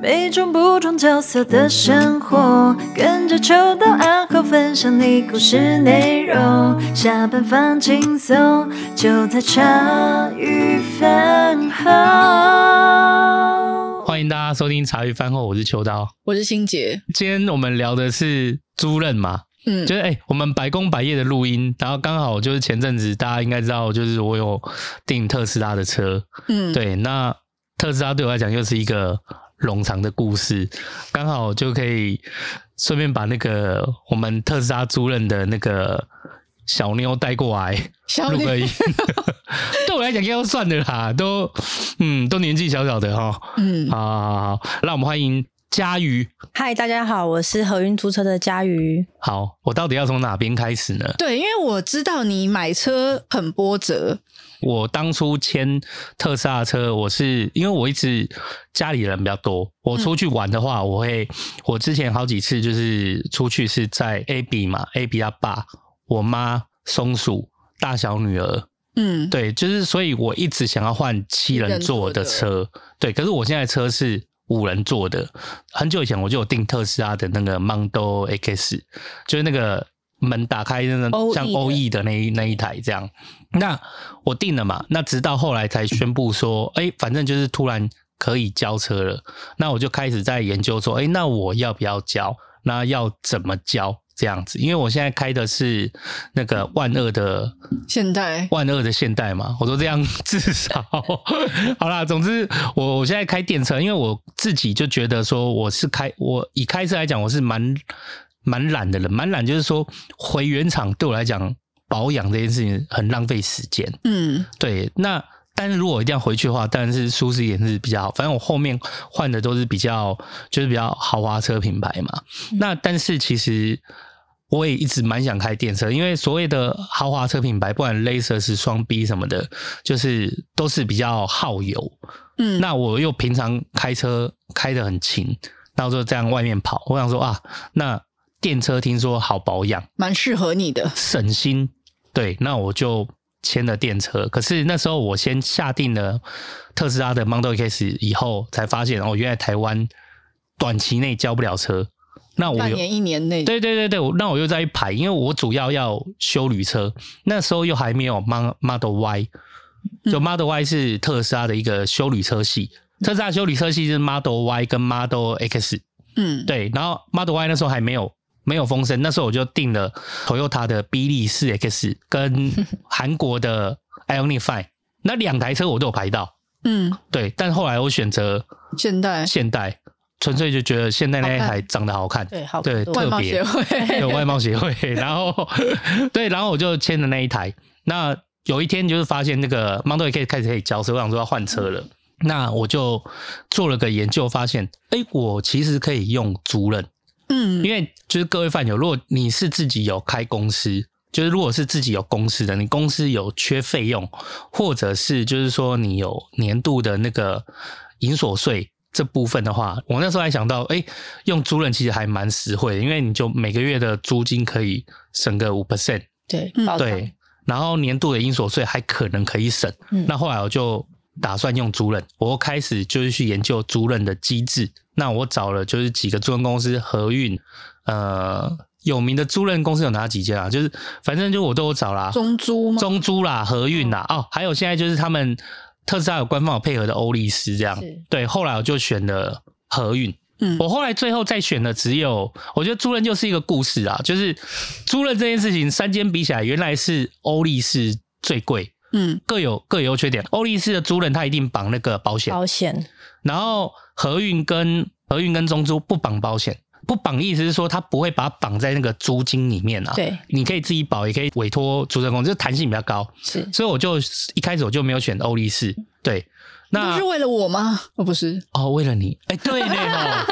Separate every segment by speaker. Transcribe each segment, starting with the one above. Speaker 1: 每种不同角色的生活，跟着秋到暗号分享你故事内容。下班放轻松，就在茶余饭后。
Speaker 2: 欢迎大家收听茶余饭后，我是秋刀。
Speaker 3: 我是欣杰，
Speaker 2: 今天我们聊的是租赁嘛，
Speaker 3: 嗯，
Speaker 2: 就是哎、我们白工白夜的录音，然后刚好就是前阵子大家应该知道，就是我有订特斯拉的车，
Speaker 3: 嗯，
Speaker 2: 对，那特斯拉对我来讲又是一个冗长的故事，刚好就可以顺便把那个我们特斯拉租赁的那个小妞带过来。
Speaker 3: 小
Speaker 2: 录
Speaker 3: 李
Speaker 2: 个音， 对我来讲应该都算的啦，都嗯都年纪小小的哈，
Speaker 3: 嗯
Speaker 2: 好好好，好让我们欢迎佳瑜。
Speaker 4: 嗨，大家好，我是合运租车的佳瑜。
Speaker 2: 好，我到底要从哪边开始呢？
Speaker 3: 对，因为我知道你买车很波折，
Speaker 2: 我当初签特斯拉的车，我是因为我一直家里人比较多，我出去玩的话，我会我之前好几次就是出去是在 A B 嘛，A B 他爸、我妈、松鼠、大小女儿，
Speaker 3: 嗯，
Speaker 2: 对，就是所以我一直想要换七人座的车，对，可是我现在的车是五人座的。很久以前我就有订特斯拉的那个 Mondo X，就是那个门打开那个
Speaker 3: OE
Speaker 2: 像 OE E 的那一那一台这样。那我订了嘛，那直到后来才宣布说，哎、反正就是突然可以交车了。那我就开始在研究说，哎、那我要不要交？那要怎么交？这样子，因为我现在开的是那个万恶的
Speaker 3: 现代
Speaker 2: 万恶的现代嘛，我都这样至少好啦。总之，我我现在开电车，因为我自己就觉得说，我是开我以开车来讲，我是蛮蛮懒的人，蛮懒就是说回原厂对我来讲保养这件事情很浪费时间。
Speaker 3: 嗯
Speaker 2: 对，那但是如果一定要回去的话，当然是舒适一点是比较好。反正我后面换的都是比较就是比较豪华车品牌嘛。那但是其实我也一直蛮想开电车，因为所谓的豪华车品牌，不管 Lexus、双 B 什么的，就是都是比较耗油。
Speaker 3: 嗯，
Speaker 2: 那我又平常开车开得很勤，然后就这样外面跑，我想说啊，那电车听说好保养。
Speaker 3: 蛮适合你的，
Speaker 2: 省心。对，那我就签了电车。可是那时候我先下定了特斯拉的 Model X 以后，才发现哦，原来台湾短期内交不了车。那我
Speaker 3: 半
Speaker 2: 有
Speaker 3: 年一年内，
Speaker 2: 对对对对，我那我又在排，因为我主要要修旅车，那时候又还没有 Mo- Model Y，就
Speaker 3: 嗯
Speaker 2: Model Y 是特斯拉的一个修旅车系，特斯拉修旅车系是 Model Y 跟 Model X。
Speaker 3: 嗯，
Speaker 2: 对，然后 Model Y 那时候还没有没有风声，那时候我就订了 Toyota 的 b 力四 X 跟韩国的 Ioniq Five，那两台车我都有排到，
Speaker 3: 嗯，
Speaker 2: 对，但后来我选择
Speaker 3: 现代
Speaker 2: 现代，纯粹就觉得现代那一台长嗯得好看，
Speaker 4: 对，好
Speaker 2: 对
Speaker 4: 多
Speaker 2: 特
Speaker 3: 外贸
Speaker 2: 别
Speaker 3: 协 会，
Speaker 2: 有外贸协 会，然后对，然后我就签了那一台。那有一天就是发现那个 Model 可以开始可以交车，我想说要换车了。那我就做了个研究，发现，哎、我其实可以用租赁，
Speaker 3: 嗯
Speaker 2: 因为就是各位饭友，如果你是自己有开公司，就是如果是自己有公司的，你公司有缺费用，或者是就是说你有年度的那个营所税这部分的话，我那时候还想到，哎、用租赁其实还蛮实惠的，因为你就每个月的租金可以省个五 percent，
Speaker 4: 对
Speaker 3: 嗯
Speaker 4: 保障
Speaker 2: 对，然后年度的营所税还可能可以省。
Speaker 4: 嗯
Speaker 2: 那后来我就打算用租赁，我又开始就是去研究租赁的机制。那我找了就是几个租赁公司，合运，呃，有名的租赁公司有哪几间啊？就是反正就我都有找啦，
Speaker 3: 中租
Speaker 2: 啊
Speaker 3: 吗？
Speaker 2: 中租啦、合运啦，
Speaker 4: 嗯
Speaker 2: 哦，还有现在就是他们特斯拉有官方有配合的欧力士这样
Speaker 4: 是。
Speaker 2: 对，后来我就选了合运。
Speaker 3: 嗯
Speaker 2: 我后来最后再选的只有，我觉得租赁就是一个故事啊，就是租赁这件事情，三间比起来，原来是欧力士最贵，
Speaker 3: 嗯
Speaker 2: 各有各有优缺点。欧力士的租赁它一定绑那个保险，
Speaker 4: 保险
Speaker 2: 然后合运跟合运跟中租不绑保险，不绑意思是说它不会把它绑在那个租金里面啊。
Speaker 4: 对
Speaker 2: 你可以自己保，也可以委托租赁公司，就弹性比较高。
Speaker 4: 是
Speaker 2: 所以我就一开始我就没有选欧力士，对。
Speaker 3: 不
Speaker 2: 那
Speaker 3: 是为了我吗？哦，不是，
Speaker 2: 哦，为了你，哎、对呢哦，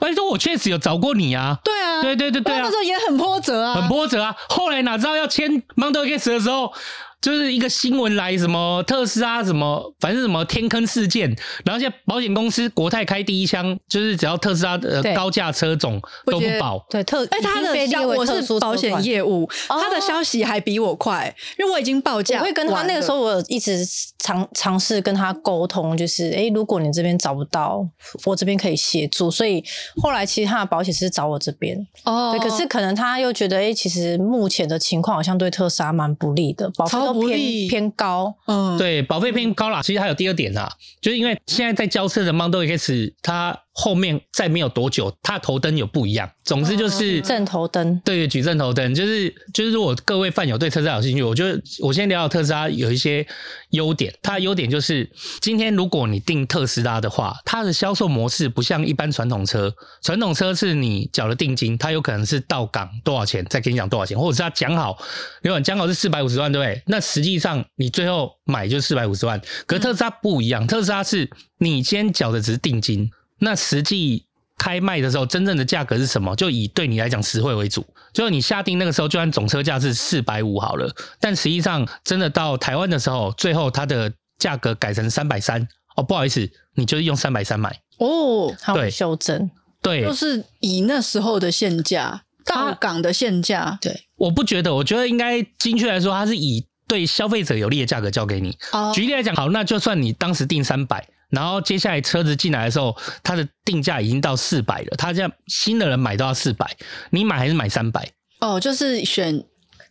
Speaker 2: 而且说我确实有找过你啊，
Speaker 3: 对啊，
Speaker 2: 对对对对
Speaker 3: 那
Speaker 2: 啊
Speaker 3: 那时，候也很波折啊，
Speaker 2: 很波折啊。后来哪知道要签 m o n d a y Case 的时候，就是一个新闻来什么特斯拉什么，反正什么天坑事件，然后现在保险公司国泰开第一枪，就是只要特斯拉的呃
Speaker 4: 对
Speaker 2: 高价车种都
Speaker 3: 我觉
Speaker 2: 不
Speaker 3: 得
Speaker 2: 保。
Speaker 4: 对特，
Speaker 3: 哎，他
Speaker 4: 已经
Speaker 3: 的
Speaker 4: 被列
Speaker 3: 消
Speaker 4: 为
Speaker 3: 我
Speaker 4: 特殊
Speaker 3: 是
Speaker 4: 车
Speaker 3: 保险
Speaker 4: 款，
Speaker 3: 业务，
Speaker 4: 哦
Speaker 3: 他的消息还比我快，因为我已经报价完
Speaker 4: 我
Speaker 3: 了。
Speaker 4: 会跟他那个时候，我有一直尝尝试跟他沟通，就是哎，如果你这边找不到，我这边可以协助。所以后来其实他的保险是找我这边，
Speaker 3: 哦
Speaker 4: 对，可是可能他又觉得，哎、其实目前的情况好像对特斯拉蛮不利的，保费
Speaker 3: 超
Speaker 4: 都
Speaker 3: 不
Speaker 4: 偏
Speaker 3: 利
Speaker 4: 偏高。
Speaker 3: 嗯，
Speaker 2: 对，保费偏高啦。其实还有第二点啊，就是因为现在在交车的 m o n d a y Case，它后面再没有多久，它的头灯有不一样。总之
Speaker 3: 哦
Speaker 2: 就是
Speaker 4: 正头灯，
Speaker 2: 对，举正头灯就是就是，如果各位饭友对特斯拉有兴趣，我觉得我先聊聊特斯拉有一些优点。它的优点就是，今天如果你订特斯拉的话，它的销售模式不像一般传统车，传统车是你缴了定金，它有可能是到港多少钱再跟你讲多少钱，或者是他讲好，原本讲好是四百五十万，对不对？那实际上你最后买就四百五十万，可是特斯拉不一样，特斯拉是你先缴的只是定金，那实际开卖的时候，真正的价格是什么？就以对你来讲实惠为主。就是你下定那个时候，就算总车价是四百五好了，但实际上真的到台湾的时候，最后它的价格改成三百三。哦，不好意思，你就是用三百三买。
Speaker 3: 哦，
Speaker 4: 他会
Speaker 2: 对
Speaker 4: 修正。
Speaker 2: 对，
Speaker 3: 就是以那时候的现价，
Speaker 2: 他
Speaker 3: 到港的现价，
Speaker 4: 对，
Speaker 2: 我不觉得，我觉得应该精确来说，它是以对消费者有利的价格交给你。
Speaker 3: 哦
Speaker 2: 举例来讲，好，那就算你当时定三百，然后接下来车子进来的时候，它的定价已经到四百了，他这样新的人买都要四百，你买还是买三百？
Speaker 3: 哦，就是选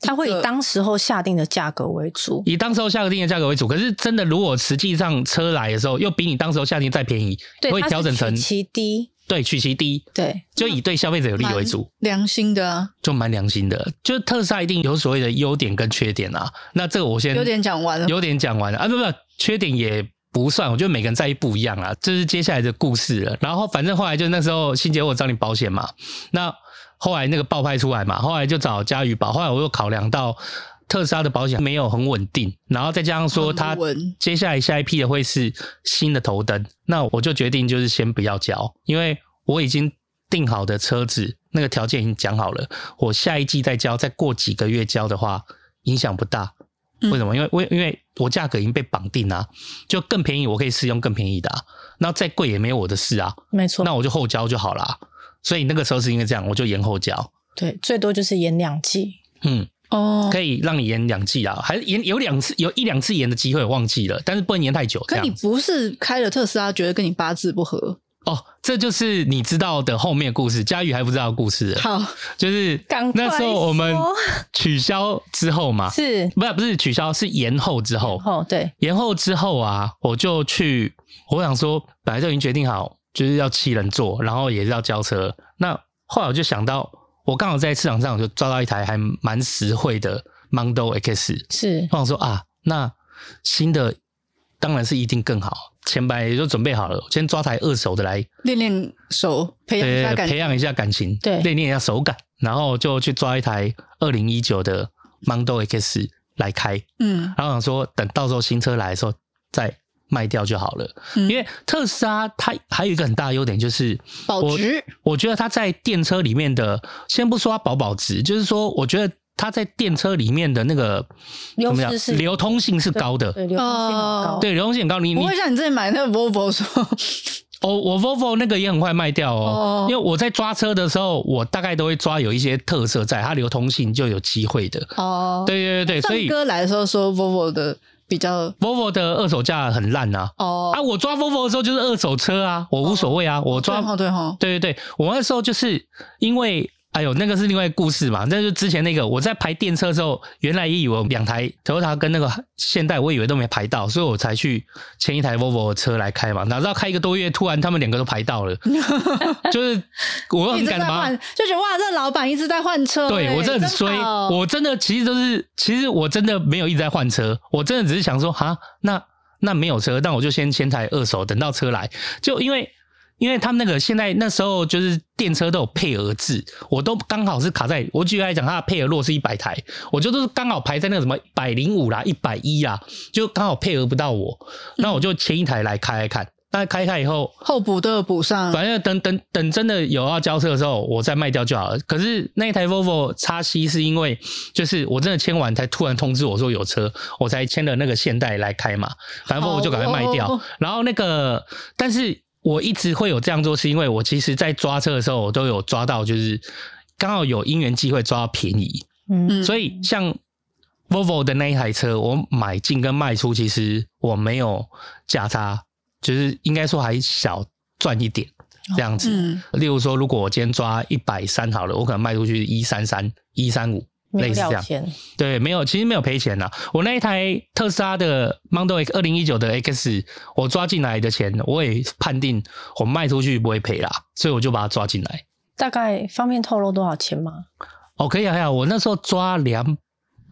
Speaker 4: 他会
Speaker 3: 一
Speaker 4: 以
Speaker 3: 个
Speaker 4: 当时候下定的价格为主，
Speaker 2: 以当时候下个定的价格为主。可是真的，如果实际上车来的时候，又比你当时候下定再便宜，
Speaker 4: 对，
Speaker 2: 会
Speaker 4: 它是
Speaker 2: 调整成
Speaker 4: 取其低，
Speaker 2: 对取其低，
Speaker 4: 对，
Speaker 2: 就以对消费者有利为主。
Speaker 3: 良心的啊，
Speaker 2: 就蛮良心的，就是特斯拉一定有所谓的优点跟缺点啊。那这个我先
Speaker 3: 有点讲完了。
Speaker 2: 有点讲完了啊，不不，缺点也不算，我觉得每个人在意不一样啊，这是接下来的故事了。然后反正后来就那时候欣姐我有找你保险嘛，那后来那个爆拍出来嘛，后来就找佳宇保，后来我又考量到特斯拉的保险没有很稳定，然后再加上说它
Speaker 3: 很稳
Speaker 2: 接下来下一批的会是新的头灯，那我就决定就是先不要交，因为我已经定好的车子那个条件已经讲好了，我下一季再交，再过几个月交的话影响不大。
Speaker 3: 嗯
Speaker 2: 为什么？因为为因为我价格已经被绑定啦、就更便宜我可以试用更便宜的、啊，那再贵也没有我的事啊，
Speaker 4: 没错
Speaker 3: 哦
Speaker 2: 那，我就后交就好啦。所以那个时候是因为这样，我就延后交，
Speaker 4: 对，最多就是延两季。
Speaker 2: 嗯，
Speaker 3: 哦，
Speaker 2: 可以让你延两季啊，还是延有两次有一两次延的机会，我忘记了，但是不能延太久。这
Speaker 3: 可
Speaker 2: 样
Speaker 3: 你不是开了特斯拉，觉得跟你八字不合。
Speaker 2: 哦，这就是你知道的后面的故事，佳宇还不知道的故事了，
Speaker 3: 好，
Speaker 2: 就是
Speaker 4: 赶快
Speaker 2: 那时候我们
Speaker 4: 说
Speaker 2: 取消之后嘛，
Speaker 4: 是
Speaker 2: 不是不是取消，是延后之后，
Speaker 4: 哦，对，
Speaker 2: 延后之后啊，我就去，我想说本来就已经决定好，就是要七人座，然后也是要交车。那后来我就想到，我刚好在市场上我就抓到一台还蛮实惠的 Mondo X，
Speaker 4: 是
Speaker 2: 我想说啊，那新的当然是一定更好，钱本来也就准备好了，我先抓台二手的来
Speaker 3: 练练手，培养一下
Speaker 2: 对，呃
Speaker 3: 感
Speaker 2: 培
Speaker 3: 情。
Speaker 2: 养一下感情，
Speaker 4: 对
Speaker 2: 练练一下手感，然后就去抓一台二零一九的 Mondo X 来开，
Speaker 3: 嗯，
Speaker 2: 然后想说等到时候新车来的时候再卖掉就好了。
Speaker 3: 嗯
Speaker 2: 因为特斯拉它还有一个很大的优点就是
Speaker 3: 保值。
Speaker 2: 我，我觉得它在电车里面的，先不说它保保值，就是说我觉得它在电车里面的那个
Speaker 4: 优
Speaker 2: 怎么
Speaker 4: 势
Speaker 2: 样，
Speaker 4: 是
Speaker 2: 流通性是高的。
Speaker 4: 对，流动性很高，
Speaker 2: 哦对，流通性很高。你
Speaker 3: 不
Speaker 2: 你
Speaker 3: 会像你之前买那个 Volvo 说，
Speaker 2: 哦，我 Volvo 那个也很快卖掉哦，
Speaker 3: 哦
Speaker 2: 因为我在抓车的时候，我大概都会抓有一些特色在，它流通性就有机会的。
Speaker 3: 哦，
Speaker 2: 对对对对，哎所
Speaker 3: 上
Speaker 2: 以
Speaker 3: 哥来的时候说 Volvo 的比较
Speaker 2: Volvo 的二手价很烂啊。
Speaker 3: 哦
Speaker 2: 啊，，我抓 Volvo 的时候就是二手车啊，我无所谓啊，我抓
Speaker 3: 对哈对哈，
Speaker 2: 对对对，我那时候就是因为，哎呦，那个是另外一个故事嘛。那就之前那个我在排电车的时候，原来也以为我两台 Toyota 跟那个现代，我以为都没排到，所以我才去签一台 Volvo 的车来开嘛。哪知道开一个多月，突然他们两个都排到了， 就是我
Speaker 3: 一
Speaker 2: 很
Speaker 3: 直
Speaker 2: 感
Speaker 3: 在
Speaker 2: 吧
Speaker 3: 换。，就觉得哇，这老板一直在换车，欸哎
Speaker 2: 对我真的很衰，
Speaker 3: 好
Speaker 2: 我真的其实都是，其实我真的没有一直在换车，我真的只是想说，哈，那那没有车，那我就先先台二手，等到车来，就因为。因为他们那个现在那时候就是电车都有配额制，我都刚好是卡在，我举例来讲，它的配额落是一百台，我就都是刚好排在那个什么百零五啦、一百一啦，就刚好配额不到我，那我就签一台来开开看，那开开以后，
Speaker 3: 后补都有补上，
Speaker 2: 反正等等等真的有要交车的时候，我再卖掉就好了。可是那一台 Volvo 叉 C 是因为就是我真的签完才突然通知我说有车，我才签了那个现代来开嘛，反正
Speaker 3: 哦
Speaker 2: Volvo 就赶快卖掉。
Speaker 3: 哦
Speaker 2: 然后那个，但是我一直会有这样做，是因为我其实在抓车的时候，我都有抓到，就是刚好有因缘机会抓到便宜，
Speaker 4: 嗯
Speaker 3: 嗯
Speaker 2: 所以像 Volvo 的那一台车，我买进跟卖出，其实我没有价差，就是应该说还小赚一点这样子。
Speaker 3: 嗯，
Speaker 2: 例如说，如果我今天抓一百三好了，我可能卖出去一三三、一三五，类
Speaker 4: 没有
Speaker 2: 似这
Speaker 4: 聊
Speaker 2: 样。
Speaker 4: 天，
Speaker 2: 对，没有，其实没有赔钱啦。我那一台特斯拉的 Model X 二零一九的 X，我抓进来的钱，我也判定我卖出去不会赔啦，所以我就把它抓进来。
Speaker 4: 大概方便透露多少钱吗？
Speaker 2: 哦，可以啊，可以啊，我那时候抓两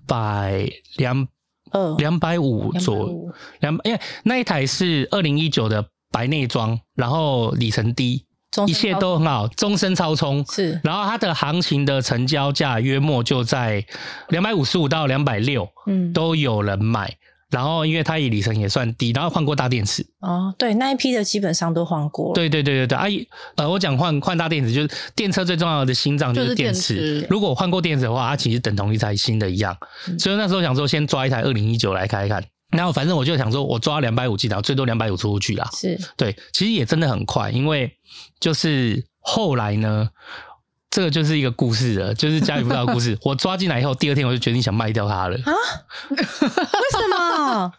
Speaker 2: 百两
Speaker 4: 二
Speaker 2: 两百五左
Speaker 4: 250
Speaker 2: 两，因为那一台是二零一九的白内装，然后里程低，
Speaker 4: 终
Speaker 2: 一
Speaker 4: 身
Speaker 2: 切
Speaker 4: 高
Speaker 2: 都很好，终身超充。
Speaker 4: 是
Speaker 2: 然后它的行情的成交价约莫就在两百五十五到两百六
Speaker 4: 嗯
Speaker 2: 都有人买。然后因为它以里程也算低，然后换过大电池。
Speaker 4: 哦，对，那一批的基本上都换过了。，
Speaker 2: 对对对对对，阿、姨，呃，我讲换换大电池，就是电车最重要的心脏就
Speaker 3: 就是是
Speaker 2: 电
Speaker 3: 电
Speaker 2: 池。
Speaker 3: 池嗯
Speaker 2: 如果我换过电池的话，啊它其实等同一台新的一样。所以那时候想说，先抓一台二零一九来开看。然后反正我就想说，我抓两百五进来，最多两百五出去啦。
Speaker 4: 是
Speaker 2: 对，其实也真的很快，因为就是后来呢，这个就是一个故事了，就是家里辅导的故 事。我抓进来以后，第二天我就决定想卖掉它了，
Speaker 3: 啊
Speaker 4: 为什么？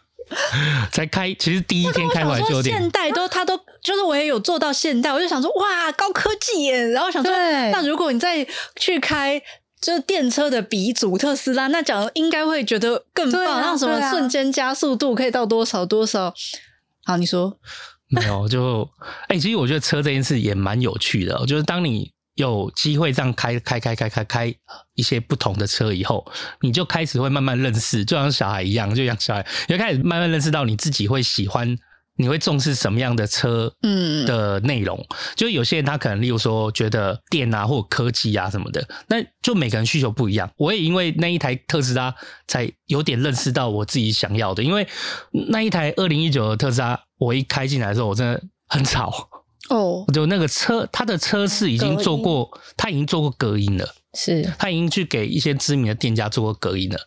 Speaker 2: 才开。其实第一天开回来就有
Speaker 3: 说现
Speaker 2: 点，
Speaker 3: 代都，他都就是我也有做到现代，我就想说哇，高科技耶！然后想说，
Speaker 4: 对
Speaker 3: 那如果你再去开就是电车的鼻祖特斯拉，那讲应该会觉得更棒，
Speaker 4: 对啊
Speaker 3: 让什
Speaker 4: 对
Speaker 3: 么
Speaker 4: 啊
Speaker 3: 瞬间加速度可以到多少多少？好，你说，
Speaker 2: 没有就哎、其实我觉得车这件事也蛮有趣的哦，就是当你。有机会这样开开开开开开一些不同的车以后，你就开始会慢慢认识，就像小孩一样，就像小孩，你就开始慢慢认识到你自己会喜欢，你会重视什么样的车，
Speaker 3: 嗯
Speaker 2: 的内容，就是有些人他可能，例如说觉得电啊或科技啊什么的，那就每个人需求不一样。我也因为那一台特斯拉才有点认识到我自己想要的，因为那一台二零一九的特斯拉，我一开进来的时候，我真的很吵，
Speaker 3: 哦，
Speaker 2: 就那个车，它的车是已经做过，它已经做过隔音了，
Speaker 4: 是，
Speaker 2: 它已经去给一些知名的店家做过隔音了，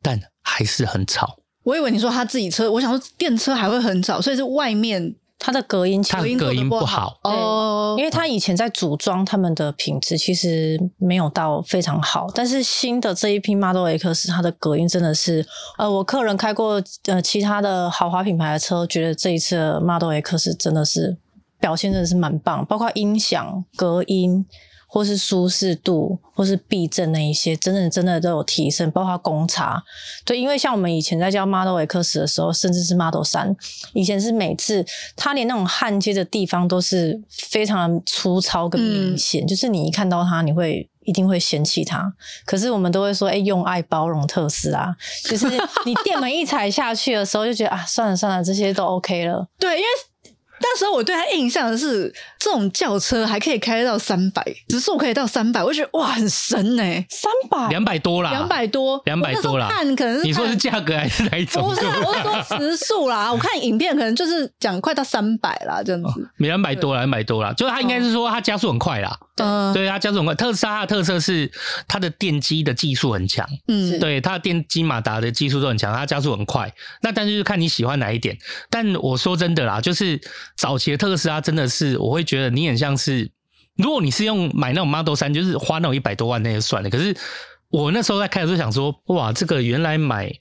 Speaker 2: 但还是很吵。
Speaker 3: 我以为你说他自己车，我想说电车还会很早，所以是外面
Speaker 4: 它的隔音其
Speaker 2: 它
Speaker 4: 实，
Speaker 2: 隔音
Speaker 3: 做得
Speaker 2: 不
Speaker 3: 不
Speaker 2: 好，
Speaker 3: 哦
Speaker 4: 因，为它以前在组装他们的品质其实没有到非常好，但是新的这一批 Model X 它的隔音真的是，呃，我客人开过呃其他的豪华品牌的车，觉得这一次的 Model X 真的是表现真的是蛮棒，包括音响、隔音。或是舒适度，或是避震那一些，真的真的都有提升，包括公差。对，因为像我们以前在教 Model X 的时候，甚至是 Model 三，以前是每次它连那种焊接的地方都是非常粗糙跟明显，就是你一看到它，你会一定会嫌弃它。可是我们都会说，哎、用爱包容特斯拉，就是你电门一踩下去的时候，就觉得啊，算了算了，这些都 OK 了。
Speaker 3: 对，因为那时候我对他印象的是，这种轿车还可以开到三百，时速可以到三百，我就觉得哇，很神呢、欸
Speaker 4: 三百
Speaker 2: 两百多啦，
Speaker 3: 啊两百多，
Speaker 2: 200多啦
Speaker 3: 我那时候看可能是
Speaker 2: 你说是
Speaker 3: 看
Speaker 2: 价格还是哪一种？
Speaker 3: 不是啊， 我是说时速啦，我看影片可能就是讲快到三百啦，这样子。
Speaker 2: 没两百多啦，两百多啦，就是它应该是说它加速很快啦，
Speaker 3: 嗯
Speaker 2: 对，它加速很快。特斯拉的特色是它的电机的技术很强，
Speaker 3: 嗯，
Speaker 2: 对，它的电机马达的技术都很强，它加速很快。那但就是看你喜欢哪一点。但我说真的啦，就是早期的特斯拉真的是，我会觉得你很像是，如果你是用买那种 Model 三，就是花那种一百多万那就算了。可是我那时候在开的时候想说，哇，这个原来买。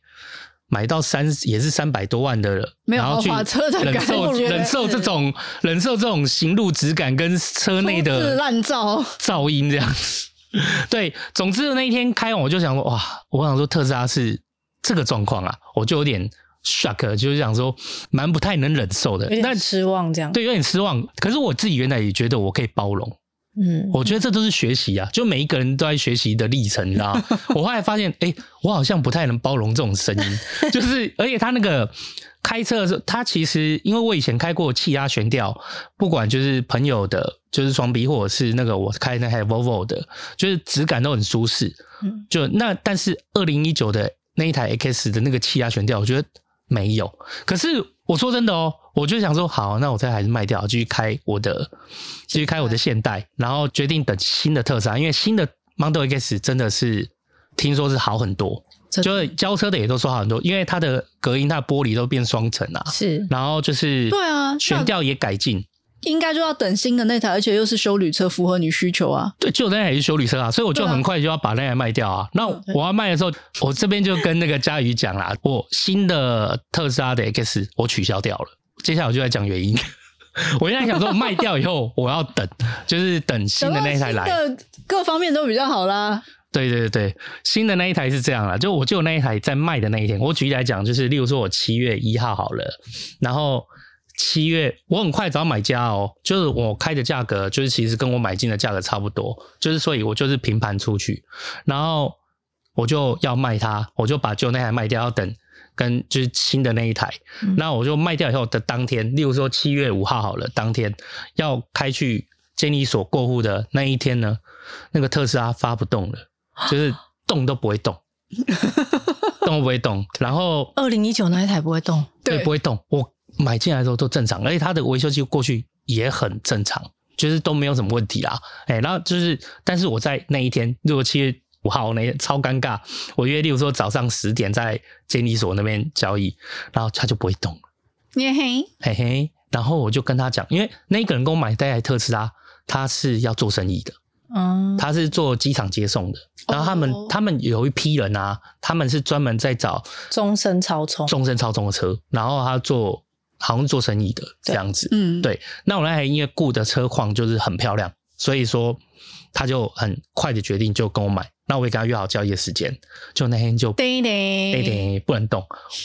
Speaker 2: 买到三也是三百多万的了，
Speaker 3: 没有
Speaker 2: 然后去
Speaker 3: 豪华车的感
Speaker 2: 忍受
Speaker 3: 觉
Speaker 2: 忍受这种忍受这种行路质感跟车内
Speaker 3: 粗制
Speaker 2: 的
Speaker 3: 滥造，
Speaker 2: 噪音这样子。对，总之那一天开完，我就想说，哇，我想说特斯拉是这个状况啊，我就有点 shock，就是想说蛮不太能忍受的
Speaker 4: 有。
Speaker 2: 那
Speaker 4: 点失望这样。
Speaker 2: 对，有点失望。可是我自己原来也觉得我可以包容，
Speaker 4: 嗯，
Speaker 2: 我觉得这都是学习啊，就每一个人都在学习的历程，你知道吗？ 我后来发现，哎、我好像不太能包容这种声 音，就是而且他那个开车的时候，他其实因为我以前开过气压悬吊，不管就是朋友的，就是双鼻或者是那个我开那台 Volvo 的，就是质感都很舒适。
Speaker 4: 嗯
Speaker 2: 就那但是二零一九的那一台 X 的那个气压悬吊，我觉得没有。可是我说真的哦，我就想说，好，那我再还是卖掉，继续开我的，继续开我的现代，然后决定等新的特斯拉，因为新的 Model X 真的是听说是好很多，
Speaker 4: 真的
Speaker 2: 就是交车的也都说好很多，因为它的隔音、它的玻璃都变双层啊，
Speaker 4: 是
Speaker 2: 然后就是
Speaker 3: 对啊
Speaker 2: 悬吊也改进，
Speaker 3: 应该就要等新的那台，而且又是修旅车，符合你需求啊。
Speaker 2: 对，就那台也是修理车啊，所以我就
Speaker 3: 对啊嗯
Speaker 2: 很快就要把那台卖掉啊。那我要卖的时候，我这边就跟那个佳宇讲啦，我新的特斯拉的 X 我取消掉了，接下来我就来讲原因。 我现在想说，卖掉以后我要等，就是等新的那一台来。
Speaker 3: 等到新的各方面都比较好啦。
Speaker 2: 对对对对，新的那一台是这样啦，就我就有那一台在卖的那一天，我举例来讲，就是例如说我七月一号好了，然后七月我很快找到买家哦，就是我开的价格就是其实跟我买进的价格差不多，就是所以我就是平盘出去，然后我就要卖它，我就把旧那台卖掉，要等跟就是新的那一台，那我就卖掉以后的当天，例如说七月五号好了，当天要开去监理所过户的那一天呢，那个特斯拉发不动了，就是动都不会动，动都不会动，然后
Speaker 4: 二零一九那一台不会动，
Speaker 2: 对，不
Speaker 3: 会
Speaker 2: 会动。我买进来的时候都正常，而且它的维修期过去也很正常，就是都没有什么问题啦。哎、然后就是，但是我在那一天，如果七月五号那天超尴尬，我约，例如说早上十点在监理所那边交易，然后它就不会动了，
Speaker 3: 捏黑
Speaker 2: 嘿嘿。然后我就跟他讲，因为那个人跟我买那台特斯拉，他是要做生意的，
Speaker 4: 嗯，
Speaker 2: 他是做机场接送的。然后他们、
Speaker 3: 哦
Speaker 2: 他们有一批人啊，他们是专门在找
Speaker 4: 终身超充，
Speaker 2: 纵深超重的车，然后他做好像做生意的这样子。
Speaker 3: 嗯，
Speaker 2: 对，那我那台因为顾的车况就是很漂亮，所以说他就很快的决定就跟我买。那我也跟他约好交易的时间，就那天就
Speaker 3: 叮叮
Speaker 2: 对对不能动，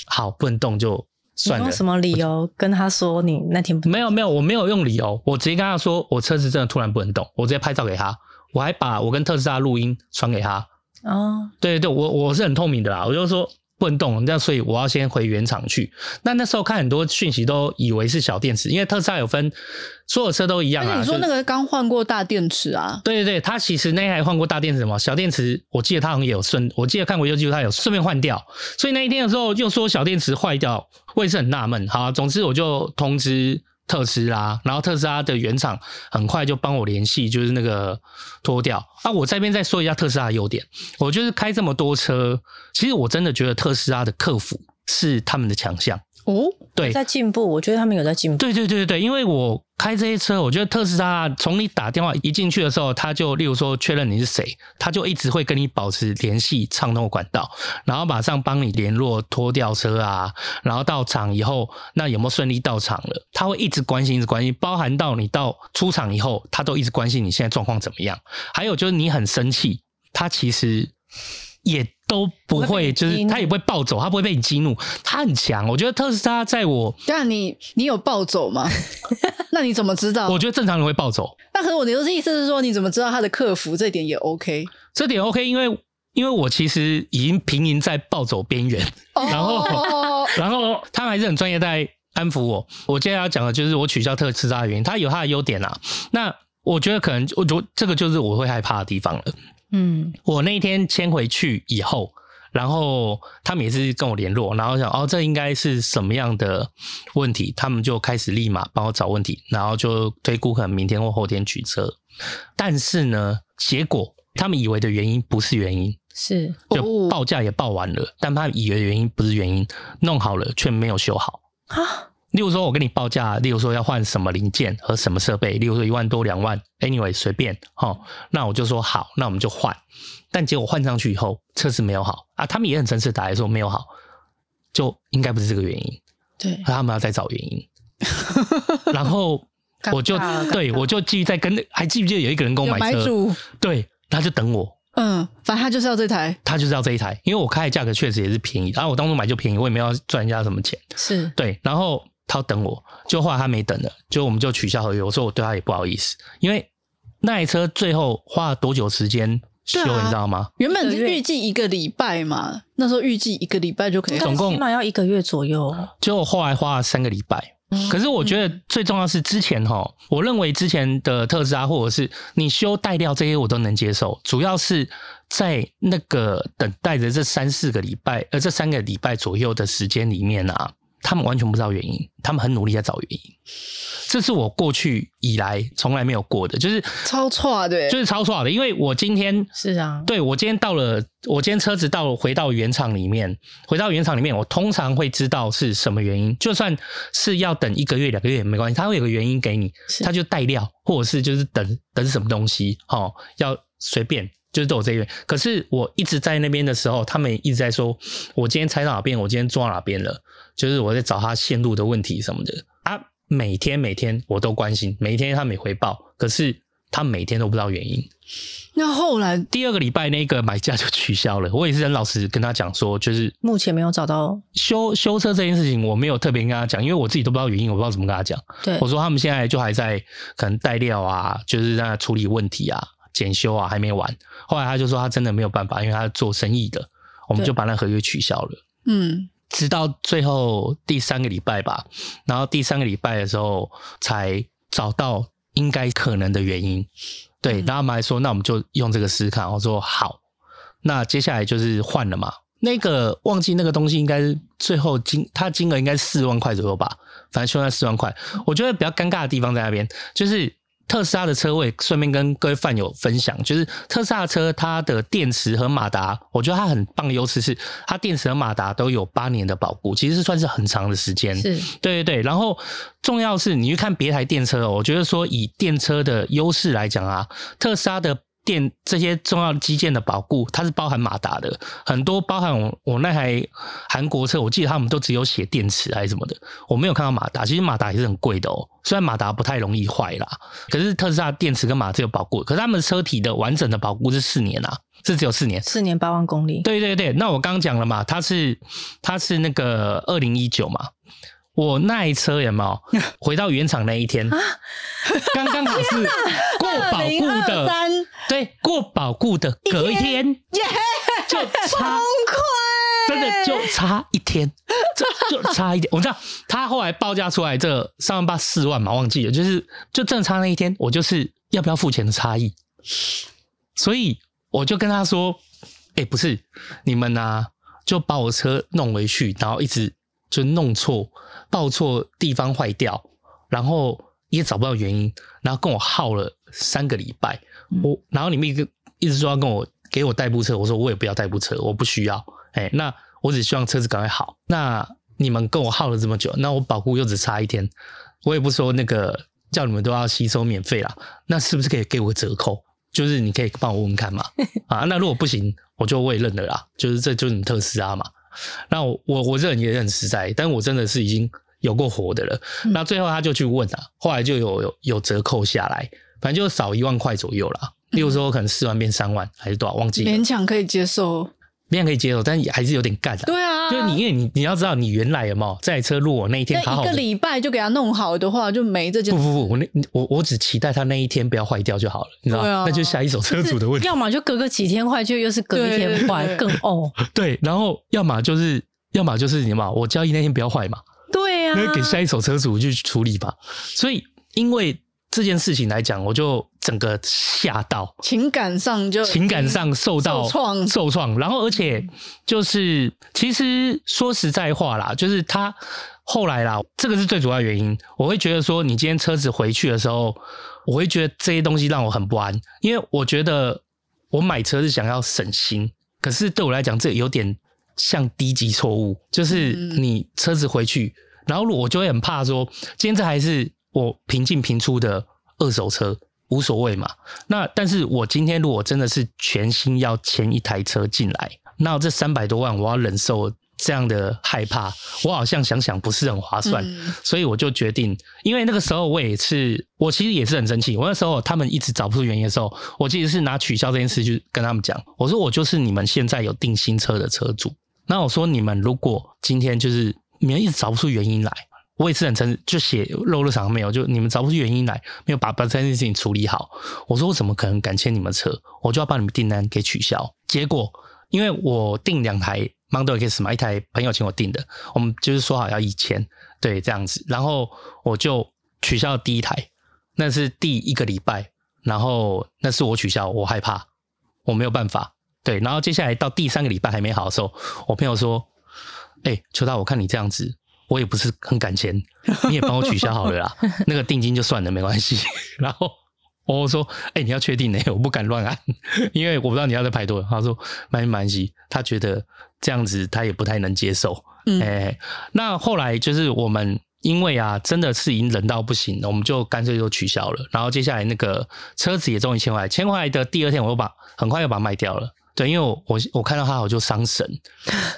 Speaker 2: 好不能动就
Speaker 4: 你
Speaker 2: 算了
Speaker 4: 用。什么理由跟他说你那天不
Speaker 2: 没有没有，我没有用理由，我直接跟他说我车子真的突然不能动，我直接拍照给他，我还把我跟特斯拉录音传给他，
Speaker 4: 啊？
Speaker 2: 对对，我我是很透明的啦，我就说不能动，那所以我要先回原厂去。那那时候看很多讯息都以为是小电池，因为特斯拉有分所有车都一样
Speaker 3: 而且
Speaker 2: 啊。
Speaker 3: 你说
Speaker 2: 就
Speaker 3: 那个刚换过大电池啊，
Speaker 2: 对对对，它其实那台换过大电池嘛，小电池我记得它好像也有顺，我记得看过，就记录它有顺便换掉，所以那一天的时候又说小电池坏掉，我也是很纳闷。好啊、总之我就通知特斯拉，然后特斯拉的原厂很快就帮我联系，就是那个脱掉。啊，我这边再说一下特斯拉的优点，我就是开这么多车，其实我真的觉得特斯拉的客服是他们的强项。
Speaker 3: 哦，
Speaker 2: 对，
Speaker 4: 在进步，我觉得他们有在进步。
Speaker 2: 对对对对对，因为我开这些车，我觉得特斯拉从你打电话一进去的时候，他就例如说确认你是谁，他就一直会跟你保持联系畅通管道，然后马上帮你联络拖吊车啊，然后到场以后，那有没有顺利到场了，他会一直关心，一直关心，包含到你到出场以后，他都一直关心你现在状况怎么样。还有就是你很生气，他其实也都不
Speaker 4: 不会被
Speaker 2: 会，
Speaker 4: 你
Speaker 2: 就是
Speaker 4: 激怒
Speaker 2: 他也不会暴走，他不会被你激怒，他很强。我觉得特斯拉在我，
Speaker 3: 对啊，你你有暴走吗？ 那你怎么知道？
Speaker 2: 我觉得正常人会暴走。
Speaker 3: 那可是我的意思是说，你怎么知道他的客服这点也 OK？
Speaker 2: 这点 OK，因为因为我其实已经平民在暴走边缘， 然后
Speaker 3: 哦
Speaker 2: 然后他们还是很专业在安抚我。我接下来要讲的就是我取消特斯拉的原因，它有它的优点啊。那我觉得可能我我这个就是我会害怕的地方了。
Speaker 4: 嗯，
Speaker 2: 我那一天迁回去以后，然后他们也是跟我联络，然后想哦，这应该是什么样的问题，他们就开始立马帮我找问题，然后就推估可能明天或后天取车。但是呢，结果他们以为的原因不是原因，
Speaker 4: 是
Speaker 2: 就
Speaker 3: 哦
Speaker 2: 报价也报完了，但他以为的原因不是原因，弄好了却没有修好。
Speaker 4: 啊，
Speaker 2: 例如说，我跟你报价，例如说要换什么零件和什么设备，例如说一万多、两万，anyway 随便哈，那我就说好，那我们就换。但结果换上去以后，车子没有好啊，他们也很诚实地打来说没有好，就应该不是这个原因，
Speaker 4: 对，
Speaker 2: 他们要再找原 因。然后我就
Speaker 4: 尴尬了
Speaker 2: 对
Speaker 4: 尴尬
Speaker 2: 我就继续在跟，还记不记得有一个人跟我
Speaker 3: 有
Speaker 2: 买
Speaker 3: 买
Speaker 2: 车？
Speaker 3: 主，
Speaker 2: 对，他就等我，
Speaker 3: 嗯，反正他就是要这台，
Speaker 2: 他就是要这一台，因为我开的价格确实也是便宜，然、啊后我当初买就便宜，我也没有要赚人家什么钱。
Speaker 4: 是
Speaker 2: 对，然后他要等我，就后来他没等了，就我们就取消合约。我说我对他也不好意思，因为那台车最后花了多久时间修，
Speaker 3: 对啊
Speaker 2: 你知道吗？
Speaker 3: 原本是
Speaker 4: 一个月
Speaker 3: 预计一个礼拜嘛，那时候预计一个礼拜就可以
Speaker 4: 应
Speaker 3: 好。
Speaker 4: 该
Speaker 2: 总共
Speaker 4: 起码要一个月左右。
Speaker 2: 结果后来花了三个礼拜。
Speaker 3: 嗯
Speaker 2: 可是我觉得最重要是之前哈，我认为之前的特斯拉或者是你修带料这些我都能接受，主要是在那个等待的这三四个礼拜，呃，这三个礼拜左右的时间里面啊，他们完全不知道原因，他们很努力在找原因，这是我过去以来从来没有过的，就是
Speaker 3: 超差的欸
Speaker 2: 就是超错的，因为我今天
Speaker 4: 是啊，
Speaker 2: 对我今天到了，我今天车子到了，回到原厂里面，回到原厂里面，我通常会知道是什么原因，就算是要等一个月、两个月也没关系，他会有个原因给你，
Speaker 4: 是
Speaker 2: 他就带料，或者是就是等等什么东西，哦，要随便。就是都有这个原因，可是我一直在那边的时候，他们一直在说，我今天猜到哪边，我今天做到哪边了，就是我在找他线路的问题什么的啊。每天每天我都关心，每天他每回报，可是他每天都不知道原因，
Speaker 3: 那后来
Speaker 2: 第二个礼拜那个买价就取消了。我也是很老实跟他讲说，就是
Speaker 4: 目前没有找到
Speaker 2: 修修车这件事情，我没有特别跟他讲，因为我自己都不知道原因，我不知道怎么跟他讲。
Speaker 4: 对
Speaker 2: 我说他们现在就还在可能带料啊，就是在处理问题啊、检修啊，还没完。后来他就说他真的没有办法，因为他是做生意的，我们
Speaker 4: 对
Speaker 2: 就把那合约取消了。
Speaker 3: 嗯，
Speaker 2: 直到最后第三个礼拜吧，然后第三个礼拜的时候才找到应该可能的原因。对，然
Speaker 3: 嗯
Speaker 2: 后他们还说，那我们就用这个试试看。我说好，那接下来就是换了嘛。那个忘记那个东西应该是最后金，它金额应该四万块左右吧，反正修那四万块。我觉得比较尴尬的地方在那边，就是特斯拉的车位，顺便跟各位饭友分享，就是特斯拉的车它的电池和马达，我觉得它很棒的优势是，它电池和马达都有八年的保固，其实是算是很长的时间。
Speaker 4: 是
Speaker 2: 对对对，然后重要是你去看别台电车哦，我觉得说以电车的优势来讲啊，特斯拉的电这些重要基建的保固，它是包含马达的，很多包含我我那台韩国车，我记得他们都只有写电池还是什么的，我没有看到马达。其实马达也是很贵的哦，虽然马达不太容易坏啦，可是特斯拉电池跟马达只有保固，可是他们车体的完整的保固是四年啊，是只有四年。
Speaker 4: 四年八万公里，
Speaker 2: 对对对，那我刚刚讲了嘛，它是它是那个二零一九嘛，我那一车有没有回到原厂那一天，刚刚好是过保固的，
Speaker 3: 2023
Speaker 2: 对，过保固的隔一天，就差真的就差一天，就就差一点。我知道他后来报价出来这三万八四万嘛，忘记了，就是就正差那一天，我就是要不要付钱的差异。所以我就跟他说：“哎、不是你们呐、就把我车弄回去，然后一直就弄错、报错地方坏掉，然后也找不到原因，然后跟我耗了三个礼拜。我然后你们一个一直说要跟我给我代步车，我说我也不要代步车，我不需要。哎、那我只希望车子赶快好。那你们跟我耗了这么久，那我保护又只差一天，我也不说那个叫你们都要吸收免费啦，那是不是可以给我折扣？就是你可以帮我问问看嘛，啊，那如果不行，我就我也认了啦，就是这就是你特斯拉嘛。那我我我认也很实在，但我真的是已经有过活的了。
Speaker 4: 嗯
Speaker 2: 那最后他就去问啊，后来就有有有折扣下来，反正就少一万块左右啦。例如说，可能四万变三万还是多少，忘记了，
Speaker 3: 勉强可以接受。
Speaker 2: 勉强可以接受，但也还是有点干的、
Speaker 3: 对啊，
Speaker 2: 就是你，因为你你要知道，你原来有没有这台车，如果我那一天好
Speaker 3: 那
Speaker 2: 好
Speaker 3: 一个
Speaker 2: 的，
Speaker 3: 礼拜就给他弄好的话，就没这件
Speaker 2: 不
Speaker 3: 事。
Speaker 2: 不不，我那我我只期待它那一天不要坏掉就好了，你知道吗？
Speaker 3: 对啊
Speaker 2: 那就下一手车主的问题。
Speaker 4: 要么就隔个几天坏，就又是隔一天坏，
Speaker 3: 对对对
Speaker 4: 更哦，
Speaker 2: 对，然后要么就是要么就是你嘛，我交易那天不要坏嘛，
Speaker 4: 对
Speaker 3: 啊
Speaker 4: 啊呀、
Speaker 2: 因为给下一手车主去处理吧。所以因为这件事情来讲，我就整个吓到，
Speaker 3: 情感上就
Speaker 2: 情感上受到
Speaker 3: 受创
Speaker 2: 受创。然后而且就是，其实说实在话啦，就是他后来啦，这个是最主要的原因。我会觉得说，你今天车子回去的时候，我会觉得这些东西让我很不安，因为我觉得我买车是想要省心，可是对我来讲，这有点像低级错误，就是
Speaker 3: 嗯
Speaker 2: 你车子回去，然后我就会很怕说，今天这还是我平进平出的二手车，无所谓嘛。那但是我今天如果真的是全新要签一台车进来，那这三百多万我要忍受这样的害怕，我好像想想不是很划算。
Speaker 3: 嗯
Speaker 2: 所以我就决定，因为那个时候我也是，我其实也是很生气。我那时候他们一直找不出原因的时候，我其实是拿取消这件事去跟他们讲，我说我就是你们现在有订新车的车主。那我说你们如果今天就是你们一直找不出原因来，我也是很诚实，就写漏了场没有，就你们找不出原因来，没有把把这件事情处理好。我说我怎么可能敢签你们车？我就要把你们订单给取消。结果因为我订两台 Mondo X 嘛，一台朋友请我订的，我们就是说好要一千，对，这样子。然后我就取消第一台，那是第一个礼拜，然后那是我取消，我害怕，我没有办法。对，然后接下来到第三个礼拜还没好的时候，我朋友说：“哎、邱大，我看你这样子，我也不是很敢签，你也帮我取消好了啦，那个定金就算了，没关系。 然后我说，哎、你要确定呢、我不敢乱按，因为我不知道你要再排多久。他说，没关系，他觉得这样子他也不太能接受。
Speaker 3: 嗯
Speaker 2: 哎、那后来就是我们因为啊，真的是已经冷到不行，我们就干脆就取消了。然后接下来那个车子也终于签回来，签回来的第二天，我又把很快又把它卖掉了。对，因为我我我看到它我就伤神，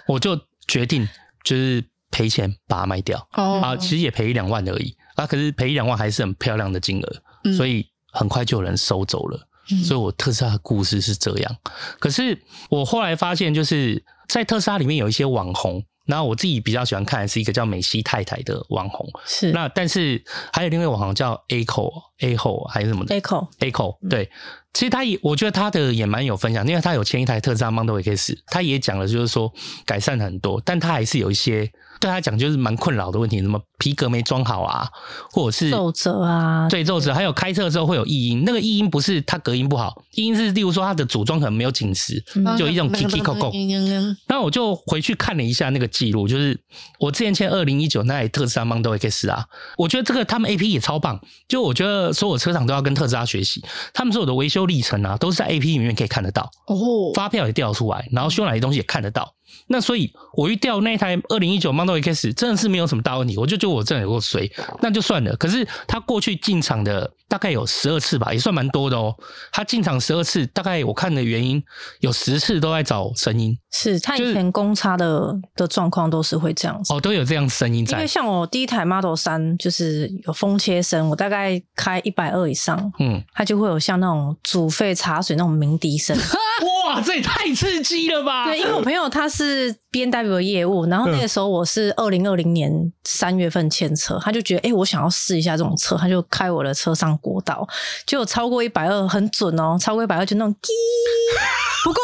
Speaker 2: 我就决定就是赔钱把它卖掉啊，
Speaker 3: 哦，
Speaker 2: 其实也赔一两万而已啊，可是赔一两万还是很漂亮的金额，
Speaker 3: 嗯
Speaker 2: 所以很快就有人收走了。
Speaker 3: 嗯
Speaker 2: 所以我特斯拉的故事是这样。可是我后来发现，就是在特斯拉里面有一些网红，然后我自己比较喜欢看的是一个叫美西太太的网红。
Speaker 4: 是
Speaker 2: 那但是还有另外一个网红叫 Aco A 后还是什么的
Speaker 4: echo
Speaker 2: Aco，对，
Speaker 4: 嗯
Speaker 2: 其实他也我觉得他的也蛮有分享，因为他有签一台特斯拉 Model X，他也讲了就是说改善很多，但他还是有一些。对他讲就是蛮困扰的问题，什么皮革没装好啊，或者是
Speaker 4: 皱褶啊，
Speaker 2: 对皱褶，还有开车的时候会有异音，那个异音不是它隔音不好，异音是例如说它的组装可能没有紧实，
Speaker 3: 啊
Speaker 4: 嗯
Speaker 2: 就有一种 kiki 扣扣
Speaker 3: 嗯
Speaker 2: 那我就回去看了一下那个记录，就是我之前签二零一九那台特斯拉 Model X 啊，我觉得这个他们 A P 也超棒，就我觉得所有车厂都要跟特斯拉学习，他们所有的维修历程啊，都是在 A P 里面可以看得到，
Speaker 3: 哦，
Speaker 2: 发票也调出来，然后修哪些东西也看得到。那所以，我一调那台二零一九 Model X 真的是没有什么大问题，我就觉得我真的有够衰，那就算了。可是他过去进场的大概有十二次吧，也算蛮多的哦。他进场十二次，大概我看的原因有十次都在找声音，
Speaker 4: 是它
Speaker 2: 就是
Speaker 4: 以前公差的的状况都是会这样子。
Speaker 2: 哦，都有这样声音
Speaker 4: 因为
Speaker 2: 在。
Speaker 4: 像我第一台 Model 三就是有风切声，我大概开一百二以上，
Speaker 2: 嗯，
Speaker 4: 它就会有像那种煮沸茶水那种鸣笛声。
Speaker 2: 哇，这也太刺激了吧！
Speaker 4: 对，因为我朋友他是 B N W 业务，然后那个时候我是二零二零年三月份签车，他就觉得哎、诶我想要试一下这种车，他就开我的车上国道，结果超过一百二很准哦，超过一百二就那种滴。不过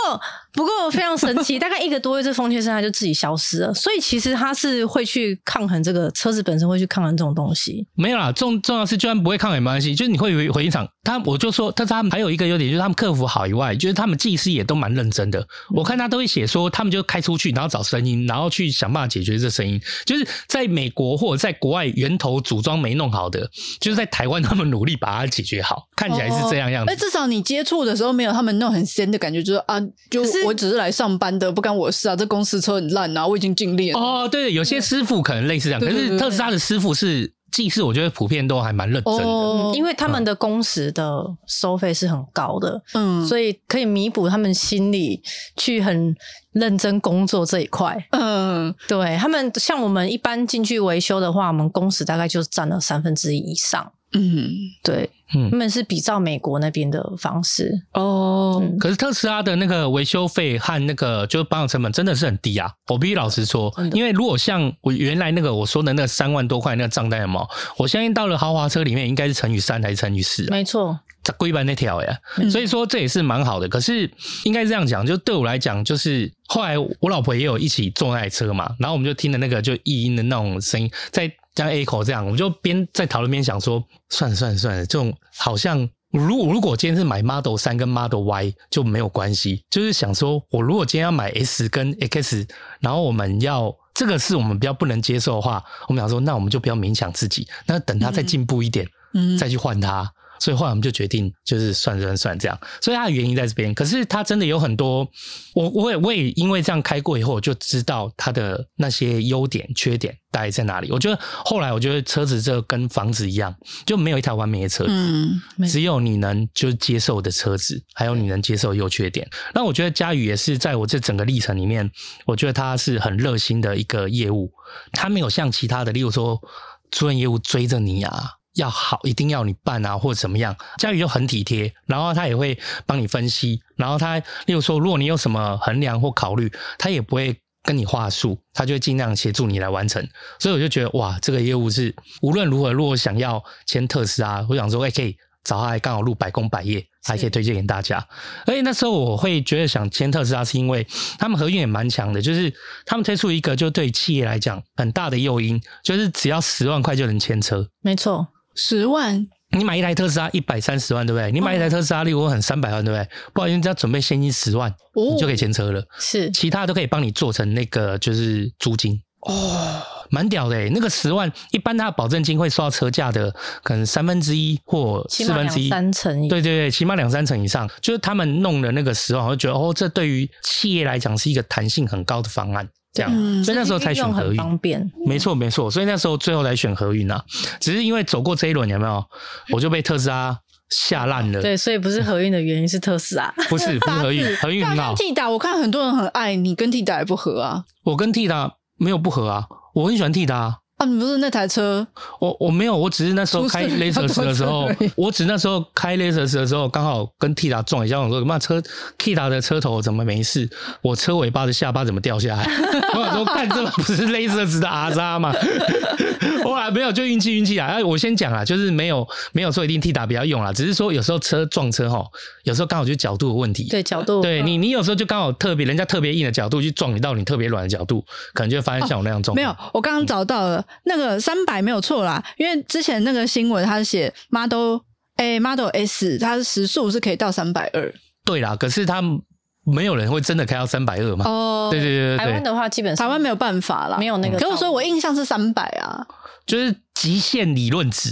Speaker 4: 不过非常神奇，大概一个多月这风切声它就自己消失了，所以其实它是会去抗衡这个车子本身会去抗衡这种东西。
Speaker 2: 没有啦，重重要是，就算不会抗也没关系，就是你会回回应场。他我就说，但是他们还有一个优点，就是他们客服好以外，就是他们技师也都蛮认真的。我看他都会写说，他们就开出去，然后找声音，然后去想办法解决这声音。就是在美国或者在国外源头组装没弄好的，就是在台湾他们努力把它解决好，看起来是这样样
Speaker 3: 哎，
Speaker 2: 子。
Speaker 3: 至少你接触的时候没有他们那种很仙的感觉，就是啊，就
Speaker 4: 可是
Speaker 3: 我只是来上班的，不干我的事啊，这公司车很烂啊，我已经尽力了。
Speaker 2: 哦，对，有些师傅可能类似这样，可
Speaker 3: 对对
Speaker 2: 是
Speaker 3: 对
Speaker 2: 特斯拉的师傅是技师，我觉得普遍都还蛮认真的。
Speaker 4: 嗯，因
Speaker 3: 哦为
Speaker 4: 为他们的工时的收费是很高的，
Speaker 3: 嗯，
Speaker 4: 所以可以弥补他们心里去很认真工作这一块。
Speaker 3: 嗯，
Speaker 4: 对他们，像我们一般进去维修的话，我们工时大概就占了三分之一以上。
Speaker 3: 嗯，
Speaker 4: 对，
Speaker 2: 嗯
Speaker 4: 他们是比照美国那边的方式，
Speaker 3: 哦，
Speaker 4: 嗯
Speaker 2: 可是特斯拉的那个维修费和那个就是保养成本真的是很低啊！我必须老实说，因为如果像我原来那个我说的那三万多块那个账单有没有？我相信到了豪华车里面应该是乘以三还是乘以四、啊，
Speaker 4: 没错，
Speaker 2: 在规版那条呀。所以说这也是蛮好的。可是应该这样讲，就对我来讲，就是后来我老婆也有一起坐那台车嘛，然后我们就听了那个就异音的那种声音，在像 A 口这样，我们就边在讨论边想说，算了算了算了，这种好像。如果如果今天是买 Model 三跟 Model Y 就没有关系，就是想说，我如果今天要买 S 跟 X，然后我们要这个是我们比较不能接受的话，我们想说，那我们就不要勉强自己，那等它再进步一点，
Speaker 3: 嗯
Speaker 2: 再去换它。所以后来我们就决定，就是算算算这样。所以它的原因在这边。可是它真的有很多，我我也我也因为这样开过以后，我就知道它的那些优点、缺点大概在哪里。我觉得后来我觉得车子这个跟房子一样，就没有一台完美的车子。
Speaker 3: 嗯，
Speaker 4: 没
Speaker 2: 只有你能就接受的车子，还有你能接受的优缺点。那我觉得佳宇也是在我这整个历程里面，我觉得他是很热心的一个业务，他没有像其他的，例如说租赁业务追着你啊。要好，一定要你办啊，或者怎么样？佳宇又很体贴，然后他也会帮你分析，然后他，例如说，如果你有什么衡量或考虑，他也不会跟你话术，他就会尽量协助你来完成。所以我就觉得哇，这个业务是无论如何，如果想要签特斯拉，我想说，哎、可以找他来刚好录百工百业，还可以推荐给大家。而且那时候我会觉得想签特斯拉，是因为他们合运也蛮强的，就是他们推出一个就对企业来讲很大的诱因，就是只要十万块就能签车。
Speaker 4: 没错，
Speaker 3: 十万，
Speaker 2: 你买一台特斯拉一百三十万，对不对？你买一台特斯拉，例如我很三百万，对不对？不好意思，你只要准备现金十万，
Speaker 3: 哦
Speaker 2: 你就可以签车了。
Speaker 4: 是
Speaker 2: 其他都可以帮你做成那个就是租金。
Speaker 3: 哦，
Speaker 2: 蛮屌的、欸。那个十万，一般它的保证金会收到车价的可能三分之一或
Speaker 4: 起
Speaker 2: 四
Speaker 4: 码
Speaker 2: 分
Speaker 4: 两
Speaker 2: 之一，
Speaker 4: 三成以
Speaker 2: 对对对，起码两三成以上。就是他们弄的那个时候，我就觉得哦，这对于企业来讲是一个弹性很高的方案，这样，
Speaker 3: 嗯
Speaker 2: 所以那时候才选
Speaker 4: 用
Speaker 2: 合
Speaker 4: 很
Speaker 2: 运。
Speaker 4: 方便。
Speaker 2: 没错没错，所以那时候最后来选合运啊，只是因为走过这一轮有没有，我就被特斯拉吓烂了。
Speaker 4: 对，所以不是合运的原因是特斯拉。
Speaker 2: 不是不是合运，合运
Speaker 3: 但
Speaker 2: 很
Speaker 3: 跟
Speaker 2: 好。
Speaker 3: T 啊打，我看很多人很爱你，跟 T 打也不合啊。
Speaker 2: 我跟 T 达没有不合啊，我很喜欢 T 达、啊。
Speaker 3: 啊，你不是那台车？
Speaker 2: 我我没有，我只是那时候
Speaker 3: 出事
Speaker 2: 开
Speaker 3: 比较
Speaker 2: Lexus
Speaker 3: 多
Speaker 2: 的时
Speaker 3: 车
Speaker 2: 候
Speaker 3: 而已，
Speaker 2: 我只那时候开 Lexus 的时候，刚好跟 T 达撞一下，我说妈车 T 达的车头怎么没事？我车尾巴的下巴怎么掉下来？ 我想说干这不是 Lexus 的阿扎吗？ 后来没有，就运气运气啊！哎，我先讲啊，就是没有没有说一定 T 达比较用啦，只是说有时候车撞车哈，有时候刚好就是角度的问题。
Speaker 4: 对，角度
Speaker 3: 嗯
Speaker 2: 对你，你有时候就刚好特别，人家特别硬的角度去撞你到你特别软的角度，可能就会发现像我那样撞、
Speaker 3: 哦没有，我刚刚找到
Speaker 2: 嗯
Speaker 3: 了那个三百没有错啦，因为之前那个新闻它是写 Model A、Model S，它的时速是可以到三百二。
Speaker 2: 对啦，可是他没有人会真的开到三百二嘛。
Speaker 3: 哦
Speaker 2: 啊对，对对
Speaker 4: 台
Speaker 2: 对
Speaker 4: 湾
Speaker 2: 对，
Speaker 4: 的话，基本上
Speaker 3: 台湾没有办法啦，
Speaker 4: 没有那个道
Speaker 3: 可
Speaker 4: 路。
Speaker 3: 是我说我印象是三百啊。
Speaker 2: 就是极限理论值。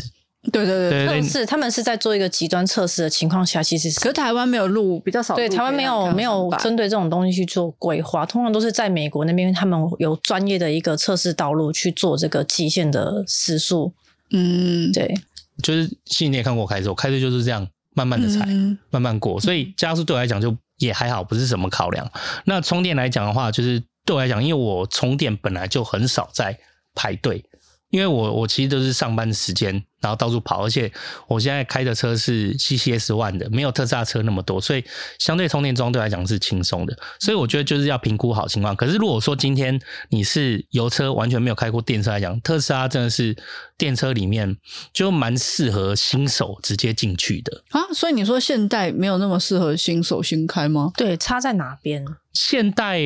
Speaker 3: 对对对，
Speaker 2: 对对
Speaker 4: 测
Speaker 2: 对，
Speaker 4: 试，他们是在做一个极端测试的情况下，其实
Speaker 3: 可
Speaker 4: 是
Speaker 3: 是台湾没有路，比较少路可以
Speaker 4: 对
Speaker 3: 让你
Speaker 4: 台
Speaker 3: 看到
Speaker 4: 湾
Speaker 3: 300。
Speaker 4: 没有没有针对这种东西去做规划，通常都是在美国那边，他们有专业的一个测试道路去做这个极限的时速。
Speaker 3: 嗯
Speaker 4: 对，
Speaker 2: 就是信你也看过我开车，我开车就是这样慢慢的踩，
Speaker 3: 嗯
Speaker 2: 慢慢过，所以加速对我来讲就也还好，不是什么考量。那充电来讲的话，就是对我来讲，因为我充电本来就很少在排队，因为我我其实都是上班时间，然后到处跑，而且我现在开的车是 CCS One 的，没有特斯拉车那么多，所以相对充电桩对我来讲是轻松的。所以我觉得就是要评估好情况。可是如果说今天你是油车，完全没有开过电车来讲，特斯拉真的是电车里面就蛮适合新手直接进去的。
Speaker 3: 啊，所以你说现代没有那么适合新手新开吗？
Speaker 4: 对，差在哪边？
Speaker 2: 现代，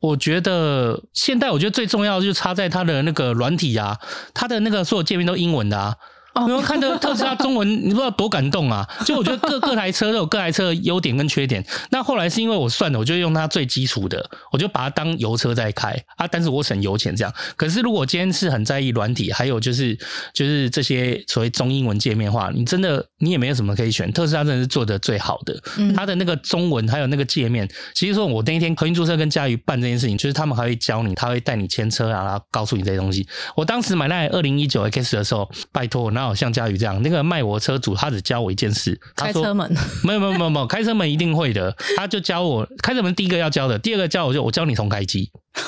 Speaker 2: 我觉得现代，我觉得最重要的就差在它的那个软体啊，它的那个所有界面都英文的啊。
Speaker 4: 哦
Speaker 2: 你有没有看到特斯拉中文，你不知道多感动啊！就我觉得各各台车都有各台车的优点跟缺点。那后来是因为我算了，我就用它最基础的，我就把它当油车在开啊，但是我省油钱这样。可是如果今天是很在意软体，还有就是就是这些所谓中英文界面化，你真的你也没有什么可以选，特斯拉真的是做的最好的。
Speaker 4: 嗯
Speaker 2: 它的那个中文还有那个界面，其实说我那一天合运注册跟佳瑜办这件事情，就是他们还会教你，他会带你牵车啊，然后告诉你这些东西。我当时买那二零一九 X 的时候，拜托，哪有像佳瑜这样？那个卖我的车主他只教我一件事，他
Speaker 4: 开
Speaker 2: 说
Speaker 4: 车门
Speaker 2: 没有没有没有没有，开车门一定会的。他就教我开车门第一个要教的，第二个教我就我教你重开机，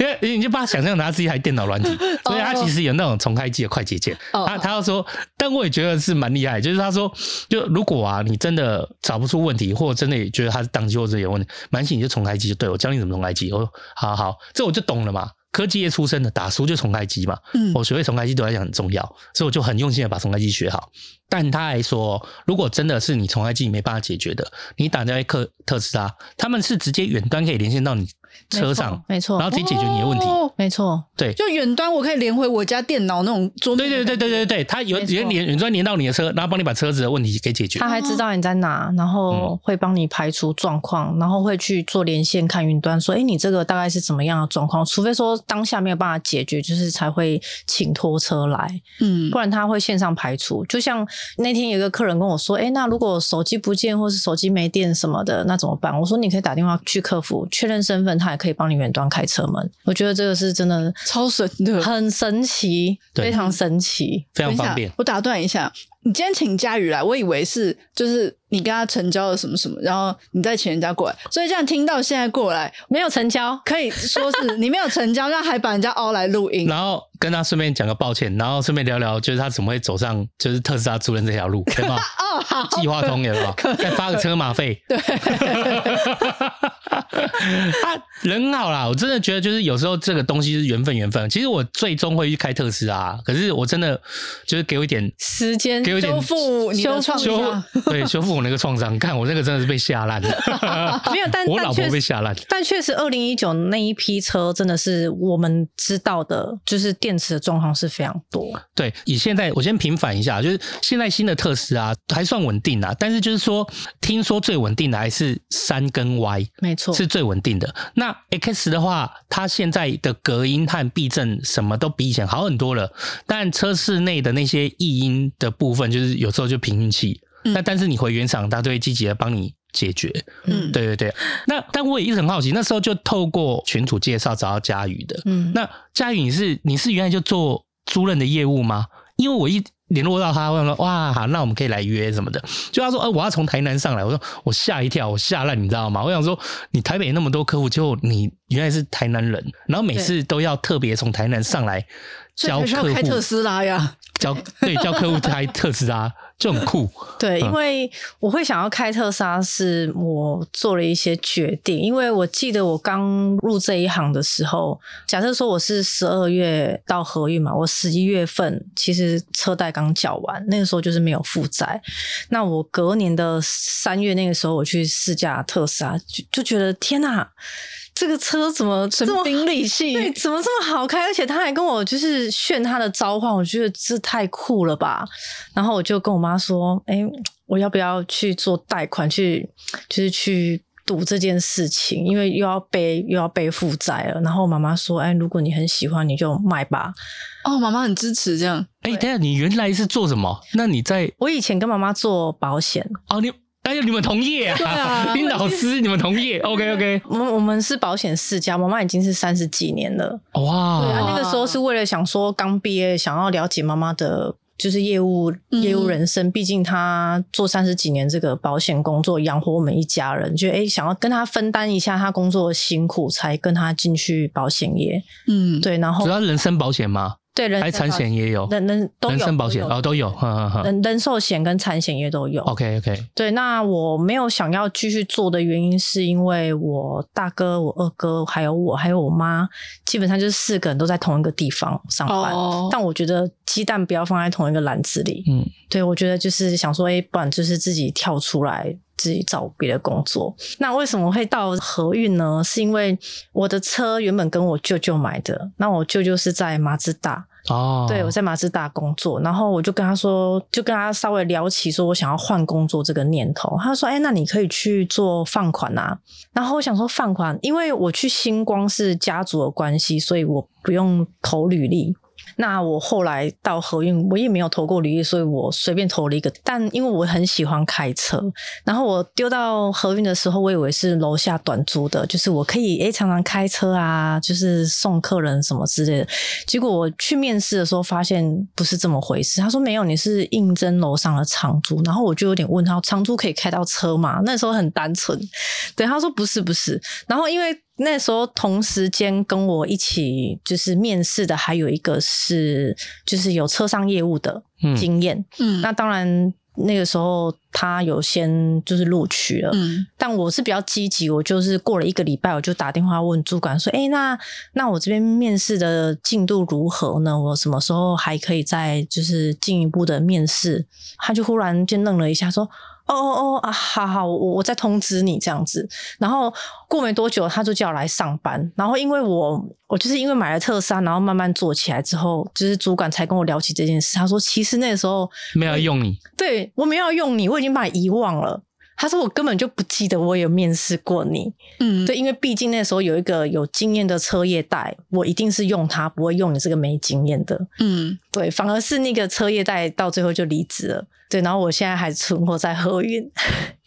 Speaker 2: 因为你就把它想象成它是一台电脑软体，所以它其实有那种重开机的快捷键。
Speaker 3: 哦
Speaker 2: 啊他他要说，但我也觉得是蛮厉害，就是他说，就如果啊你真的找不出问题，或者真的也觉得它是宕机或者有问题，蛮行你就重开机就对了我教你怎么重开机。我说好好，这我就懂了嘛。科技业出身的，打输就重开机嘛。
Speaker 3: 嗯，
Speaker 2: 我学会重开机对我来讲很重要，所以我就很用心的把重开机学好。但他还说，如果真的是你重开机没办法解决的，你打电话克特斯拉，他们是直接远端可以连线到你车上，
Speaker 4: 没错，
Speaker 2: 然后
Speaker 4: 没
Speaker 2: 直接
Speaker 4: 错
Speaker 2: 解决你的问题。
Speaker 3: 哦
Speaker 4: 没错，
Speaker 2: 对，
Speaker 3: 就远端我可以连回我家电脑那种桌
Speaker 2: 对
Speaker 3: 面。
Speaker 2: 对对对对对，他有
Speaker 4: 没错
Speaker 2: 连连远端连到你的车，然后帮你把车子的问题给解决。
Speaker 4: 他还知道你在哪，然后会帮你排除状况，然后会去做连线看云端，说，哎，你这个大概是怎么样的状况？除非说当下没有办法解决，就是才会请拖车来，
Speaker 3: 嗯
Speaker 4: 不然他会线上排除。就像那天有一个客人跟我说，哎，那如果手机不见或是手机没电什么的，那怎么办？我说你可以打电话去客服确认身份，他也可以帮你远端开车门。我觉得这个是真的
Speaker 3: 超神的。
Speaker 4: 很神奇，
Speaker 2: 对
Speaker 4: 非常神奇。
Speaker 2: 非常
Speaker 3: 等一
Speaker 2: 方
Speaker 3: 下
Speaker 2: 便。
Speaker 3: 我打断一下，你今天请佳宇来，我以为是就是你跟他成交了什么什么，然后你再请人家过来，所以这样听到现在过来，
Speaker 4: 没有成 交，
Speaker 3: 可以说是你没有成交，那还把人家凹来录音。
Speaker 2: 然后跟他顺便讲个抱歉，然后顺便聊聊，就是他怎么会走上就是特斯拉租人这条 路，对吧？
Speaker 3: 哦，好，
Speaker 2: 计划通有没有？再发个车马费。 对，他啊人好啦，我真的觉得就是有时候这个东西是缘分，缘分。其实我最终会去开特斯拉，可是我真的就是给我一点
Speaker 4: 时间
Speaker 2: 给我一点
Speaker 3: 修复你的
Speaker 4: 修
Speaker 3: 创
Speaker 4: 复
Speaker 3: 伤
Speaker 2: 修，对修复我那个创伤，看我那个真的是被吓烂了，
Speaker 4: 没有， 但
Speaker 2: 我
Speaker 4: 但
Speaker 2: 老
Speaker 4: 确
Speaker 2: 婆
Speaker 4: 实
Speaker 2: 被吓烂。
Speaker 4: 但确实，二零一九那一批车真的是我们知道的，就是电池的状况是非常多。
Speaker 2: 对，以现在我先平反一下，就是现在新的特斯拉还算稳定啊，但是就是说，听说最稳定的还是三跟 Y
Speaker 4: 没错
Speaker 2: 是最稳定的。那 X 的话，它现在的隔音和避震什么都比以前好很多了，但车室内的那些异音的部分，就是有时候就凭运气。
Speaker 3: 嗯
Speaker 2: 那但是你回原厂，它都会积极的帮你解决。
Speaker 3: 嗯，
Speaker 2: 对对对，那但我也一直很好奇，那时候就透过群主介绍找到佳宇的，
Speaker 4: 嗯，
Speaker 2: 那佳宇，你是你是原来就做租赁的业务吗？因为我一联络到他，我想说哇，好那我们可以来约什么的。就他说，呃，我要从台南上来，我说我吓一跳，我吓烂，你知道吗？我想说，你台北那么多客户，结果你原来是台南人，然后每次都要特别从台南上来教
Speaker 3: 所以才需要
Speaker 2: 客
Speaker 3: 开
Speaker 2: 户
Speaker 3: 特斯拉呀。
Speaker 2: 教对教客户开特斯拉，就很 酷。
Speaker 3: 嗯
Speaker 4: 对，因为我会想要开特斯拉，是我做了一些决定。因为我记得我刚入这一行的时候，假设说我是十二月到合运嘛，我十一月份其实车贷刚缴完，那个时候就是没有负债。那我隔年的三月那个时候，我去试驾特斯拉，就就觉得天呐，这个车怎么这
Speaker 3: 神
Speaker 4: 么
Speaker 3: 兵利 器，
Speaker 4: 对，怎么这么好开？而且他还跟我就是炫他的召唤，我觉得这太酷了吧！然后我就跟我妈说：“哎、我要不要去做贷款去，就是去赌这件事情？因为又要背又要背负债了。”然后我妈妈说：“哎、如果你很喜欢，你就买吧。
Speaker 3: 哦，妈妈很支持这样。
Speaker 2: 哎、等一下你原来是做什么？那你在”
Speaker 4: 我以前跟妈妈做保险，
Speaker 2: 哦你。哎呦，你们同业
Speaker 3: 对啊
Speaker 2: 啊！冰老师，你们同业，OK OK，
Speaker 4: 我们我们是保险世家，妈妈已经是三十几年了。
Speaker 2: 哇，
Speaker 4: 对啊，
Speaker 3: 哇
Speaker 4: 那个时候是为了想说刚毕业，想要了解妈妈的。就是业务
Speaker 3: 嗯
Speaker 4: 业务人生，毕竟她做三十几年这个保险工作，养活我们一家人，就哎、诶想要跟她分担一下她工作的辛苦，才跟她进去保险业。
Speaker 3: 嗯，
Speaker 4: 对，然后
Speaker 2: 主要人身保险吗？
Speaker 4: 对人
Speaker 2: 还
Speaker 4: 身
Speaker 2: 产
Speaker 4: 保
Speaker 2: 险也有，
Speaker 4: 人人都有
Speaker 2: 人身保险
Speaker 4: 都有
Speaker 2: 哦都哦有，嗯嗯嗯。
Speaker 4: 人人寿险跟产险业都有。
Speaker 2: OK OK，
Speaker 4: 对，那我没有想要继续做的原因，是因为我大哥、我二哥，还有我，还有我妈，基本上就是四个人都在同一个地方上班。
Speaker 3: 哦
Speaker 4: 但我觉得鸡蛋不要放在同一个篮子里。
Speaker 2: 嗯，
Speaker 4: 对，我觉得就是想说，哎、不然就是自己跳出来，自己找别的工作。那为什么会到合运呢？是因为我的车原本跟我舅舅买的，那我舅舅是在马自达，
Speaker 2: 哦，
Speaker 4: 对，我在马自达工作，然后我就跟他说，就跟他稍微聊起说我想要换工作这个念头。他说：“哎、那你可以去做放款啊。”然后我想说放款，因为我去星光是家族的关系，所以我不用投履历。那我后来到合运，我也没有投过履历，所以我随便投了一个。但因为我很喜欢开车，然后我丢到合运的时候，我以为是楼下短租的，就是我可以诶、常常开车啊，就是送客人什么之类的。结果我去面试的时候发现不是这么回事，他说没有，你是应征楼上的长租。然后我就有点问他，长租可以开到车吗？那时候很单纯，对，他说不是不是。然后因为那时候同时间跟我一起就是面试的还有一个是就是有车上业务的
Speaker 2: 嗯
Speaker 4: 经验，
Speaker 3: 嗯
Speaker 4: 那当然那个时候他有先就是录取了，
Speaker 3: 嗯
Speaker 4: 但我是比较积极，我就是过了一个礼拜，我就打电话问主管说：“哎、那那我这边面试的进度如何呢？我什么时候还可以再就是进一步的面试？”他就忽然间愣了一下，说：“哦哦哦啊，好好，我我再通知你这样子。”然后过没多久，他就叫我来上班。然后因为我我就是因为买了特斯拉，然后慢慢做起来之后，就是主管才跟我聊起这件事。他说：“其实那个时候
Speaker 2: 没有要用你，
Speaker 4: 对我没有要用你，我已经把你遗忘了。他说我根本就不记得我有面试过你，
Speaker 3: 嗯，
Speaker 4: 对，因为毕竟那时候有一个有经验的车业贷，我一定是用它，不会用你这个没经验的。
Speaker 3: 嗯，
Speaker 4: 对，反而是那个车业贷到最后就离职了。对，然后我现在还存活在合运。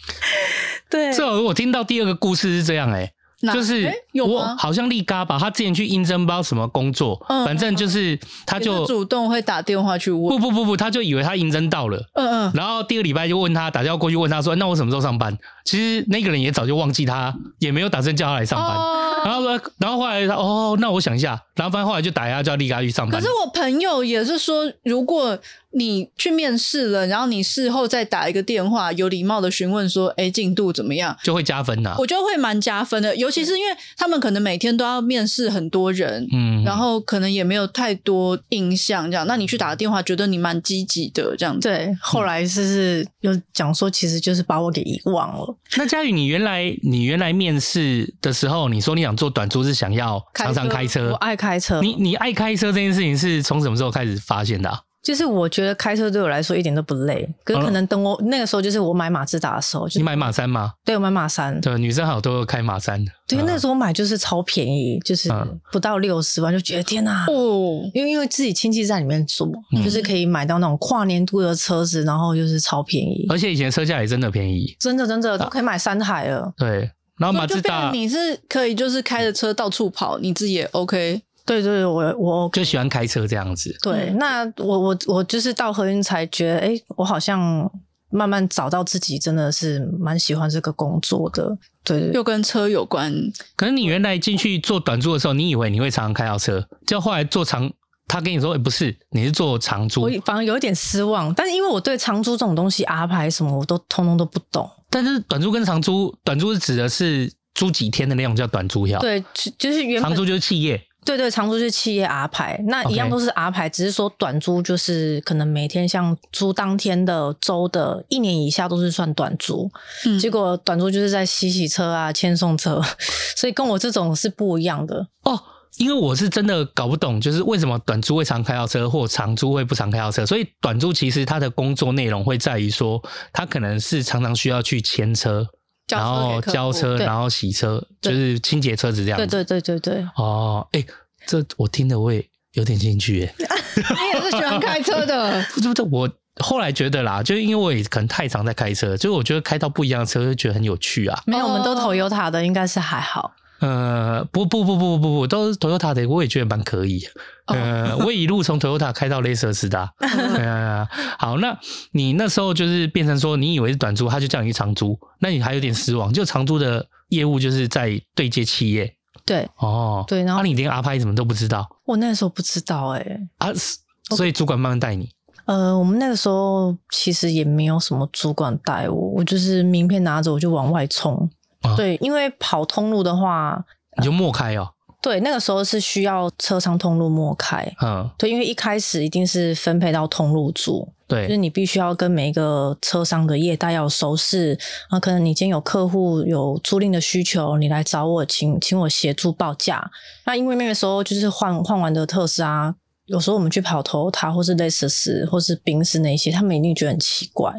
Speaker 4: 对，
Speaker 2: 这我听到第二个故事是这样哎、
Speaker 3: 那
Speaker 2: 就是
Speaker 3: 诶有
Speaker 2: 我
Speaker 3: 吗？
Speaker 2: 好像力嘎吧，他之前去应征包什么工作，
Speaker 3: 嗯
Speaker 2: 反正就是他
Speaker 3: 也
Speaker 2: 就是
Speaker 3: 主动会打电话去
Speaker 2: 不
Speaker 3: 问，
Speaker 2: 不不不，他就以为他应征到了。
Speaker 3: 嗯嗯，
Speaker 2: 然后第二个礼拜就问他打电话过去问他说：“那我什么时候上班？”其实那个人也早就忘记他，也没有打算叫他来上班。
Speaker 3: 哦，
Speaker 2: 然后说，然后后来他哦，那我想一下，然后反正后来就打压叫力嘎去上班。
Speaker 3: 可是我朋友也是说，如果你去面试了，然后你事后再打一个电话，有礼貌的询问说：“哎，进度怎么样？”
Speaker 2: 就会加分呐、
Speaker 3: 我觉得会蛮加分的，尤其是因为他们可能每天都要面试很多人，
Speaker 2: 嗯，
Speaker 3: 然后可能也没有太多印象，这样，那你去打个电话，觉得你蛮积极的，这样子。
Speaker 4: 对，后来就是有讲说，其实就是把我给遗忘了。
Speaker 2: 那佳宇，你原来你原来面试的时候，你说你想做短租，是想要常常开车。
Speaker 4: 我爱开车。
Speaker 2: 你你爱开车这件事情是从什么时候开始发现的、啊？
Speaker 4: 就是我觉得开车对我来说一点都不累，可是可能等我、那个时候，就是我买马自达的时候，
Speaker 2: 嗯
Speaker 4: 就
Speaker 2: 你买马三吗？
Speaker 4: 对我买马三，
Speaker 2: 对，女生好多都开马三的。
Speaker 4: 对，
Speaker 2: 嗯
Speaker 4: 那时候买就是超便宜，就是
Speaker 2: 嗯
Speaker 4: 不到六十万，就觉得天哪、
Speaker 3: 哦，
Speaker 4: 因为因为自己亲戚在里面住，
Speaker 2: 嗯
Speaker 4: 就是可以买到那种跨年度的车子，然后就是超便宜，
Speaker 2: 而且啊以前车价也真的便宜。
Speaker 4: 真的真的都可以买三台了。
Speaker 2: 对，然后
Speaker 3: 所
Speaker 2: 马
Speaker 3: 以就
Speaker 2: 自
Speaker 3: 变
Speaker 2: 达
Speaker 3: 成你是可以就是开着车到处跑，你自己也 OK。
Speaker 4: 对对对，我我 OK。
Speaker 2: 就喜欢开车这样子。
Speaker 4: 对，
Speaker 3: 嗯
Speaker 4: 那我我我就是到合云才觉得，哎、我好像慢慢找到自己，真的是蛮喜欢这个工作的。对对对，
Speaker 3: 又跟车有关，
Speaker 2: 可是你原来进去做短租的时候，你以为你会常常开到车，就后来做长，他跟你说、诶哎不是，你是做长租
Speaker 4: 我。反而有一点失望，但是因为我对长租这种东西，R 牌什么我都通通都不懂。
Speaker 2: 但是短租跟长租，短租是指的是租几天的那种叫短租呀，
Speaker 4: 对，就就是原
Speaker 2: 啊长
Speaker 4: 本
Speaker 2: 租就是企业。
Speaker 4: 对对，长租就是企业 R 牌，那
Speaker 2: OK
Speaker 4: 一样都是 R 牌，只是说短租就是可能每天像租当天的、周的、一年以下都是算短租。
Speaker 3: 嗯
Speaker 4: 结果短租就是在洗洗车啊、签送车， 所以跟我这种是不一样的。
Speaker 2: 哦，因为我是真的搞不懂，就是为什么短租会常开到车，或长租会不常开到车。所以短租其实它的工作内容会在于说，它可能是常常需要去牵车，
Speaker 3: 交
Speaker 2: 然
Speaker 3: 车
Speaker 2: 后
Speaker 3: 给客户
Speaker 2: 交车，
Speaker 4: 对
Speaker 2: 然后洗车，就
Speaker 4: 对
Speaker 2: 是清洁车子这样
Speaker 4: 对
Speaker 2: 子。
Speaker 4: 对对对对，
Speaker 2: 哦，哎、这我听的我也有点兴趣耶。
Speaker 3: 你也是喜欢开车的
Speaker 2: 不是不是，我后来觉得啦，就是因为我也可能太常在开车，就是我觉得开到不一样的车会觉得很有趣啊。
Speaker 4: 没有，
Speaker 3: 哦
Speaker 4: 我们都 Toyota 的，应该是还好。
Speaker 2: 呃，不不不不不不不，都是 Toyota 的，我也觉得蛮可以。 呃，我也一路从 Toyota 开到 Lexus 的啊、
Speaker 3: 嗯
Speaker 2: 呃，好，那你那时候就是变成说，你以为是短租，他就叫你去长租，那你还有点失望。就长租的业务就是在对接企业
Speaker 4: 对
Speaker 2: 哦，
Speaker 4: 对，然后
Speaker 2: 啊、你连 R 拍什么都不知道
Speaker 4: 我那时候不知道哎、诶
Speaker 2: 啊，是所以主管慢慢带你。
Speaker 4: 呃，我们那个时候其实也没有什么主管带我，我就是名片拿着我就往外冲。
Speaker 2: 啊
Speaker 4: 对，因为跑通路的话，
Speaker 2: 你就默开哦，
Speaker 4: 对，那个时候是需要车商通路默开。
Speaker 2: 嗯，
Speaker 4: 对，因为一开始一定是分配到通路组，就是
Speaker 2: 对，
Speaker 4: 你必须要跟每一个车商的业代要有熟识。啊，可能你今天有客户有租赁的需求，你来找我，请请我协助报价。那因为那个时候就是换换完的特斯拉，有时候我们去跑 Toyota 或是 Lexus 或是宾士那些，他们一定觉得很奇怪。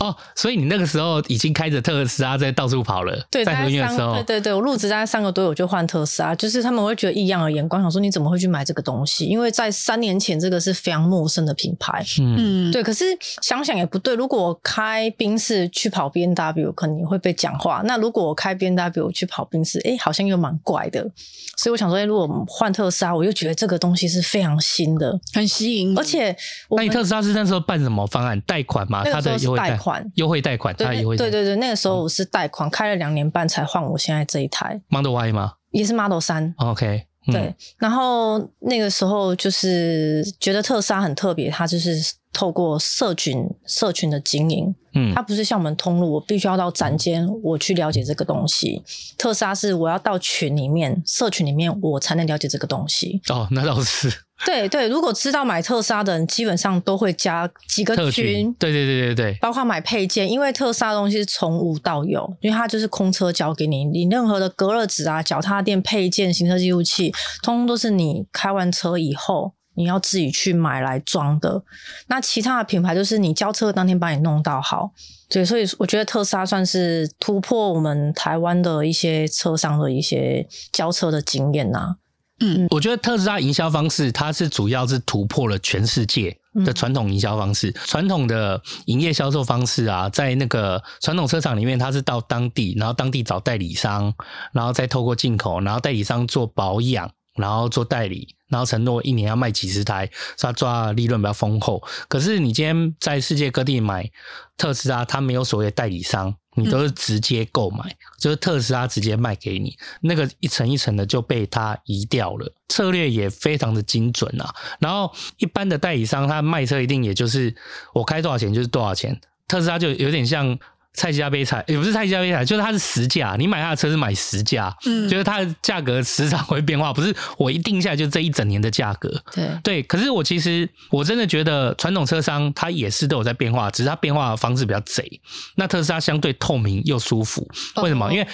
Speaker 2: 哦，所以你那个时候已经开着特斯拉在到处跑了，
Speaker 4: 对，
Speaker 2: 在
Speaker 4: 大
Speaker 2: 合
Speaker 4: 概
Speaker 2: 院的
Speaker 4: 三
Speaker 2: 时候，
Speaker 4: 对对对，我入职大概三个多月我就换特斯拉，就是他们会觉得异样的眼光，想说你怎么会去买这个东西？因为在三年前，这个是非常陌生的品牌。
Speaker 2: 嗯，
Speaker 3: 嗯，
Speaker 4: 对，可是想想也不对。如果我开宾士去跑 B N W，可能也会被讲话。那如果我开 B N W 去跑宾士，哎，好像又蛮怪的。所以我想说，诶如果我们换特斯拉，我又觉得这个东西是非常新的，
Speaker 3: 很吸引你，
Speaker 4: 而且我
Speaker 2: 那
Speaker 4: 们
Speaker 2: 你特斯拉是那时候办什么方案？贷款吗？
Speaker 4: 那
Speaker 2: 啊它
Speaker 4: 个时
Speaker 2: 的优
Speaker 4: 候是
Speaker 2: 惠
Speaker 4: 贷款。
Speaker 2: 优惠贷款，
Speaker 4: 对
Speaker 2: 它的优惠
Speaker 4: 对
Speaker 2: 贷嗯
Speaker 4: 对对，那个时候我是贷款，开了两年半才换我现在这一台，
Speaker 2: Model Y 吗
Speaker 4: 也是 Model 三。
Speaker 2: ？OK，嗯
Speaker 4: 对，然后那个时候就是觉得特斯拉很特别，它就是透过社群社群的经营，
Speaker 2: 嗯
Speaker 4: 它不是像我们通路，我必须要到展间我去了解这个东西。特斯拉是我要到群里面、社群里面，我才能了解这个东西。
Speaker 2: 哦，那倒是
Speaker 4: 对对，如果知道买特斯拉的人，基本上都会加几个
Speaker 2: 特
Speaker 4: 群
Speaker 2: 群，。对对对对对，
Speaker 4: 包括买配件，因为特斯拉的东西是从无到有，因为它就是空车交给你，你任何的隔热纸啊、脚踏垫、配件、行车记录器，通通都是你开完车以后你要自己去买来装的。那其他的品牌就是你交车当天帮你弄到好，对，所以我觉得特斯拉算是突破我们台湾的一些车商的一些交车的经验呐、
Speaker 2: 我觉得特斯拉营销方式，它是主要是突破了全世界的传统营销方式。传统的营业销售方式啊，在那个传统车厂里面，它是到当地，然后当地找代理商，然后再透过进口，然后代理商做保养，然后做代理，然后承诺一年要卖几十台，所以他抓的利润比较丰厚。可是你今天在世界各地买特斯拉，它没有所谓的代理商，你都是直接购买，就是特斯拉直接卖给你，那个一层一层的就被它移掉了。策略也非常的精准啊。然后一般的代理商，他卖车一定也就是我开多少钱就是多少钱，特斯拉就有点像。菜市家杯彩也不是菜市家杯彩，就是它是实价，你买它的车是买实价，
Speaker 3: 嗯
Speaker 2: 就是它的价格时常会变化，不是我一定下来就这一整年的价格。
Speaker 4: 对，
Speaker 2: 对，可是我其实我真的觉得传统车商它也是都有在变化，只是它变化的方式比较贼。那特斯拉相对透明又舒服，为什么？
Speaker 4: 哦
Speaker 2: 因为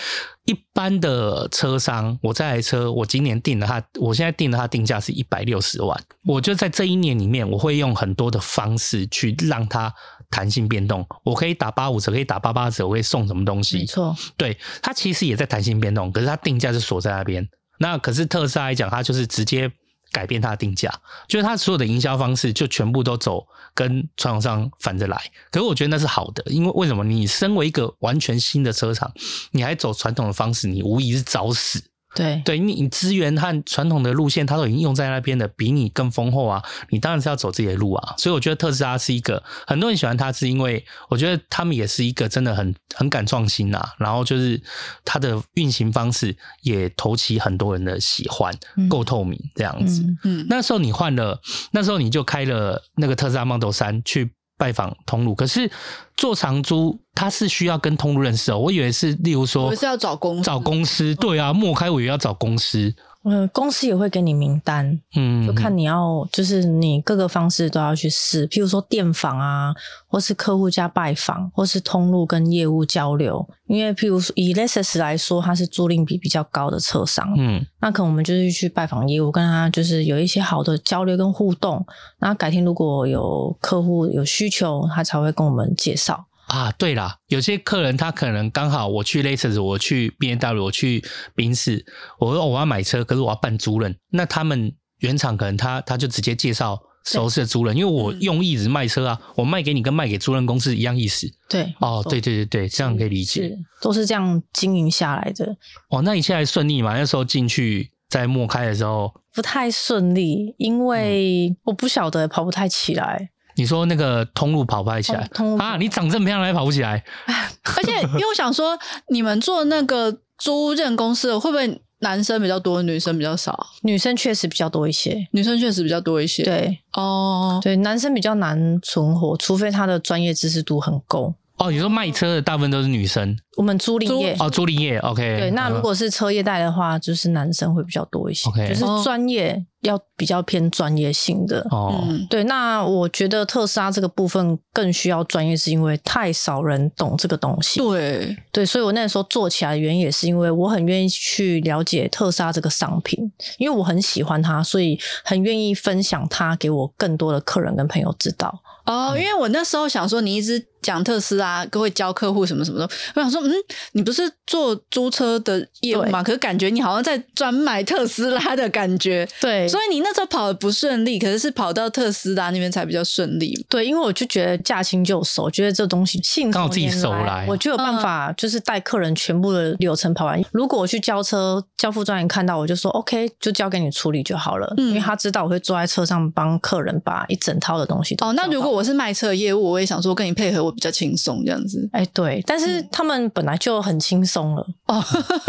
Speaker 2: 一般的车商，我这台车我今年定了它，我现在定了它定价是一百六十万，我就在这一年里面，我会用很多的方式去让它弹性变动，我可以打八五折，可以打八八折，我会送什么东西
Speaker 4: 没？错，
Speaker 2: 对，它其实也在弹性变动，可是它定价是锁在那边。那可是特斯拉来讲，它就是直接改变它的定价，就是它所有的营销方式就全部都走跟传统商反着来。可是我觉得那是好的，因为为什么？你身为一个完全新的车厂，你还走传统的方式，你无疑是找死。
Speaker 4: 对，
Speaker 2: 对你，你资源和传统的路线，它都已经用在那边的，比你更丰厚啊！你当然是要走自己的路啊。所以我觉得特斯拉是一个很多人喜欢它，是因为我觉得他们也是一个真的很很敢创新呐、然后就是它的运行方式也投其很多人的喜欢，
Speaker 4: 嗯
Speaker 2: 够透明这样子。
Speaker 4: 嗯，
Speaker 3: 嗯，
Speaker 2: 那时候你换了，那时候你就开了那个特斯拉 Model 三去拜访通路，可是做长租它是需要跟通路认识哦。我以为是，例如
Speaker 3: 我
Speaker 2: 说
Speaker 3: 们是要找公司
Speaker 2: 找公司，对啊，莫开我也要找公司，
Speaker 4: 嗯，公司也会给你名单，
Speaker 2: 嗯，
Speaker 4: 就看你要，就是你各个方式都要去试，譬如说电访啊，或是客户家拜访，或是通路跟业务交流。因为譬如说以 Lexus 来说，它是租赁比比较高的车商，
Speaker 2: 嗯
Speaker 4: 那可能我们就是去拜访业务，跟他就是有一些好的交流跟互动。那改天如果有客户有需求，他才会跟我们介绍。
Speaker 2: 啊，对啦，有些客人他可能刚好我去 Lexus，我去 B N W，我去宾士，我说我要买车，可是我要办租赁，那他们原厂可能他他就直接介绍熟识的租赁，因为我
Speaker 3: 嗯
Speaker 2: 用意只是卖车啊，我卖给你跟卖给租赁公司一样意思。
Speaker 4: 对，
Speaker 2: 哦，
Speaker 4: 没错
Speaker 2: 对，对对对，这样可以理解。
Speaker 4: 是都是这样经营下来的。
Speaker 2: 哦，那你现在顺利吗？那时候进去在默开的时候，
Speaker 4: 不太顺利，因
Speaker 2: 嗯
Speaker 4: 为我不晓得跑不太起来，
Speaker 2: 你说那个通路跑不太起来
Speaker 4: 通通路
Speaker 2: 啊？你长这么漂亮还跑不起来？
Speaker 3: 而且因为我想说，你们做那个租赁公司的，会不会男生比较多，女生比较少？
Speaker 4: 女生确实比较多一些。
Speaker 3: 女生确实比较多一些。，
Speaker 4: 对
Speaker 3: 哦，
Speaker 4: 对，男生比较难存活，除非他的专业知识度很够。
Speaker 2: 哦，你说卖车的大部分都是女生
Speaker 4: 我们租赁
Speaker 3: 租
Speaker 4: 业，
Speaker 2: 哦，租赁业 OK。嗯
Speaker 4: 对，那如果是车业贷的话，就是男生会比较多一些
Speaker 2: OK
Speaker 4: 就是专业要比较偏专业性的。
Speaker 2: 嗯哦，
Speaker 3: 嗯，
Speaker 4: 对，那我觉得特斯拉这个部分更需要专业，是因为太少人懂这个东西。
Speaker 3: 对，
Speaker 4: 对，所以我那时候做起来的原因也是因为我很愿意去了解特斯拉这个商品，因为我很喜欢它，所以很愿意分享它给我更多的客人跟朋友知道。嗯
Speaker 3: 哦，因为我那时候想说，你一直讲特斯拉会教客户什么什么的，我想说，嗯，你不是做租车的业务吗？可是感觉你好像在专卖特斯拉的感觉，
Speaker 4: 对
Speaker 3: 所
Speaker 4: 所以
Speaker 3: 以你那时候跑的不顺利，可是是跑到特斯拉那边才比较顺利。
Speaker 4: 对，因为我就觉得驾轻就熟，觉得这东西信
Speaker 2: 刚好
Speaker 4: 手
Speaker 2: 自己
Speaker 4: 拈
Speaker 2: 熟来
Speaker 4: 来，我就有
Speaker 3: 嗯
Speaker 4: 办法就是带客人全部的流程跑完。如果我去交车，交付专员看到我就说 OK，就交给你处理就好了，
Speaker 3: 嗯
Speaker 4: 因为他知道我会坐在车上帮客人把一整套的东西都
Speaker 3: 哦，那
Speaker 4: 交
Speaker 3: 如
Speaker 4: 到
Speaker 3: 果我是卖车的业务，我也想说跟你配合，我比较轻松这样子。
Speaker 4: 哎，对，但是他们本来就很轻松了
Speaker 3: 嗯哦。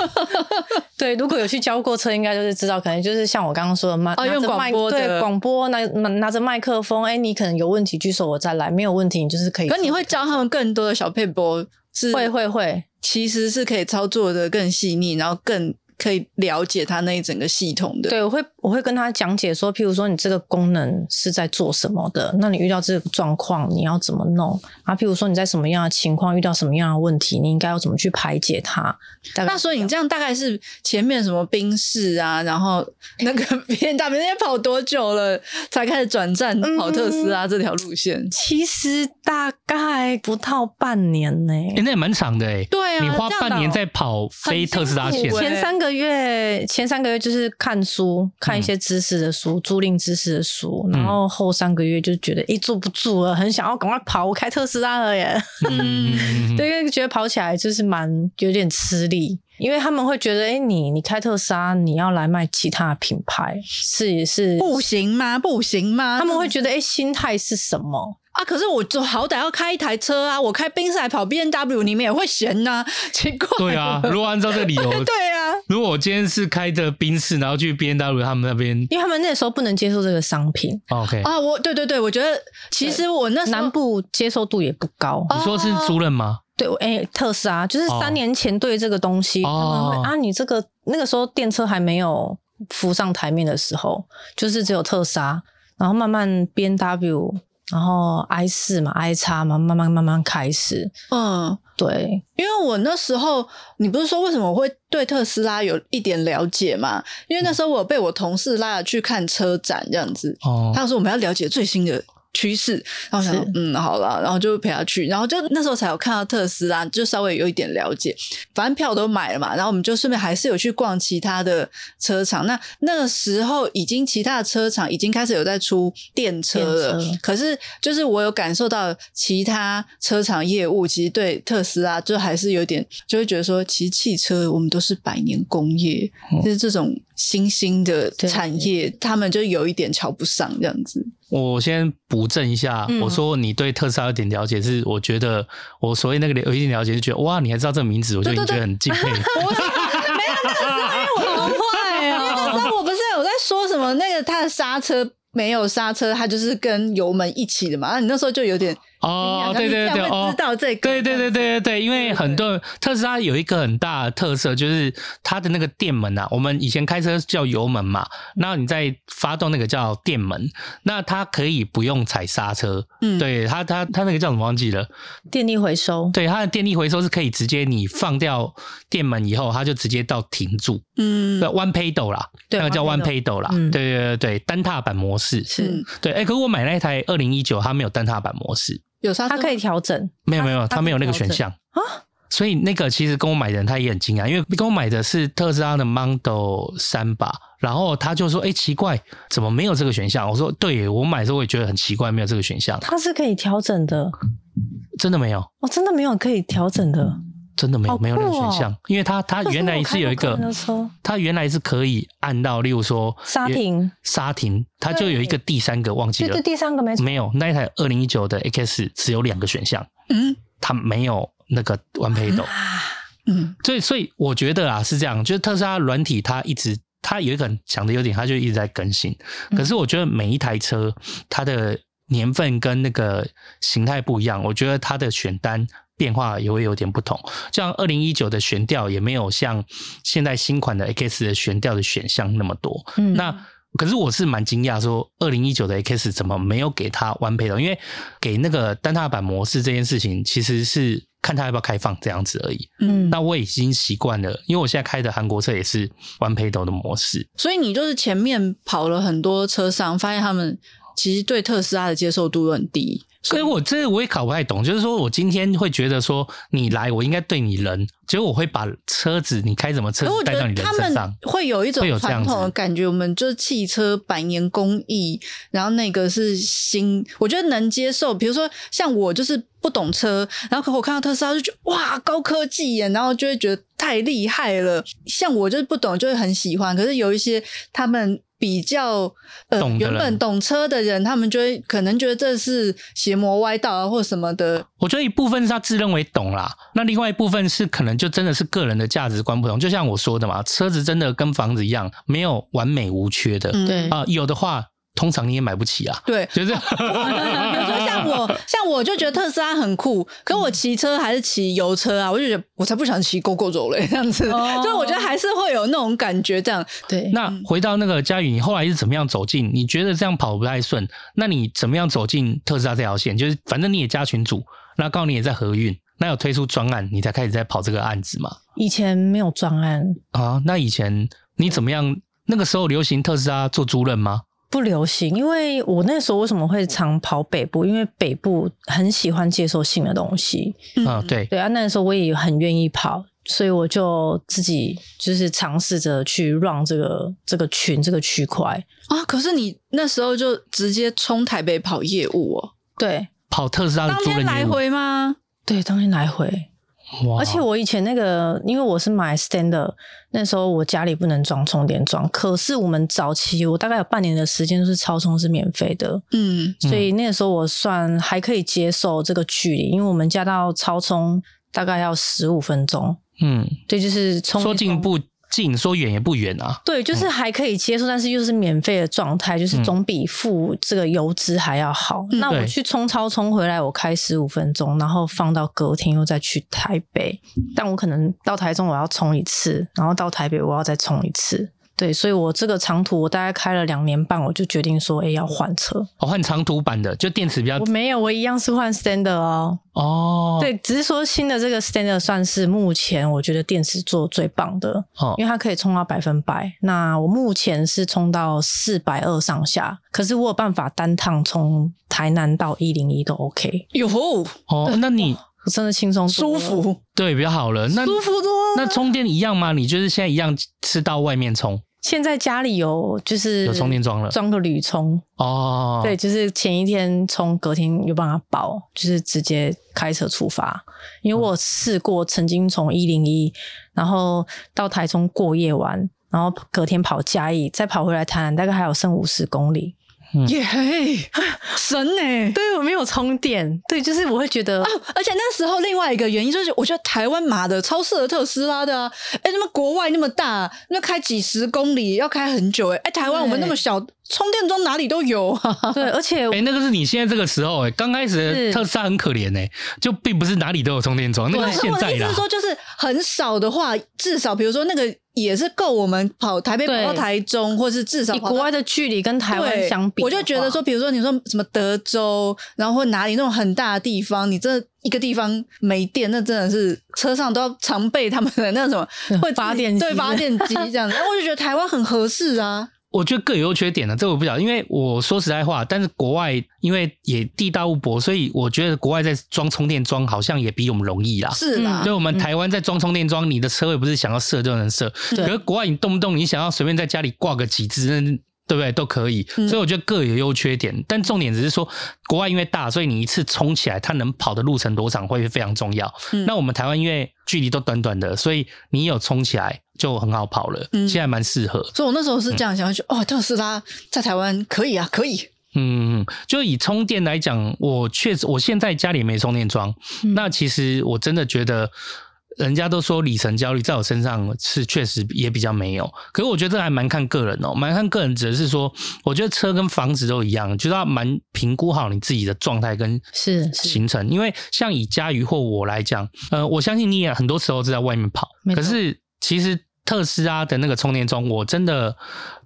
Speaker 4: 对，如果有去交过车，应该就是知道，可能就是像我刚刚说的，拿
Speaker 3: 哦
Speaker 4: 拿
Speaker 3: 用
Speaker 4: 着
Speaker 3: 广
Speaker 4: 麦
Speaker 3: 播的
Speaker 4: 对广播拿拿拿着麦克风，哎，你可能有问题举手，我再来；没有问题，你就是可以。
Speaker 3: 可你会教他们更多的小配波，是
Speaker 4: 会会会，
Speaker 3: 其实是可以操作的更细腻，然后更可以了解它那一整个系统的。
Speaker 4: 对，我会我会跟他讲解说，譬如说你这个功能是在做什么的，那你遇到这个状况你要怎么弄啊？譬如说你在什么样的情况遇到什么样的问题，你应该要怎么去排解它？大概
Speaker 3: 那所以你这样大概是前面什么宾士啊，然后那个 B N W 那些跑多久了才开始转战
Speaker 4: 嗯
Speaker 3: 跑特斯拉这条路线？
Speaker 4: 其实大概不到半年呢、
Speaker 2: 欸那也蛮长的哎、
Speaker 3: 对啊，
Speaker 2: 你花
Speaker 3: 这样
Speaker 2: 半年
Speaker 3: 倒
Speaker 2: 在跑非特斯拉
Speaker 3: 很辛
Speaker 2: 线
Speaker 3: 苦欸
Speaker 4: 前三个月，前三个月就是看书，
Speaker 2: 嗯
Speaker 4: 看一些知识的书，租赁知识的书，然后后三个月就觉得，诶，坐不住了，很想要赶快跑，我开特斯拉了耶。
Speaker 2: 嗯，嗯嗯嗯嗯
Speaker 4: 对，因为觉得跑起来就是蛮有点吃力。因为他们会觉得，哎、你你开特斯拉，你要来卖其他的品牌，是是，
Speaker 3: 不行哦吗？不行吗？
Speaker 4: 他们会觉得，哎、心态是什么？
Speaker 3: 啊，可是我就好歹要开一台车啊，我开宾士还跑 B N W，你们也会嫌呐、奇怪。
Speaker 2: 对啊，如果按照这个理由，
Speaker 3: 对啊，
Speaker 2: 如果我今天是开着宾士，然后去 B N W 他们那边
Speaker 4: 因为他们那时候不能接受这个商品，
Speaker 2: ，OK，、
Speaker 3: 啊，我对对对，我觉得其实我那时候哦
Speaker 4: 南部接受度也不高。
Speaker 2: 你说是租赁吗？
Speaker 4: 对，我哎、特斯拉就是
Speaker 2: 哦
Speaker 4: 三年前对这个东西，他们
Speaker 2: 哦
Speaker 4: 会啊，你这个那个时候电车还没有浮上台面的时候，就是只有特斯拉，然后慢慢 B N W，然后 I 四嘛，I 叉嘛，慢慢慢慢开始，
Speaker 3: 嗯，
Speaker 4: 对，
Speaker 3: 因为我那时候，你不是说为什么我会对特斯拉有一点了解嘛？因为那时候我被我同事拉了去看车展，这样子，
Speaker 2: 哦，
Speaker 3: 他说我们要了解最新的趋势，然后我想说
Speaker 4: 是
Speaker 3: 嗯好了，然后就陪他去，然后就那时候才有看到特斯拉，就稍微有一点了解。反正票都买了嘛，然后我们就顺便还是有去逛其他的车厂。那那个时候已经其他的车厂已经开始有在出电车了，
Speaker 4: 电车
Speaker 3: 可是就是我有感受到其他车厂业务其实对特斯拉就还是有点就会觉得说，其实汽车我们都是百年工业，
Speaker 2: 哦
Speaker 3: 就是这种新兴的
Speaker 4: 对
Speaker 3: 产业，他们就有一点瞧不上这样子。
Speaker 2: 我先补正一下，
Speaker 3: 嗯
Speaker 2: 我说你对特斯拉有点了解，是我觉得我所谓那个有一点了解，就觉得哇，你还知道这个名字，我就已经觉得 很敬佩。
Speaker 3: 不是，没有那个时候，哎，我 多坏啊！那个时候我不是有在说什么那个它的刹车。没有刹车，它就是跟油门一起的嘛。啊那你那时候就有点
Speaker 2: 哦，对对对，
Speaker 3: 你这样会
Speaker 2: 哦
Speaker 3: 知，道这个，
Speaker 2: 对对对对对对，因
Speaker 3: 对
Speaker 2: 为很多人特斯拉有一个很大的特色，就是它的那个电门啊，我们以前开车叫油门嘛，那你再发动那个叫电门，那它可以不用踩刹车，
Speaker 3: 嗯
Speaker 2: 对它它它那个叫什么忘记了，
Speaker 4: 电力回收，
Speaker 2: 对它的电力回收是可以直接你放掉电门以后，它就直接到停住，
Speaker 3: 嗯
Speaker 2: 对，one pedal 啦，
Speaker 4: 对
Speaker 2: 那个叫
Speaker 4: one
Speaker 2: one pedal 啦，
Speaker 4: 嗯
Speaker 2: 对对对对，单踏板模式
Speaker 4: 是
Speaker 2: 对，哎、可是我买那一台二零一九，它没有单踏板模式，
Speaker 3: 有刹车
Speaker 4: 它可以调整，
Speaker 2: 没有
Speaker 4: 它
Speaker 2: 没有，
Speaker 4: 它
Speaker 2: 它没有
Speaker 4: 可
Speaker 2: 那
Speaker 4: 以
Speaker 2: 个
Speaker 4: 调
Speaker 2: 选
Speaker 4: 整
Speaker 2: 项啊。所以那个其实跟我买的人他也很惊讶，因为跟我买的是特斯拉的 Model 三吧，然后他就说：“哎、奇怪，怎么没有这个选项？”我说：“对耶，我买的时候我也觉得很奇怪，没有这个选项，
Speaker 4: 它是可以调整的，
Speaker 2: 真的没有，
Speaker 4: 我、真的没有可以调整的。
Speaker 2: 真的没有，
Speaker 4: 好酷
Speaker 2: 没有那个选
Speaker 4: 哦
Speaker 2: 项，因为它它
Speaker 4: 为什
Speaker 2: 原
Speaker 4: 么
Speaker 2: 来
Speaker 4: 我
Speaker 2: 是
Speaker 4: 开
Speaker 2: 有
Speaker 4: 过
Speaker 2: 一
Speaker 4: 客
Speaker 2: 个
Speaker 4: 人的时候，
Speaker 2: 它原来是可以按到，例如说
Speaker 4: 刹
Speaker 2: 也
Speaker 4: 停
Speaker 2: 刹停，它就有一个第三个忘记
Speaker 4: 对
Speaker 2: 了
Speaker 4: 对，，第三个没错，
Speaker 2: 没有，那一台二零一九的 X 只有两个选项，
Speaker 3: 嗯
Speaker 2: 它没有那个 One Pedal。
Speaker 4: 啊
Speaker 3: 嗯
Speaker 2: 所以，所以我觉得啊是这样，就是特斯拉软体它一直它有一个很强的优点，它就一直在更新。可是我觉得每一台车它的年份跟那个形态不一样，我觉得它的选单。变化也会有点不同，像二零一九的悬吊也没有像现在新款的 X 的悬吊的选项那么多，
Speaker 4: 嗯
Speaker 2: 那可是我是蛮惊讶，说二零一九的 X 怎么没有给它 One Pedal？因为给那个单踏板模式这件事情，其实是看它要不要开放这样子而已。
Speaker 3: 嗯。
Speaker 2: 那我已经习惯了，因为我现在开的韩国车也是 One Pedal 的模式。
Speaker 3: 所以你就是前面跑了很多车商，发现他们其实对特斯拉的接受度都很低。
Speaker 2: 所以我这个我也搞不太懂，就是说我今天会觉得说你来，我应该对你人，结果我会把车子你开什么车
Speaker 3: 可是
Speaker 2: 子
Speaker 3: 我觉
Speaker 2: 带到
Speaker 3: 得
Speaker 2: 你人
Speaker 3: 他
Speaker 2: 身
Speaker 3: 们
Speaker 2: 上。
Speaker 3: 会有一种
Speaker 2: 会有这
Speaker 3: 传
Speaker 2: 样子
Speaker 3: 统的感觉，我们就是汽车百年工艺，然后那个是新，我觉得能接受。比如说像我就是不懂车，然后可我看到特斯拉就觉得哇高科技耶，然后就会觉得太厉害了。像我就是不懂，就会很喜欢。可是有一些他们。比较呃
Speaker 2: 懂，的
Speaker 3: 原
Speaker 2: 人
Speaker 3: 本懂车的人，他们就会可能觉得这是邪魔歪道啊，或什么的，
Speaker 2: 我觉得一部分是他自认为懂啦，那另外一部分是可能就真的是个人的价值观不同。就像我说的嘛，车子真的跟房子一样，没有完美无缺的啊、
Speaker 3: 嗯
Speaker 4: 对
Speaker 2: 有的话，通常你也买不起啊。
Speaker 3: 对，
Speaker 2: 就是
Speaker 3: 比如说像我，像我就觉得特斯拉很酷，可我骑车还是骑油车啊，我就觉得我才不想骑 GoGo 走嘞，这样子，
Speaker 4: 哦
Speaker 3: 就我觉得还是会有那种感觉，这样
Speaker 4: 对，
Speaker 2: 那回到那个佳宇，你后来是怎么样走进？你觉得这样跑不太顺，那你怎么样走进特斯拉这条线？就是反正你也加群组，那刚好你也在合运，那有推出专案，你才开始在跑这个案子嘛？
Speaker 4: 以前没有专案，
Speaker 2: 啊，那以前你怎么样？那个时候流行特斯拉做租赁吗？
Speaker 4: 不流行，因为我那时候为什么会常跑北部？因为北部很喜欢接受新的东西，
Speaker 3: 嗯
Speaker 2: 啊，，对，
Speaker 4: 对啊，那时候我也很愿意跑，所以我就自己就是尝试着去 run 这个这个群这个区块。
Speaker 3: 啊，可是你那时候就直接冲台北跑业务哦，
Speaker 4: 对
Speaker 2: 跑特斯拉的
Speaker 3: 当
Speaker 2: 啊租
Speaker 3: 天
Speaker 2: 赁
Speaker 3: 来
Speaker 2: 业务。
Speaker 3: 回吗？
Speaker 4: 对，当天来回，
Speaker 2: 哇
Speaker 4: 而且我以前那个，因为我是买 standard，那时候我家里不能装充电桩，可是我们早期我大概有半年的时间都是超充是免费的，
Speaker 3: 嗯，
Speaker 4: 所以那个时候我算还可以接受这个距离，因为我们家到超充大概要十五分钟，
Speaker 2: 嗯，
Speaker 4: 对，就是充
Speaker 2: 说
Speaker 4: 电
Speaker 2: 近
Speaker 4: 桩
Speaker 2: 不近，说远也不远啊。
Speaker 4: 对，就是还可以接受，但是又是免费的状态，就是总比付这个油资还要好。
Speaker 3: 嗯
Speaker 4: 那我
Speaker 2: 嗯对
Speaker 4: 去冲超冲回来，我开十五分钟，然后放到隔天又再去台北，但我可能到台中我要冲一次，然后到台北我要再冲一次。对，所以我这个长途我大概开了两年半，我就决定说，哎、要换车。
Speaker 2: 我、哦换长途版的，就电池比较
Speaker 4: 我没有，我一样是换 Standard 哦。
Speaker 2: 啊哦，
Speaker 4: 对，只是说新的这个 Standard 算是目前我觉得电池做最棒的。
Speaker 2: 哦
Speaker 4: 因为它可以充到百分百。那我目前是充到四百二上下，可是我有办法单趟从台南到一零一都 OK，
Speaker 3: 有
Speaker 2: 哦，那你
Speaker 4: 我真的轻松多
Speaker 3: 舒
Speaker 4: 了。
Speaker 3: 服，
Speaker 2: 对比较好了。那
Speaker 3: 舒服多了。
Speaker 2: 那充电一样吗？你就是现在一样是到外面充
Speaker 4: 现在家里有就是
Speaker 2: 有充电桩了
Speaker 4: 装个铝充，
Speaker 2: 哦，
Speaker 4: 对，，就是前一天充，隔天有办法保，就是直接开车出发。
Speaker 2: 嗯
Speaker 4: 因为我试过，曾经从一零一，然后到台中过夜玩，然后隔天跑嘉义，再跑回来台南，大概还有剩五十公里。
Speaker 3: 耶 神呢、
Speaker 4: 对我没有充电，对，就是我会觉得，
Speaker 3: 而且那时候另外一个原因就是，我觉得台湾马的超适合特斯拉的啊！哎、那么国外那么大，那开几十公里要开很久哎、哎、台湾我们那么小，充电桩哪里都有啊！
Speaker 4: 对，而且
Speaker 2: 哎、那个是你现在这个时候哎、刚开
Speaker 3: 嗯
Speaker 2: 始的
Speaker 4: 是
Speaker 2: 特斯拉很可怜哎、就并不是哪里都有充电桩，那个
Speaker 3: 但
Speaker 2: 是
Speaker 3: 是
Speaker 2: 现
Speaker 3: 我
Speaker 2: 在
Speaker 3: 的意思
Speaker 2: 啦
Speaker 3: 是。说，就是很少的话，至少比如说那个也是够我们跑台北跑
Speaker 4: 对
Speaker 3: 到台中，或是至少
Speaker 4: 以
Speaker 3: 跑
Speaker 4: 国
Speaker 3: 到
Speaker 4: 外的距离跟台湾
Speaker 3: 对
Speaker 4: 相比的
Speaker 3: 我
Speaker 4: 话，
Speaker 3: 就觉得说，比如说你说什么德州，然后或哪里那种很大的地方，你这一个地方没电，那真的是车上都要常备他们的那种
Speaker 4: 嗯
Speaker 3: 会自己
Speaker 4: 发电机
Speaker 3: 对发电机这样子。然后我就觉得台湾很合适啊，
Speaker 2: 我觉得各有优缺点呢、啊这我不晓得，因为我说实在话，但是国外因为也地大物博，所以我觉得国外在装充电桩好像也比我们容易啦。啊
Speaker 3: 是啦
Speaker 2: 对，，我们
Speaker 4: 嗯
Speaker 2: 台湾在装充电桩，你的车位不是想要设就能设，
Speaker 4: 对
Speaker 2: 可是国外你动不动你想要随便在家里挂个几只，那对不对？都可以，
Speaker 3: 嗯
Speaker 2: 所以我觉得各有优缺点，但重点只是说，国外因为大，所以你一次冲起来，它能跑的路程多长会非常重要。
Speaker 3: 嗯
Speaker 2: 那我们台湾因为距离都短短的，所以你有冲起来就很好跑了，
Speaker 3: 嗯
Speaker 2: 现在蛮适合。
Speaker 3: 所以我那时候是这样想，就觉得哦，特斯拉在台湾可以啊，可以。
Speaker 2: 嗯，就以充电来讲，我确实我现在家里没充电桩，
Speaker 4: 嗯
Speaker 2: 那其实我真的觉得。人家都说里程焦虑，在我身上是确实也比较没有，可是我觉得这还蛮看个人哦，蛮看个人，只是说，我觉得车跟房子都一样，就是要蛮评估好你自己的状态跟
Speaker 4: 是是
Speaker 2: 行程，因为像以佳瑜或我来讲，呃，我相信你也很多时候是在外面跑，
Speaker 4: 没
Speaker 2: 可
Speaker 4: 错
Speaker 2: 是其实特斯拉的那个充电桩，我真的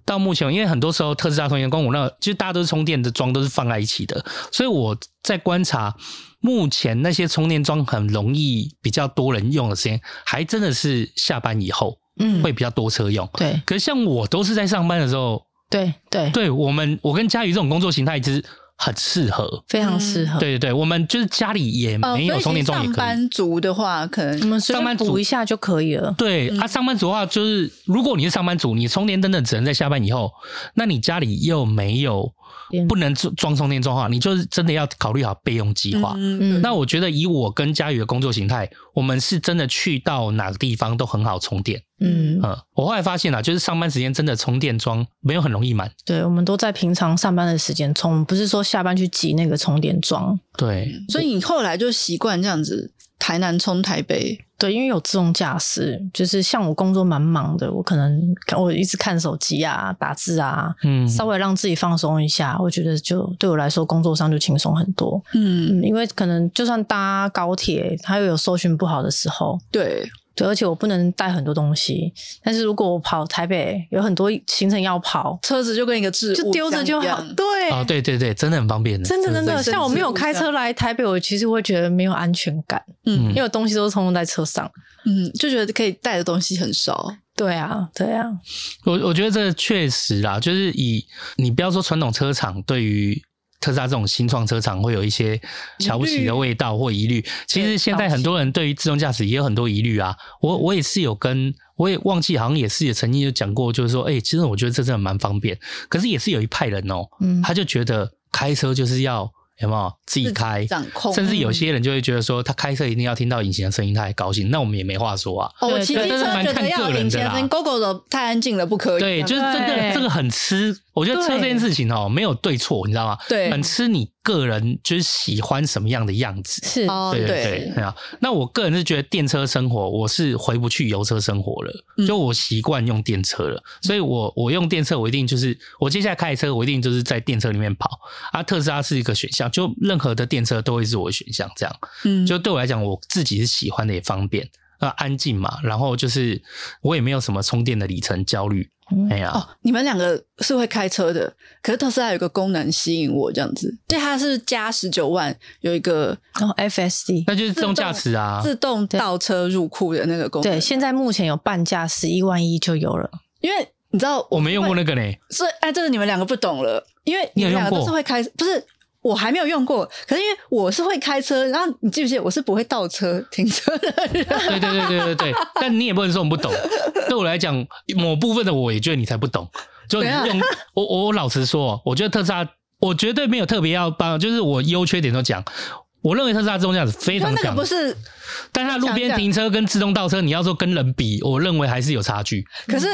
Speaker 2: 到目前，因为很多时候特斯拉充电桩，我那其实大家都是充电的桩都是放在一起的，所以我在观察目前那些充电桩很容易比较多人用的时间，还真的是下班以后
Speaker 4: 嗯
Speaker 2: 会比较多车用。
Speaker 4: 对
Speaker 2: 可是像我都是在上班的时候，
Speaker 4: 对对，
Speaker 2: 对我们我跟佳瑜这种工作形态，其实很适合。
Speaker 4: 非常适合。
Speaker 2: 对对对，我们就是家里也
Speaker 4: 嗯
Speaker 3: 呃，
Speaker 2: 没有充
Speaker 3: 嗯所以
Speaker 2: 电
Speaker 3: 其实
Speaker 2: 桩也
Speaker 3: 上
Speaker 2: 可以。
Speaker 3: 班族的话，可
Speaker 4: 我
Speaker 3: 能嗯
Speaker 4: 们随
Speaker 2: 上
Speaker 4: 便
Speaker 2: 班族
Speaker 4: 补一下就可以了。
Speaker 2: 对啊，上班族的话就是，如果你是上班族，你充电真的只能在下班以后，那你家里又没有
Speaker 4: 电
Speaker 2: 不能装装充电桩的话，你就是真的要考虑好备用计划。
Speaker 3: 嗯
Speaker 4: 嗯
Speaker 2: 那我觉得以我跟佳宇的工作形态，我们是真的去到哪个地方都很好充电。
Speaker 4: 嗯，
Speaker 2: 嗯，我后来发现啊，就是上班时间真的充电桩没有很容易满。
Speaker 4: 对，我们都在平常上班的时间充，不是说下班去挤那个充电桩。
Speaker 2: 对，
Speaker 3: 所以你后来就习惯这样子，台南冲台北，
Speaker 4: 对，因为有自动驾驶，就是像我工作蛮忙的，我可能我一直看手机啊、打字啊，
Speaker 2: 嗯，
Speaker 4: 稍微让自己放松一下，我觉得就对我来说工作上就轻松很多。
Speaker 3: 嗯，
Speaker 4: 嗯，因为可能就算搭高铁，它又有搜寻不好的时候，
Speaker 3: 对，
Speaker 4: 对，而且我不能带很多东西。但是如果我跑台北，有很多行程要跑，
Speaker 3: 车子就跟一个置物
Speaker 4: 就丢着
Speaker 3: 箱
Speaker 4: 就
Speaker 3: 一
Speaker 4: 好
Speaker 3: 样。
Speaker 4: 对，
Speaker 2: 啊，对对对，真的很方便的，
Speaker 4: 真的真
Speaker 2: 对
Speaker 4: 的，
Speaker 2: 对对
Speaker 4: 像我没有开
Speaker 3: 置物
Speaker 4: 车来台北，我其实会觉得没有安全感，
Speaker 2: 嗯
Speaker 4: 因为我东西都是通通在车上。
Speaker 3: 嗯，就觉得可以带的东西很少。
Speaker 4: 对啊，对啊，
Speaker 2: 我我觉得这确实啦，就是以你不要说传统车厂对于特斯拉这种新创车厂会有一些瞧不起的味道或疑虑，其实现在很多人对于自动驾驶也有很多疑虑啊。我我也是有跟，我也忘记好像也是也曾经有讲过，就是说，哎、其实我觉得这真的蛮方便，可是也是有一派人哦、
Speaker 4: 嗯，
Speaker 2: 他就觉得开车就是要。有没有自己开
Speaker 3: 自己掌控嗯
Speaker 2: 甚至有些人就会觉得说，他开车一定要听到引擎的声音，他还高兴。那我们也没话说啊。
Speaker 3: 哦，我
Speaker 4: 对
Speaker 3: 骑
Speaker 4: 对
Speaker 3: 机
Speaker 2: 但
Speaker 3: 车
Speaker 2: 是蛮
Speaker 3: 觉
Speaker 2: 看
Speaker 3: 得
Speaker 2: 个
Speaker 3: 要
Speaker 2: 人
Speaker 3: 领
Speaker 2: 的
Speaker 3: 先
Speaker 2: 啦
Speaker 3: 声音，GoGo 的太安静了，不可以。啊
Speaker 2: 对，就是这个
Speaker 1: 对
Speaker 2: 这个很吃，我觉得车
Speaker 4: 对
Speaker 2: 这件事情哦，没有对错，你知道吗？
Speaker 3: 对
Speaker 2: 很吃你个人就是喜欢什么样的样子。
Speaker 4: 是
Speaker 3: 哦，
Speaker 2: 对对，对啊。那我个人是觉得电车生活，我是回不去油车生活了，
Speaker 3: 嗯
Speaker 2: 就我习惯用电车了，所以我我用电车，我一定就是我接下来开车，我一定就是在电车里面跑。啊，特斯拉是一个选项，就任何的电车都会是我的选项，这样
Speaker 3: 嗯，
Speaker 2: 就对我来讲，我自己是喜欢的，也方便。那安静嘛，然后就是我也没有什么充电的里程焦虑，哎呀、
Speaker 3: 哦，你们两个是会开车的，可是特斯拉有一个功能吸引我，这样子，对，它是加十九万有一个
Speaker 4: 然后 FSD
Speaker 2: 那就是自动驾驶啊，
Speaker 3: 自动倒车入库的那个功能。
Speaker 4: 对，，现在目前有半价十一万一就有了。
Speaker 3: 因为你知道
Speaker 2: 我没用过
Speaker 3: 那，
Speaker 2: 那个呢。
Speaker 3: 所以哎，这个你们两个不懂了，因为
Speaker 2: 你
Speaker 3: 你
Speaker 2: 有
Speaker 3: 们两个
Speaker 2: 用
Speaker 3: 都
Speaker 2: 过
Speaker 3: 是会开，不是。我还没有用过，可是因为我是会开车，然后你记不记得我是不会倒车停车的人？
Speaker 2: 对对对对对 对，但你也不能说我们不懂。对我来讲，某部分的我也觉得你才不懂。就你
Speaker 3: 怎样
Speaker 2: 用我我我老实说，我觉得特斯拉，我绝对没有特别要帮，就是我优缺点都讲。我认为特斯拉自动驾驶非
Speaker 3: 因为
Speaker 2: 常
Speaker 3: 那个
Speaker 2: 强
Speaker 3: 不，是，
Speaker 2: 但是它路边
Speaker 3: 想一下
Speaker 2: 停车跟自动倒车，你要说跟人比，我认为还是有差 距。
Speaker 3: 可是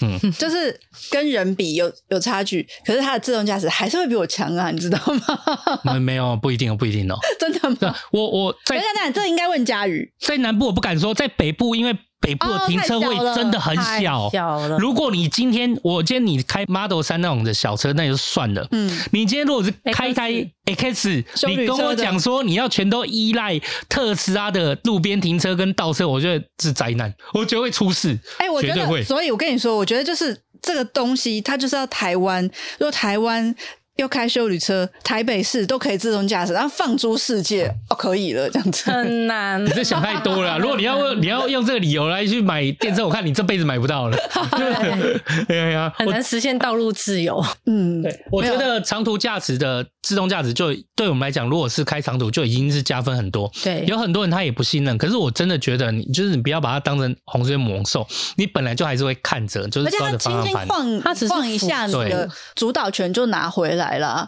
Speaker 2: 嗯，
Speaker 3: 就是跟人比有有差距，可是它的自动驾驶还是会比我强啊，你知道吗？
Speaker 2: 没没有不一定哦，不一定哦。
Speaker 3: 真的吗？
Speaker 2: 那我我在
Speaker 3: 等一下，等一下，这应该问佳宇。
Speaker 2: 在南部我不敢说，在北部因为北部的
Speaker 3: 哦
Speaker 2: 停车
Speaker 3: 太
Speaker 2: 位
Speaker 3: 小了
Speaker 2: 真的很
Speaker 4: 太
Speaker 2: 小。
Speaker 4: 小了，
Speaker 2: 如果你今天我今天你开 Model 三那种的小车，那就算了。
Speaker 3: 嗯，
Speaker 2: 你今天如果是开一台
Speaker 4: X
Speaker 2: X，
Speaker 3: 修
Speaker 2: 你
Speaker 3: 旅车的
Speaker 2: 跟我讲说你要全都依赖特斯拉的路边停车跟倒车，我觉得是灾难，我觉得会出事。
Speaker 3: 哎、我
Speaker 2: 绝
Speaker 3: 觉
Speaker 2: 对会
Speaker 3: 得，所以我跟你说，我觉得就是这个东西，它就是要台湾，如果台湾。又开修旅车，台北市都可以自动驾驶，然后放诸世界
Speaker 2: 嗯
Speaker 3: 哦，可以了，这样子。
Speaker 4: 很难
Speaker 3: 嗯
Speaker 2: 你。这想太多了啊。如果你要 问你要用这个理由来去买电车，我看你这辈子买不到了。 对啊呀，
Speaker 4: 很难实现道路自由，
Speaker 3: 嗯，
Speaker 2: 对，我觉得长途驾驶的自动驾驶就对我们来讲，如果是开长途，就已经是加分很多。
Speaker 4: 对，
Speaker 2: 有很多人他也不信任，可是我真的觉得你就是你不要把它当成洪水猛兽，你本来就还是会看着，就
Speaker 3: 而
Speaker 2: 是
Speaker 3: 且
Speaker 2: 抓
Speaker 3: 它
Speaker 2: 着
Speaker 3: 轻
Speaker 2: 方向
Speaker 3: 轻
Speaker 2: 盘。
Speaker 3: 晃，
Speaker 4: 它只是
Speaker 3: 晃一下，你
Speaker 2: 辅助
Speaker 3: 的
Speaker 2: 对
Speaker 3: 主导权就拿回来了。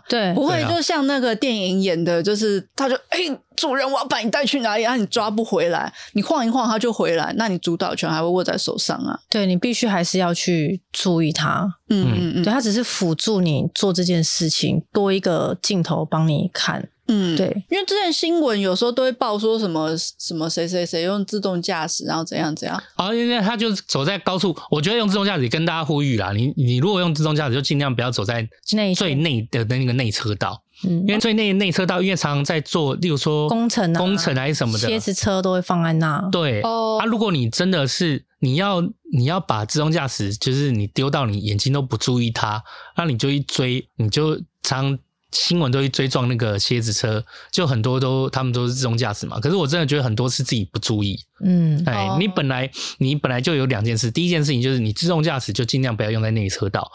Speaker 4: 对
Speaker 3: 不会
Speaker 2: 对啊
Speaker 3: 就像那个电影演的，就是他就哎、主人，我要把你带去哪里？然啊后你抓不回来，你晃一晃他就回来，那你主导权还会握在手上啊。
Speaker 4: 对你必须还是要去注意它。
Speaker 3: 嗯嗯
Speaker 4: 对，它只是辅助你做这件事情，多一个镜头帮你看。
Speaker 3: 嗯，嗯，
Speaker 4: 对，
Speaker 3: 因为之前新闻有时候都会报说什么什么谁谁谁用自动驾驶，然后怎样怎样。
Speaker 2: 啊，因为他就是走在高速，我觉得用自动驾驶也跟大家呼吁啦，你你如果用自动驾驶，就尽量不要走在
Speaker 4: 内
Speaker 2: 最
Speaker 4: 线
Speaker 2: 内的那个内车道，
Speaker 4: 嗯
Speaker 2: 因，为最内内车道，因为常常在做，例如说
Speaker 4: 工程啊
Speaker 2: 工程还是什么的，
Speaker 4: 蝎子车都会放在那。
Speaker 2: 对。
Speaker 3: 哦
Speaker 2: 啊，如果你真的是你要你要把自动驾驶，就是你丢到你眼睛都不注意它，那你就一追，你就常新闻都会追撞那个蝎子车，就很多都他们都是自动驾驶嘛。可是我真的觉得很多是自己不注意，
Speaker 4: 嗯，
Speaker 2: 哎
Speaker 3: 哦，
Speaker 2: 你本来你本来就有两件事，第一件事情就是你自动驾驶就尽量不要用在内车道，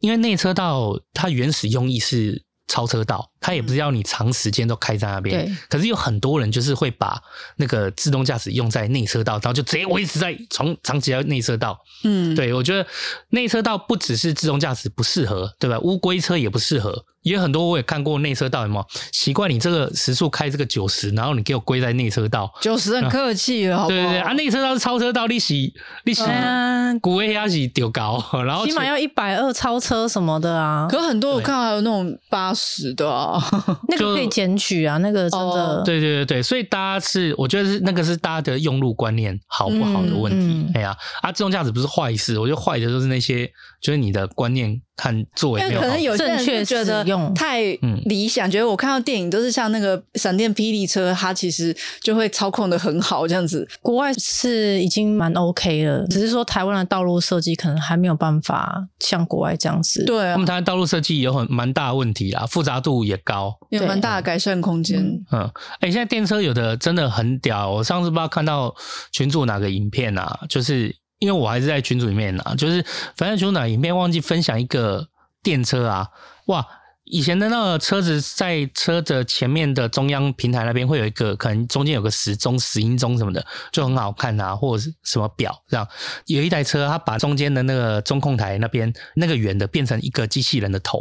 Speaker 2: 因为内车道它原始用意是超车道，它也不是要你长时间都开在那边。
Speaker 4: 对
Speaker 2: 可是有很多人就是会把那个自动驾驶用在内车道，然后就直接维持在从长期在内车道。
Speaker 3: 嗯，
Speaker 2: 对我觉得内车道不只是自动驾驶不适合，对吧？乌龟车也不适合。也有很多我也看过内车道，有没有？奇怪，你这个时速开这个九十，然后你给我归在内车道，
Speaker 3: 九十很客气了，好不好？
Speaker 2: 对对对，啊，内车道是超车道，利息利息
Speaker 4: 嗯，
Speaker 2: 股位压是丢高，啊 然后
Speaker 4: 起码要一百二超车什么的啊，
Speaker 3: 可很多我看到还有那种八十的、啊，
Speaker 4: 那
Speaker 2: 就
Speaker 4: 个可以检举啊，那个真
Speaker 3: 哦
Speaker 4: 的
Speaker 2: 对对对对，所以大家是我觉得是那个是大家的用路观念好不好的问
Speaker 4: 嗯
Speaker 2: 题
Speaker 4: 嗯。
Speaker 2: 哎呀，啊，自动驾驶不是坏事，我觉得坏的就是那些就是你的观念和作为
Speaker 3: 因
Speaker 2: 没
Speaker 3: 为
Speaker 2: 有
Speaker 3: 可
Speaker 2: 好
Speaker 3: 能。有些人
Speaker 4: 正确
Speaker 3: 就觉得
Speaker 4: 使用
Speaker 3: 太
Speaker 2: 嗯
Speaker 3: 理想，觉得我看到电影都是像那个闪电霹雳车，它其实就会操控的很好这样子。
Speaker 4: 国外是已经蛮 OK 了，只是说台湾的道路设计可能还没有办法像国外这样子。
Speaker 3: 对
Speaker 2: 他
Speaker 3: 啊
Speaker 2: 们，台湾道路设计有很蛮大的问题啦，复杂度也高。
Speaker 3: 有
Speaker 4: 对
Speaker 3: 蛮大的改善空间
Speaker 4: 嗯。
Speaker 2: 嗯，哎、现在电车有的真的很屌。我上次不知道看到群主哪个影片啊，就是因为我还是在群组里面啊，就是反正群主哪个影片忘记分享一个电车啊，哇！以前的那个车子在车的前面的中央平台那边会有一个，可能中间有个时钟、石英钟什么的，就很好看啊，或者是什么表这样。有一台车，它把中间的那个中控台那边那个圆的变成一个机器人的头，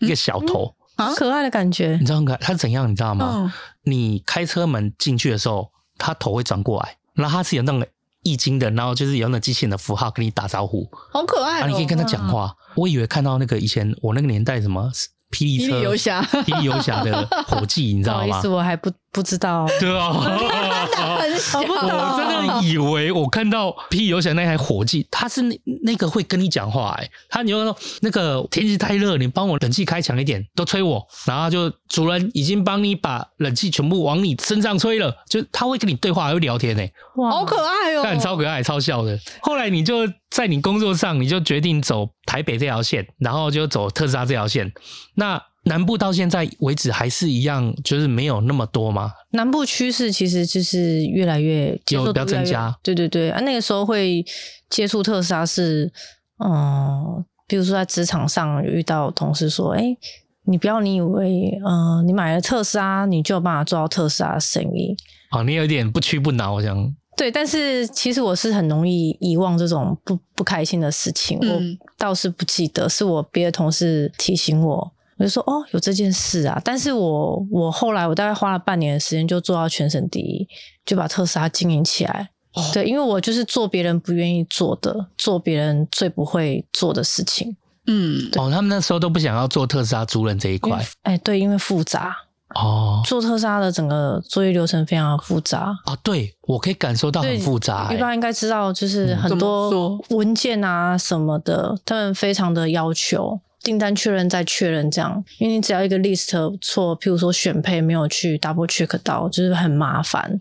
Speaker 2: 一个小头，
Speaker 3: 啊
Speaker 4: 可爱的感觉
Speaker 2: 你知道很可爱它怎样，你知道吗？
Speaker 3: 嗯，
Speaker 2: 你开车门进去的时候，它头会转过来，然后它是有那种易经的，然后就是有那种机器人的符号跟你打招呼，
Speaker 3: 好可爱、
Speaker 2: 啊，
Speaker 3: 哦。
Speaker 2: 你可以跟他讲话。我以为看到那个以前我那个年代什么霹雳
Speaker 3: 霹雳
Speaker 2: 车、
Speaker 3: 游侠
Speaker 2: 霹雳游侠的火计，你知
Speaker 4: 不
Speaker 2: 道
Speaker 4: 好意
Speaker 2: 吗
Speaker 4: 思，？我还不不知道。
Speaker 2: 对啊，
Speaker 3: 很小，
Speaker 2: 我真的以为我看到霹雳游侠那台火计，他是那那个会跟你讲话、欸，他你就说那个天气太热，你帮我冷气开强一点，都吹我，然后就主人已经帮你把冷气全部往你身上吹了，就他会跟你对话，还会聊天呢、欸，
Speaker 4: 哇
Speaker 3: 好可爱哦、
Speaker 2: 但超可爱，超笑的。后来你就在你工作上，你就决定走台北这条线，然后就走特斯拉这条线。那南部到现在为止还是一样，就是没有那么多吗？
Speaker 4: 南部趋势其实就是越来越接受
Speaker 2: 有
Speaker 4: 度
Speaker 2: 比较
Speaker 4: 越来
Speaker 2: 增
Speaker 4: 越
Speaker 2: 加
Speaker 4: 对对对，啊，那个时候会接触特斯拉是，嗯、比如说在职场上遇到同事说，哎、你不要你以为，嗯、你买了特斯拉，你就有办法做到特斯拉的生意。
Speaker 2: 啊，你有点不屈不挠，我想
Speaker 4: 对，但是其实我是很容易遗忘这种不不开心的事情，
Speaker 3: 嗯
Speaker 4: 我倒是不记得，是我别的同事提醒我，我就说哦有这件事啊，但是我我后来我大概花了半年的时间就做到全省第一，就把特斯拉经营起来。
Speaker 2: 哦
Speaker 4: 对，因为我就是做别人不愿意做的，做别人最不会做的事情。
Speaker 3: 嗯，
Speaker 2: 哦，他们那时候都不想要做特斯拉租人这一
Speaker 4: 因为
Speaker 2: 块
Speaker 4: 哎，对，因为复杂，
Speaker 2: 哦
Speaker 4: 做特斯拉的整个作业流程非常的复杂。
Speaker 2: 啊，对我可以感受到很
Speaker 4: 对
Speaker 2: 复杂、
Speaker 4: 一
Speaker 2: 欸，
Speaker 4: 般应该知道，就是
Speaker 2: 嗯
Speaker 4: 很
Speaker 3: 怎
Speaker 4: 多
Speaker 3: 么
Speaker 4: 文件啊什么的，他们非常的要求订单确认再确认这样，因为你只要一个 list 错，譬如说选配没有去 double check 到，就是很麻烦。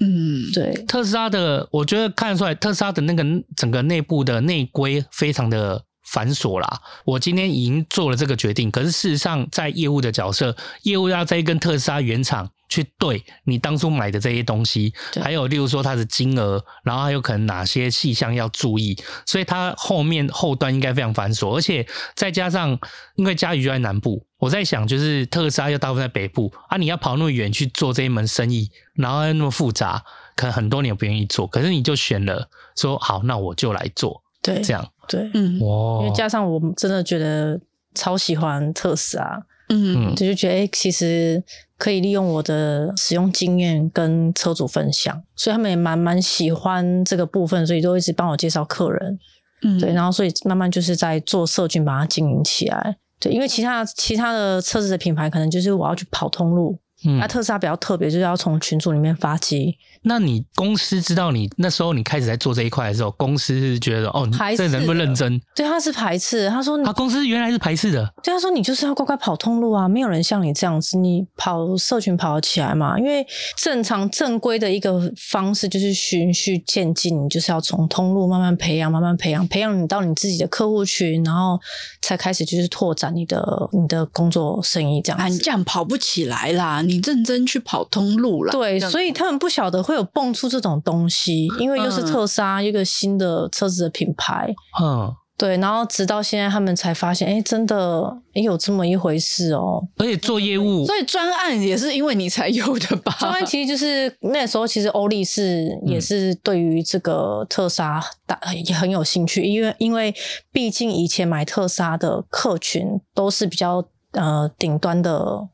Speaker 3: 嗯，
Speaker 4: 对，
Speaker 2: 特斯拉的，我觉得看得出来，特斯拉的那个整个内部的内规非常的繁琐啦。我今天已经做了这个决定，可是事实上，在业务的角色，业务要再跟特斯拉原厂去对你当初买的这些东西，
Speaker 4: 对
Speaker 2: 还有例如说它的金额，然后还有可能哪些细项要注意，所以它后面后端应该非常繁琐，而且再加上因为嘉宇就在南部，我在想就是特斯拉又大部分在北部啊，你要跑那么远去做这一门生意，然后又那么复杂，可能很多年不愿意做，可是你就选了说好，那我就来做
Speaker 4: 对，
Speaker 2: 这样
Speaker 4: 对，
Speaker 3: 嗯
Speaker 2: 哦
Speaker 4: 因为加上我们真的觉得超喜欢特斯拉，
Speaker 3: 嗯
Speaker 2: 嗯
Speaker 4: 就就觉得哎、诶其实可以利用我的使用经验跟车主分享，所以他们也蛮蛮喜欢这个部分，所以都一直帮我介绍客人。
Speaker 3: 嗯，
Speaker 4: 对，然后所以慢慢就是在做社群，把它经营起来。对，因为其他其他的车子的品牌，可能就是我要去跑通路，
Speaker 2: 嗯
Speaker 4: 那、特斯拉比较特别，就是要从群组里面发起，
Speaker 2: 那你公司知道你那时候你开始在做这一块的时候，公司是觉得哦，你
Speaker 4: 排斥
Speaker 2: 这人不
Speaker 4: 的嗯
Speaker 2: 认真
Speaker 4: 对，他是排斥，他说你，
Speaker 2: 啊？公司原来是排斥的，
Speaker 4: 对他说你就是要乖乖跑通路啊，没有人像你这样子，你跑社群跑得起来嘛？因为正常正规的一个方式就是循序渐进，你就是要从通路慢慢培养，慢慢培养，培养你到你自己的客户群，然后才开始就是拓展你的你的工作生意这样
Speaker 3: 啊，
Speaker 4: 子
Speaker 3: 你。这样跑不起来啦，你认真去跑通路啦。
Speaker 4: 对，所
Speaker 3: 以
Speaker 4: 以他们不晓得会有蹦出这种东西，因为又是
Speaker 3: 嗯
Speaker 4: 特斯拉一个新的车子的品牌。
Speaker 2: 嗯。
Speaker 4: 对，然后直到现在他们才发现，哎，真的也有这么一回事哦。
Speaker 2: 而且做业务，
Speaker 3: 所以专案也是因为你才有的吧？
Speaker 4: 专案其实就是那时候，其实欧力士也是对于这个特斯拉大也很有兴趣，因为因为毕竟以前买特斯拉的客群都是比较呃顶端的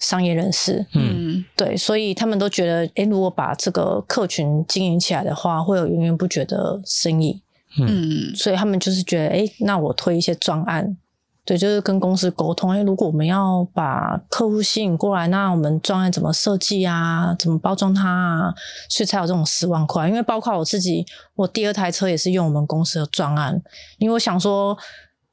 Speaker 4: 商业人士，
Speaker 2: 嗯，
Speaker 3: 嗯
Speaker 4: 对，所以他们都觉得，诶，如果把这个客群经营起来的话，会有源源不绝的生意，
Speaker 3: 嗯
Speaker 4: 所以他们就是觉得，诶，那我推一些专案，对，就是跟公司沟通，诶，如果我们要把客户吸引过来，那我们专案怎么设计啊，怎么包装它啊，所以才有这种十万块。因为包括我自己，我第二台车也是用我们公司的专案，因为我想说。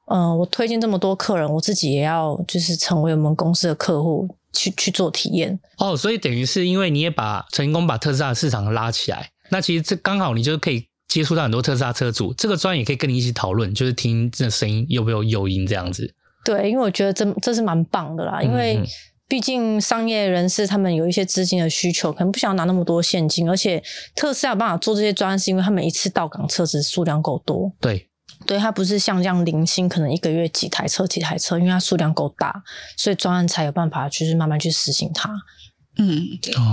Speaker 4: 嗯、我推荐这么多客人，我自己也要就是成为我们公司的客户，去去做体验。
Speaker 2: 哦，所以等于是因为你也把成功把特斯拉的市场拉起来，那其实这刚好你就可以接触到很多特斯拉车主，这个专业也可以跟你一起讨论，就是听这声音有没有诱因这样子。
Speaker 4: 对，因为我觉得这这是蛮棒的啦，因为
Speaker 2: 嗯嗯
Speaker 4: 毕竟商业人士他们有一些资金的需求，可能不想拿那么多现金，而且特斯拉有办法做这些专案，是因为他们一次到港车子数量够多，
Speaker 2: 对，
Speaker 4: 对，它不是像这样零星可能一个月几台车几台车，因为它数量够大，所以专案才有办法就是慢慢去实行它。
Speaker 3: 嗯，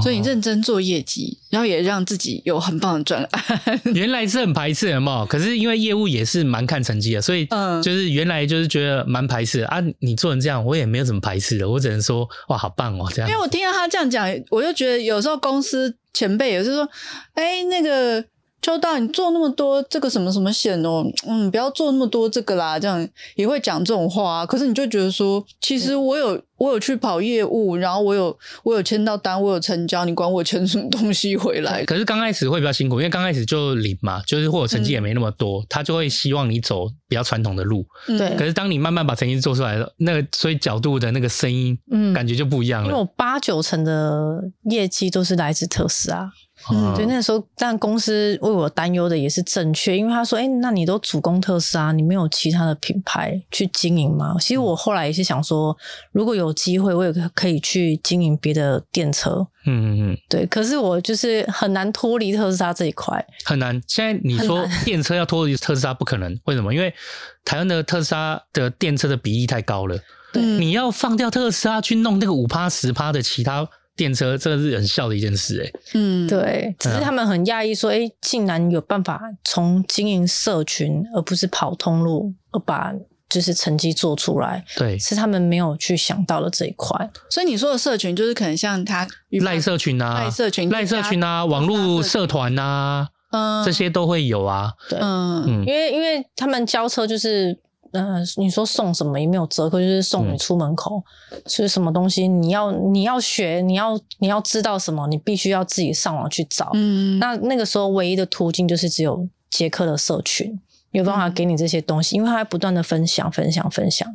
Speaker 3: 所以你
Speaker 2: 哦
Speaker 3: 认真做业绩，然后也让自己有很棒的专案。
Speaker 2: 原来是很排斥的嘛，可是因为业务也是蛮看成绩的，所以
Speaker 3: 嗯
Speaker 2: 就是原来就是觉得蛮排斥的啊。你做成这样，我也没有什么排斥的，我只能说哇，好棒哦，这样
Speaker 3: 因为。我听到他这样讲，我就觉得有时候公司前辈也是说，哎、那个秋道，你做那么多这个什么什么险哦，嗯，不要做那么多这个啦，这样也会讲这种话、啊。可是你就觉得说，其实我有我有去跑业务，然后我有我有签到单，我有成交，你管我签什么东西回来？
Speaker 2: 可是刚开始会比较辛苦，因为刚开始就零嘛，就是或者成绩也没那么多，他就会希望你走比较传统的路。
Speaker 3: 嗯
Speaker 4: 对
Speaker 2: 可是当你慢慢把成绩做出来了，那个所以角度的那个声音，
Speaker 4: 嗯
Speaker 2: 感觉就不一样
Speaker 4: 因为
Speaker 2: 了。哦
Speaker 4: 我八九成的业绩都是来自特斯拉，
Speaker 3: 嗯
Speaker 4: 所以那时候，但公司为我担忧的也是正确，因为他说：“哎、那你都主攻特斯拉，你没有其他的品牌去经营
Speaker 3: 嗯
Speaker 4: 吗？”其实我后来也是想说，如果有机会，我也可以去经营别的电车，
Speaker 2: 嗯嗯嗯，
Speaker 4: 对。可是我就是很难脱离特斯拉这一块，
Speaker 2: 很难。现在你说电车要脱离特斯拉不可能，为什么？因为台湾的特斯拉的电车的比例太高了。
Speaker 3: 嗯
Speaker 2: 你要放掉特斯拉去弄那个五趴十趴的其他电车，这是很笑的一件事哎、
Speaker 3: 嗯，
Speaker 4: 对。只是他们很讶异说：“哎、竟然有办法从经营社群，而不是跑通路，而把就是成绩做出来，
Speaker 2: 对，
Speaker 4: 是他们没有去想到的这一块。”
Speaker 3: 所以你说的社群就是可能像他
Speaker 2: 赖社群啊
Speaker 3: 赖，社群
Speaker 2: 赖社群啊，网络社团啊，
Speaker 3: 嗯
Speaker 2: 这些都会有啊。
Speaker 3: 嗯
Speaker 2: 嗯
Speaker 4: 因为因为他们交车就是，呃，你说送什么也没有折扣，就是送你
Speaker 2: 嗯
Speaker 4: 出门口，所以什么东西你要你要学，你要你要知道什么，你必须要自己上网去找。
Speaker 3: 嗯
Speaker 4: 那那个时候唯一的途径就是只有捷克的社群有办法给你这些东西，因为他不断的分享分享分享。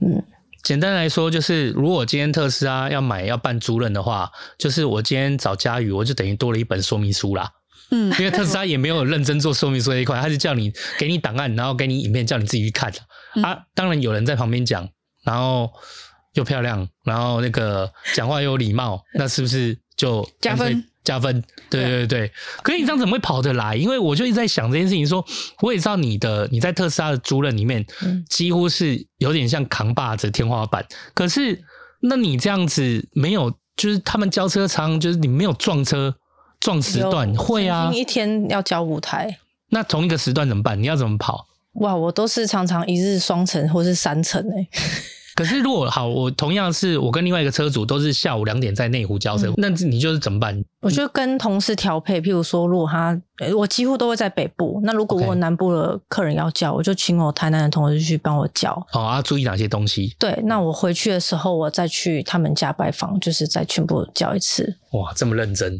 Speaker 4: 嗯
Speaker 2: 简单来说，就是如果今天特斯拉要买要办租赁的话，就是我今天找佳宇，我就等于多了一本说明书啦。
Speaker 3: 嗯
Speaker 2: 因为特斯拉也没有认真做说明书这一块，他是叫你给你档案，然后给你影片，叫你自己去看
Speaker 3: 嗯
Speaker 2: 啊。当然有人在旁边讲，然后又漂亮，然后那个讲话又有礼貌，那是不是就
Speaker 3: 加分
Speaker 2: 干脆加分？对对对。可是你这样怎么会跑得来？因为我就一直在想这件事情说我也知道你的你在特斯拉的租赁里面
Speaker 4: 嗯，
Speaker 2: 几乎是有点像扛把子天花板，可是那你这样子没有，就是他们交车仓，就是你没有撞车。撞时段
Speaker 4: 有
Speaker 2: 会啊
Speaker 4: 曾，经一天要交五台，
Speaker 2: 那同一个时段怎么办？你要怎么跑？
Speaker 4: 哇，我都是常常一日双层或是三欸层诶、
Speaker 2: 可是如果好，我同样是我跟另外一个车主都是下午两点在内湖交车，
Speaker 4: 嗯
Speaker 2: 那你就是怎么办？
Speaker 4: 我就跟同事调配，譬如说，如果他呃我几乎都会在北部，那如果
Speaker 2: OK
Speaker 4: 我有南部的客人要叫我就请我台南的同事去帮我叫。
Speaker 2: 哦，要注意哪些东西？
Speaker 4: 对，那我回去的时候，我再去他们家拜访，就是再全部叫一次。
Speaker 2: 哇，这么认真，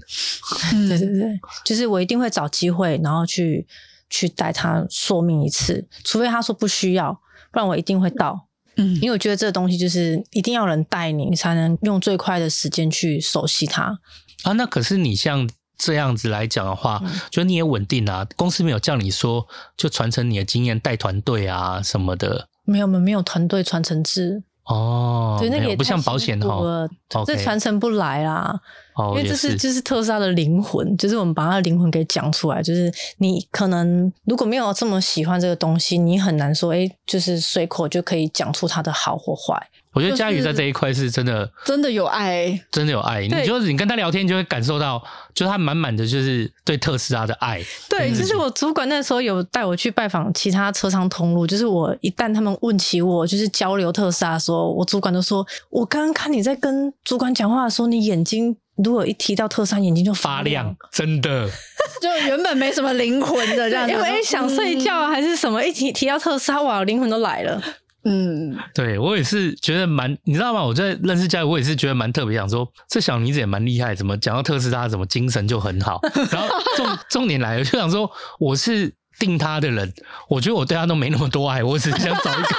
Speaker 4: 对
Speaker 3: 嗯
Speaker 4: 对对，就是我一定会找机会，然后去去带他说明一次，除非他说不需要，不然我一定会到，
Speaker 3: 嗯
Speaker 4: 因为我觉得这个东西就是一定要有人带你，你才能用最快的时间去熟悉它。
Speaker 2: 啊，那可是你像这样子来讲的话，
Speaker 4: 嗯
Speaker 2: 就你也稳定啊，公司没有叫你说就传承你的经验带团队啊什么的
Speaker 4: 没有，我们没有团队传承制。
Speaker 2: 哦，
Speaker 4: 对，那
Speaker 2: 没
Speaker 4: 个
Speaker 2: 有
Speaker 4: 也
Speaker 2: 不
Speaker 4: 太
Speaker 2: 像
Speaker 4: 辛
Speaker 2: 保险
Speaker 4: 苦
Speaker 2: 哦，
Speaker 4: 了
Speaker 2: OK
Speaker 4: 这传承不来啦，
Speaker 2: 哦
Speaker 4: 因为
Speaker 2: 也
Speaker 4: 这
Speaker 2: 是
Speaker 4: 是就是特斯拉的灵魂，就是我们把它的灵魂给讲出来，就是你可能如果没有这么喜欢这个东西，你很难说哎，就是随口就可以讲出它的好或坏。
Speaker 2: 我觉得佳宇
Speaker 3: 就是
Speaker 2: 在这一块是真的
Speaker 3: 真的有爱欸，
Speaker 2: 真的有爱，你
Speaker 3: 对
Speaker 2: 就是你跟他聊天，你就会感受到，就是他满满的就是对特斯拉的爱。
Speaker 4: 对，就是我主管那时候有带我去拜访其他车商通路，就是我一旦他们问起我就是交流特斯拉的时候，我主管都说，我刚刚看你在跟主管讲话的时候，你眼睛如果一提到特斯拉，眼睛就
Speaker 2: 发
Speaker 4: 发
Speaker 2: 亮，真的。
Speaker 3: 就原本没什么灵魂的这样，嗯
Speaker 4: 因为
Speaker 3: 想
Speaker 4: 想
Speaker 3: 说
Speaker 4: 睡觉啊还是什么，一提提到特斯拉，哇，灵魂都来了。
Speaker 3: 嗯，嗯
Speaker 2: 对我也是觉得蛮，你知道吗？我在认识佳宇，我也是觉得蛮特别，想说这小妮子也蛮厉害，怎么讲到特斯拉，怎么精神就很好。然后重重点来了，就想说我是定他的人，我觉得我对他都没那么多爱，我只是想找一个。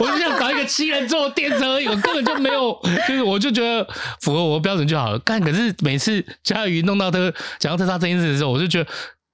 Speaker 2: 我只想找一个七人座的电车而已，我根本就没有，就是我就觉得符合我的标准就好了。但可是每次佳宇弄到特讲到特斯拉这件事的时候，我就觉得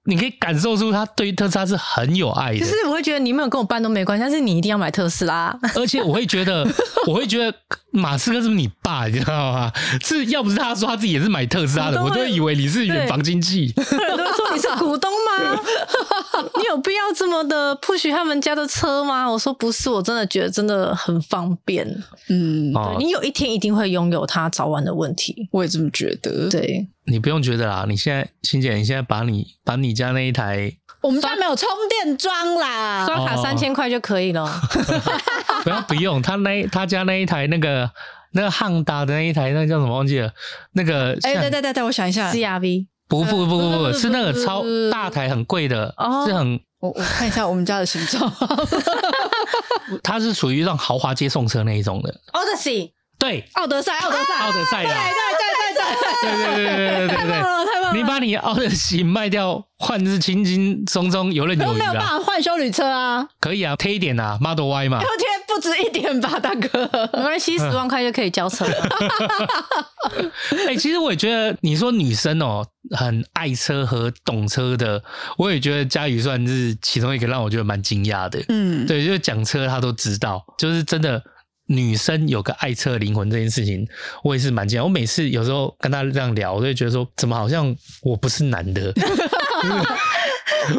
Speaker 2: 你可以感受出他对于特斯拉是很有爱的，
Speaker 4: 就是我会觉得你没有跟我办都没关系，但是你一定要买特斯 拉。
Speaker 2: 而且我会觉得，我会觉得马斯克是不是你爸，你知道吗？是要不是他说他自己也是买特斯拉的，
Speaker 4: 我
Speaker 2: 我
Speaker 4: 都
Speaker 2: 都
Speaker 4: 会
Speaker 2: 会以为你是远
Speaker 4: 对
Speaker 2: 房经济。
Speaker 4: 客人都会说你是股东吗？ 你有必要这么的不许他们家的车吗？我说不是，我真的觉得真的很方便。
Speaker 3: 嗯，
Speaker 4: 对
Speaker 2: 哦，
Speaker 4: 你有一天一定会拥有它，早晚的问题。
Speaker 3: 我也这么觉得。，
Speaker 4: 对，
Speaker 2: 你不用觉得啦，你现在欣姐，你现在把你把你家那一台，
Speaker 3: 我们家没有充电桩啦。
Speaker 4: 刷卡
Speaker 2: 哦
Speaker 4: 三千块就可以了。
Speaker 2: 不要不用，他那他家那一台那个那个汉达的那一台，那个叫什么忘记了？那个
Speaker 3: 哎，
Speaker 2: 像
Speaker 3: 对对对对，我想一
Speaker 4: 啊
Speaker 3: 下，
Speaker 4: CRV
Speaker 2: 不不不不
Speaker 3: 呃不
Speaker 2: 不，
Speaker 3: 不
Speaker 2: 是那个
Speaker 3: 不
Speaker 2: 超
Speaker 3: 不
Speaker 2: 大台很贵的，
Speaker 4: 哦
Speaker 2: 是很
Speaker 3: 我我看一下我们家的形 状。
Speaker 2: 它是属于让豪华接送车那一种的，
Speaker 4: 哦 Odyssey，
Speaker 2: 对，
Speaker 3: 奥德赛，奥德赛，
Speaker 2: 奥德赛啦，
Speaker 3: 对对对对。
Speaker 2: 对对对对对对对。
Speaker 4: 了，太棒
Speaker 2: 你把你奥德西卖掉，换是轻轻松松、游刃
Speaker 3: 都
Speaker 2: 有余
Speaker 3: 没有办
Speaker 2: 啊，
Speaker 3: 法换修理车啊，
Speaker 2: 可以啊，贴一点啊，Model Y 嘛
Speaker 3: 我，觉得不止一点吧，大
Speaker 4: 没
Speaker 3: 哥。
Speaker 4: 关系，十万块就可以交车了。
Speaker 2: 哎、其实我也觉得，你说女生哦，很爱车和懂车的，我也觉得佳宇算是其中一个让我觉得蛮惊讶的。
Speaker 3: 嗯，
Speaker 2: 对，就是讲车她都知道，就是真的女生有个爱车的灵魂这件事情，我也是蛮惊讶。我每次有时候跟她这样聊，我就觉得说，怎么好像我不是男 的？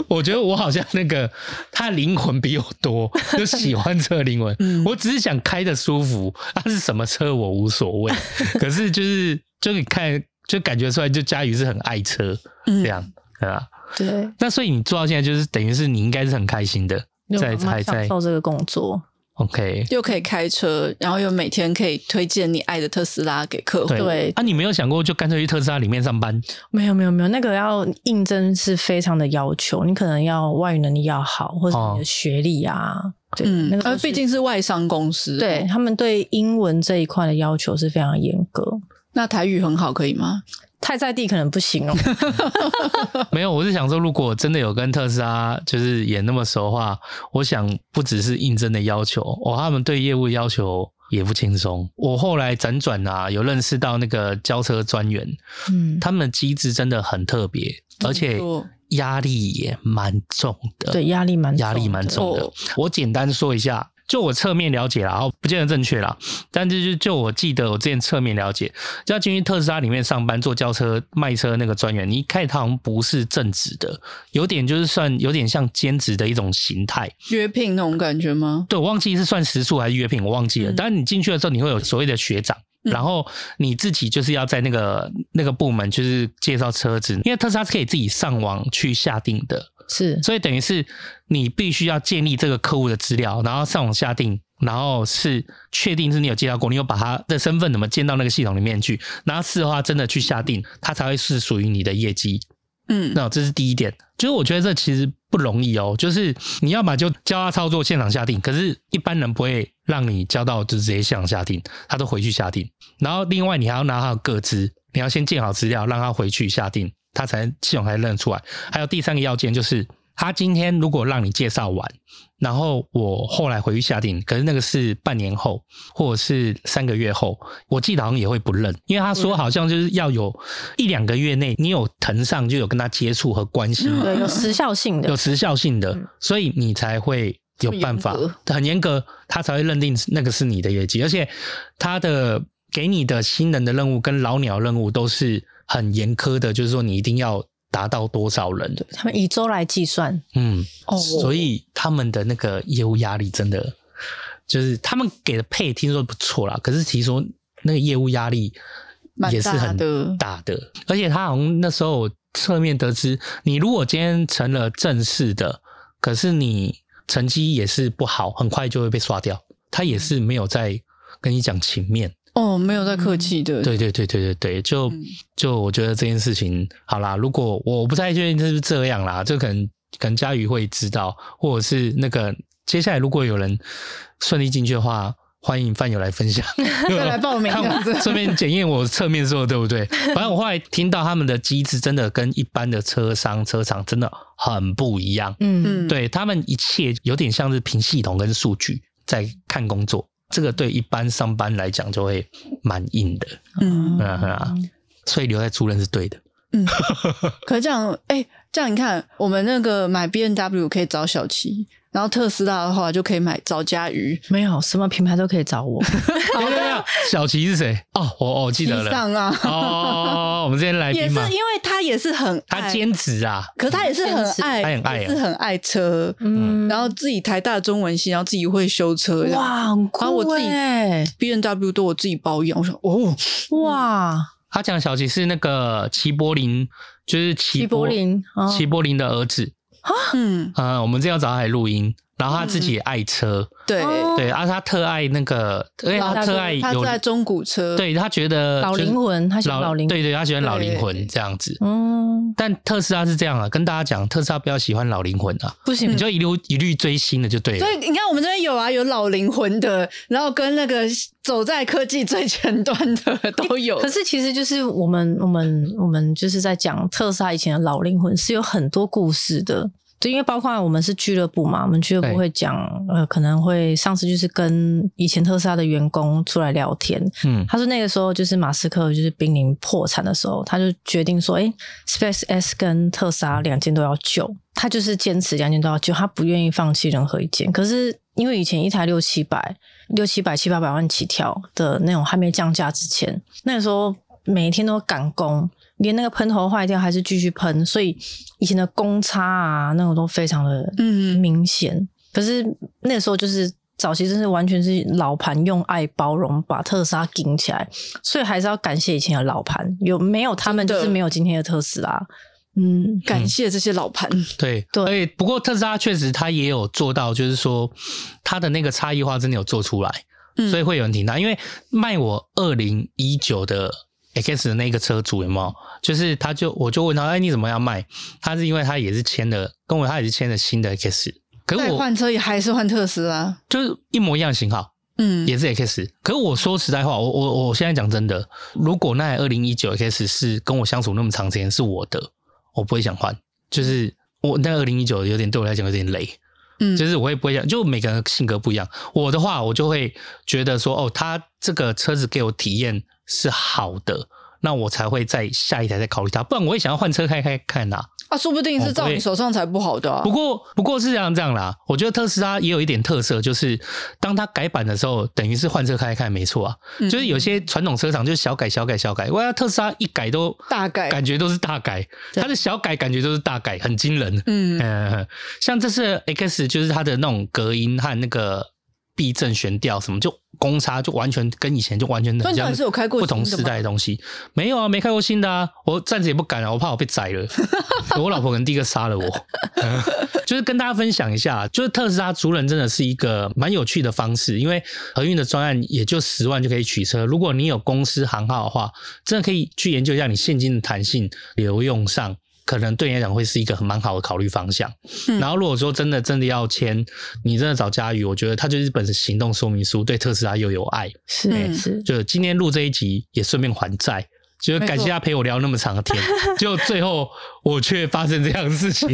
Speaker 2: 我觉得我好像那个她灵魂比我多，就喜欢车的灵魂。
Speaker 3: 嗯
Speaker 2: 我只是想开的舒服，它是什么车我无所 谓。可是就是就你看，就感觉出来，就佳宇是很爱车
Speaker 4: 嗯
Speaker 2: 这样，对吧？
Speaker 4: 对，
Speaker 2: 那所以你做到现在，就是等于是你应该是很开心的，在
Speaker 4: 就蛮
Speaker 2: 在
Speaker 4: 享
Speaker 2: 在
Speaker 4: 受这个工作。
Speaker 2: OK。
Speaker 3: 又可以开车，然后又每天可以推荐你爱的特斯拉给客户。
Speaker 4: 对
Speaker 2: 啊，你没有想过就干脆去特斯拉里面上 班？
Speaker 4: 没有没有没有，那个要应征是非常的要求，你可能要外语能力要好，或者你
Speaker 2: 哦
Speaker 4: 的学历啊，对，
Speaker 3: 嗯
Speaker 4: 那个，都
Speaker 3: 而
Speaker 4: 是
Speaker 3: 毕竟是外商公司，
Speaker 4: 对，他们对英文这一块的要求是非常严格，
Speaker 3: 那台语很好，可以吗？
Speaker 4: 太在地可能 不行哦。
Speaker 2: 没有，我是想说，如果真的有跟特斯拉就是也那么熟的话，我想不只是应征的要求，哦，他们对业务要求也不轻松。我后来辗转啊，有认识到那个交车专员，
Speaker 4: 嗯，
Speaker 2: 他们的机制真的很特别，而且压力也蛮重的。
Speaker 4: 对，压力蛮
Speaker 2: 压力
Speaker 4: 重
Speaker 2: 蛮
Speaker 4: 的
Speaker 2: 重的
Speaker 3: 哦。
Speaker 2: 我简单说一下，就我侧面了解啦，然后不见得正确啦，但是就就我记得我之前侧面了解，就要进去特斯拉里面上班做轿车卖车那个专员，你一开始他好像不是正职的，有点就是算有点像兼职的一种形态。
Speaker 3: 约聘那种感觉吗？
Speaker 2: 对，我忘记是算时速还是约聘，我忘记了。
Speaker 3: 嗯
Speaker 2: 但是你进去的时候，你会有所谓的学长。
Speaker 3: 嗯
Speaker 2: 然后你自己就是要在那个那个部门，就是介绍车子，因为特斯拉是可以自己上网去下定的，
Speaker 4: 是
Speaker 2: 所以等于是你必须要建立这个客户的资料，然后上网下定，然后是确定是你有介绍过，你有把他的身份怎么建到那个系统里面去，然后事后他真的去下定，他才会是属于你的业绩。
Speaker 3: 嗯，
Speaker 2: 那这是第一点，就是我觉得这其实不容易哦，就是你要么就教他操作现场下定，可是一般人不会让你教到就直接现场下定，他都回去下定。然后另外你还要拿他的个资，你要先建好资料，让他回去下定，他才系统才认出来。还有第三个要件就是，他今天如果让你介绍完，然后我后来回去下定，可是那个是半年后或者是三个月后，我记得好像也会不认，因为他说好像就是要有一两个月内你有腾上就有跟他接触和关系，
Speaker 3: 嗯
Speaker 4: 对有时效性的
Speaker 2: 有，时效性的
Speaker 4: 嗯，
Speaker 2: 所以你才会有办法
Speaker 3: 这么严
Speaker 2: 很严格，他才会认定那个是你的业绩，而且他的给你的新人的任务跟老鸟任务都是很严苛的，就是说你一定要达到多少人的，
Speaker 4: 他们以周来计算，
Speaker 2: 嗯，
Speaker 3: 哦
Speaker 2: 所以他们的那个业务压力真的就是他们给的配听说不错啦，可是其实说那个业务压力
Speaker 3: 蛮
Speaker 2: 也是很
Speaker 3: 大的
Speaker 2: 大的，而且他好像那时候我侧面得知，你如果今天成了正式的，可是你成绩也是不好，很快就会被刷掉。他也是没有在跟你讲情面，
Speaker 3: 哦，没有在客气的，
Speaker 2: 对对对对对对，就、
Speaker 3: 嗯
Speaker 2: 就我觉得这件事情，好啦，如果我不太确定是不是这样啦，就可能可能佳宇会知道，或者是那个接下来如果有人顺利进去的话，欢迎饭友来分享，
Speaker 3: 再 来报名
Speaker 2: 看
Speaker 3: 这样子
Speaker 2: 我 顺便检验我侧面说的对不 对。反正我后来听到他们的机制真的跟一般的车商车厂真的很不一样，
Speaker 4: 嗯，
Speaker 3: 嗯，
Speaker 2: 对他们一切有点像是凭系统跟数据在看工作。这个对一般上班来讲就会蛮硬的，
Speaker 3: 嗯
Speaker 2: 嗯啊，所以留在租任是对的。
Speaker 3: 嗯，可是这样，哎、这样你看，我们那个买 B N W 可以找小七，然后特斯拉的话就可以买找佳瑜。
Speaker 4: 没有什么品牌都可以找 我。哦
Speaker 2: 等一下等一下小齐是谁？哦，我我记得
Speaker 3: 七
Speaker 2: 了。
Speaker 3: 上啊，
Speaker 2: 哦，我们之前来
Speaker 3: 也
Speaker 2: 宾
Speaker 3: 是
Speaker 2: 嘛，
Speaker 3: 因为他也是很爱
Speaker 2: 他兼职啊，
Speaker 3: 可是他也是很爱，
Speaker 2: 他很爱啊
Speaker 3: 也是很爱车，
Speaker 2: 嗯
Speaker 4: 嗯，
Speaker 3: 然后自己台大中文系，然后自己会修车。
Speaker 4: 哇，很酷、欸、
Speaker 3: 然后我自己 B N W 都我自己保养，我说哦，
Speaker 4: 哇，
Speaker 2: 他讲小齐是那个齐柏林，就是齐
Speaker 4: 齐柏
Speaker 2: 柏
Speaker 4: 林哦
Speaker 2: 齐柏林的儿子。
Speaker 3: 嗯，
Speaker 2: 呃，我们之前要找他来录音，然后他自己也爱车，
Speaker 3: 对，
Speaker 4: 哦
Speaker 2: 对，而、且他特爱那个，而
Speaker 4: 啊
Speaker 2: 且他特爱
Speaker 3: 他是
Speaker 2: 有，
Speaker 3: 在中古车，，
Speaker 2: 对他觉得
Speaker 4: 老
Speaker 2: 就是
Speaker 4: 灵魂他喜欢老灵魂
Speaker 2: 对对，他喜欢老灵
Speaker 3: 对
Speaker 2: 魂这样子。
Speaker 4: 嗯，
Speaker 2: 但特斯拉是这样啊，跟大家讲，特斯拉不要喜欢老灵魂啊，
Speaker 4: 不行
Speaker 2: 你，就一律一律追新的就对了
Speaker 3: 所。以你看，我们这边有啊，有老灵魂的，然后跟那个走在科技最前端 的都有。
Speaker 4: 可是其实就是我们我们我们就是在讲特斯拉以前的老灵魂是有很多故事的。对，因为包括我们是俱乐部嘛，我们俱乐部
Speaker 2: 对
Speaker 4: 会讲，呃，可能会上次就是跟以前特斯拉的员工出来聊天，
Speaker 2: 嗯，
Speaker 4: 他说那个时候就是马斯克就是濒临破产的时候，他就决定说，哎、s p a c e X 跟特斯拉两间都要救，他就是坚持两间都要救，他不愿意放弃任何一间。可是因为以前一台六七百、六七百、七八百万起跳的那种还没降价之前，那个时候每天都赶工。连那个喷头坏掉还是继续喷，所以以前的公差啊，那种都非常的
Speaker 3: 嗯
Speaker 4: 明显。可是那时候就是早期，真是完全是老盘用爱包容把特斯拉顶起来，所以还是要感谢以前的老盘，有没有他们
Speaker 3: 真的
Speaker 4: 就是没有今天的特斯拉。嗯，
Speaker 3: 感谢这些老盘，
Speaker 2: 对
Speaker 4: 对
Speaker 2: 而且不过特斯拉确实它也有做到，就是说它的那个差异化真的有做出来，
Speaker 3: 嗯
Speaker 2: 所以会有人听它。因为卖我二零一九的 X 的那个车主有没有？就是他就我就问他，哎，你怎么要卖？他是因为他也是签了，跟我他也是签了新的 X，可是
Speaker 3: 再
Speaker 2: 我
Speaker 3: 换车也还是换特斯拉。
Speaker 2: 就是一模一样型号，
Speaker 3: 嗯，
Speaker 2: 也是 X。可是我说实在话，我我我现在讲真的，如果那二零一九 X 是跟我相处那么长时间是我的，我不会想换。就是我那二零一九有点对我来讲有点累，
Speaker 3: 嗯
Speaker 2: 就是我也不会想，就每个人性格不一样。我的话，我就会觉得说，哦，他这个车子给我体验是好的。那我才会在下一台再考虑它，不然我也想要换车开开看啦、
Speaker 3: 啊，说不定是照你手上才不好的啊
Speaker 2: 哦不。过，不过是这样这样啦。我觉得特斯拉也有一点特色，就是当它改版的时候，等于是换车开开，没错啊。
Speaker 3: 嗯
Speaker 2: 就是有些传统车厂就是小改、小改、小改，哇，特斯拉一改都
Speaker 3: 大改
Speaker 2: 感觉都是大改，
Speaker 4: 对
Speaker 2: 它的小改感觉都是大改，很惊人。
Speaker 3: 嗯
Speaker 2: 嗯，像这次的 X 就是它的那种隔音和那个避震悬吊什么，就公差就完全跟以前就完全
Speaker 3: 所以
Speaker 2: 很
Speaker 3: 你
Speaker 2: 像
Speaker 3: 到底是有开过
Speaker 2: 不同
Speaker 3: 新的
Speaker 2: 时代的东西。没有啊，没开过新的啊，我暂时也不敢啊，我怕我被宰 了，我老婆可能第一个杀了我。 嗯就是跟大家分享一下，啊就是特斯拉族人真的是一个蛮有趣的方式，因为合运的专案也就十万就可以取车，如果你有公司行号的话，真的可以去研究一下你现金的弹性流用上。可能对你来讲会是一个很蛮好的考虑方向。
Speaker 3: 嗯
Speaker 2: 然后，如果说真的真的要签，你真的找佳宇，我觉得他就是一本行动说明书，对特斯拉又有爱。
Speaker 4: 是、
Speaker 3: 嗯
Speaker 4: 是，
Speaker 2: 就今天录这一集也顺便还债，就是感谢他陪我聊那么长的 天，就最后我却发生这样的事情，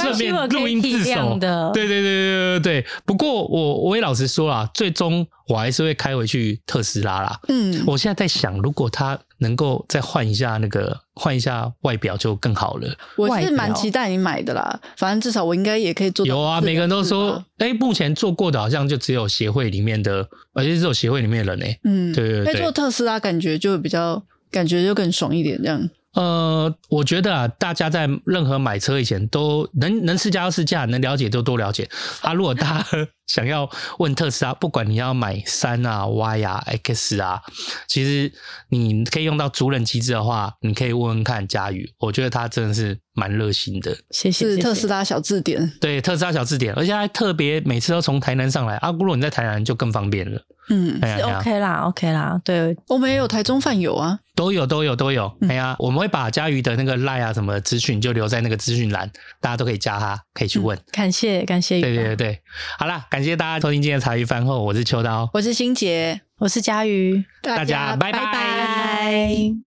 Speaker 2: 顺便录音自首。
Speaker 4: 的
Speaker 2: 对对对对对对，不过我我也老实说啦，最终我还是会开回去特斯拉啦。
Speaker 3: 嗯，
Speaker 2: 我现在在想，如果他能够再换一下那个换一下外表就更好了。
Speaker 3: 我
Speaker 4: 外
Speaker 3: 是
Speaker 4: 表
Speaker 3: 蛮期待你买的啦。反正至少我应该也可以做到
Speaker 2: 有啊，
Speaker 3: 这个
Speaker 2: 每个人都
Speaker 3: 事
Speaker 2: 说
Speaker 3: 吧，，
Speaker 2: 哎、目前做过的好像就只有协会里面的，而且只有协会里面的人哎、
Speaker 3: 嗯，
Speaker 2: 对对对
Speaker 3: 因为做特斯拉感觉就比较感觉就更爽一点这样。
Speaker 2: 呃，我觉得啊，大家在任何买车以前都能能试驾就试驾，能了解就多了解啊。如果大 家想要问特斯拉，不管你要买三啊、Y 啊、X 啊，其实你可以用到主人机制的话，你可以问问看佳宇，我觉得他真的是蛮热心的。
Speaker 4: 谢谢
Speaker 3: 是特斯
Speaker 4: 拉，
Speaker 3: 拉小字典，
Speaker 2: 对特斯拉小字典，而且他还特别每次都从台南上来啊。如果你在台南就更方便了，
Speaker 3: 嗯，
Speaker 2: 哎呀，
Speaker 4: 是
Speaker 2: 哎呀
Speaker 4: OK 啦 OK 啦，对，
Speaker 3: 我们也有台中饭友啊，
Speaker 2: 都有都有都有。
Speaker 3: 嗯
Speaker 2: 哎呀，我们会把佳宇的那个 line 啊什么资讯就留在那个资讯栏，大家都可以加他，可以去问。
Speaker 4: 感谢感谢，
Speaker 2: 对对对，对，好啦，感谢大家收听今天的茶余饭后，我是秋刀，
Speaker 3: 我是欣杰，
Speaker 4: 我是佳瑜。
Speaker 2: 大家拜拜
Speaker 3: 拜
Speaker 4: 拜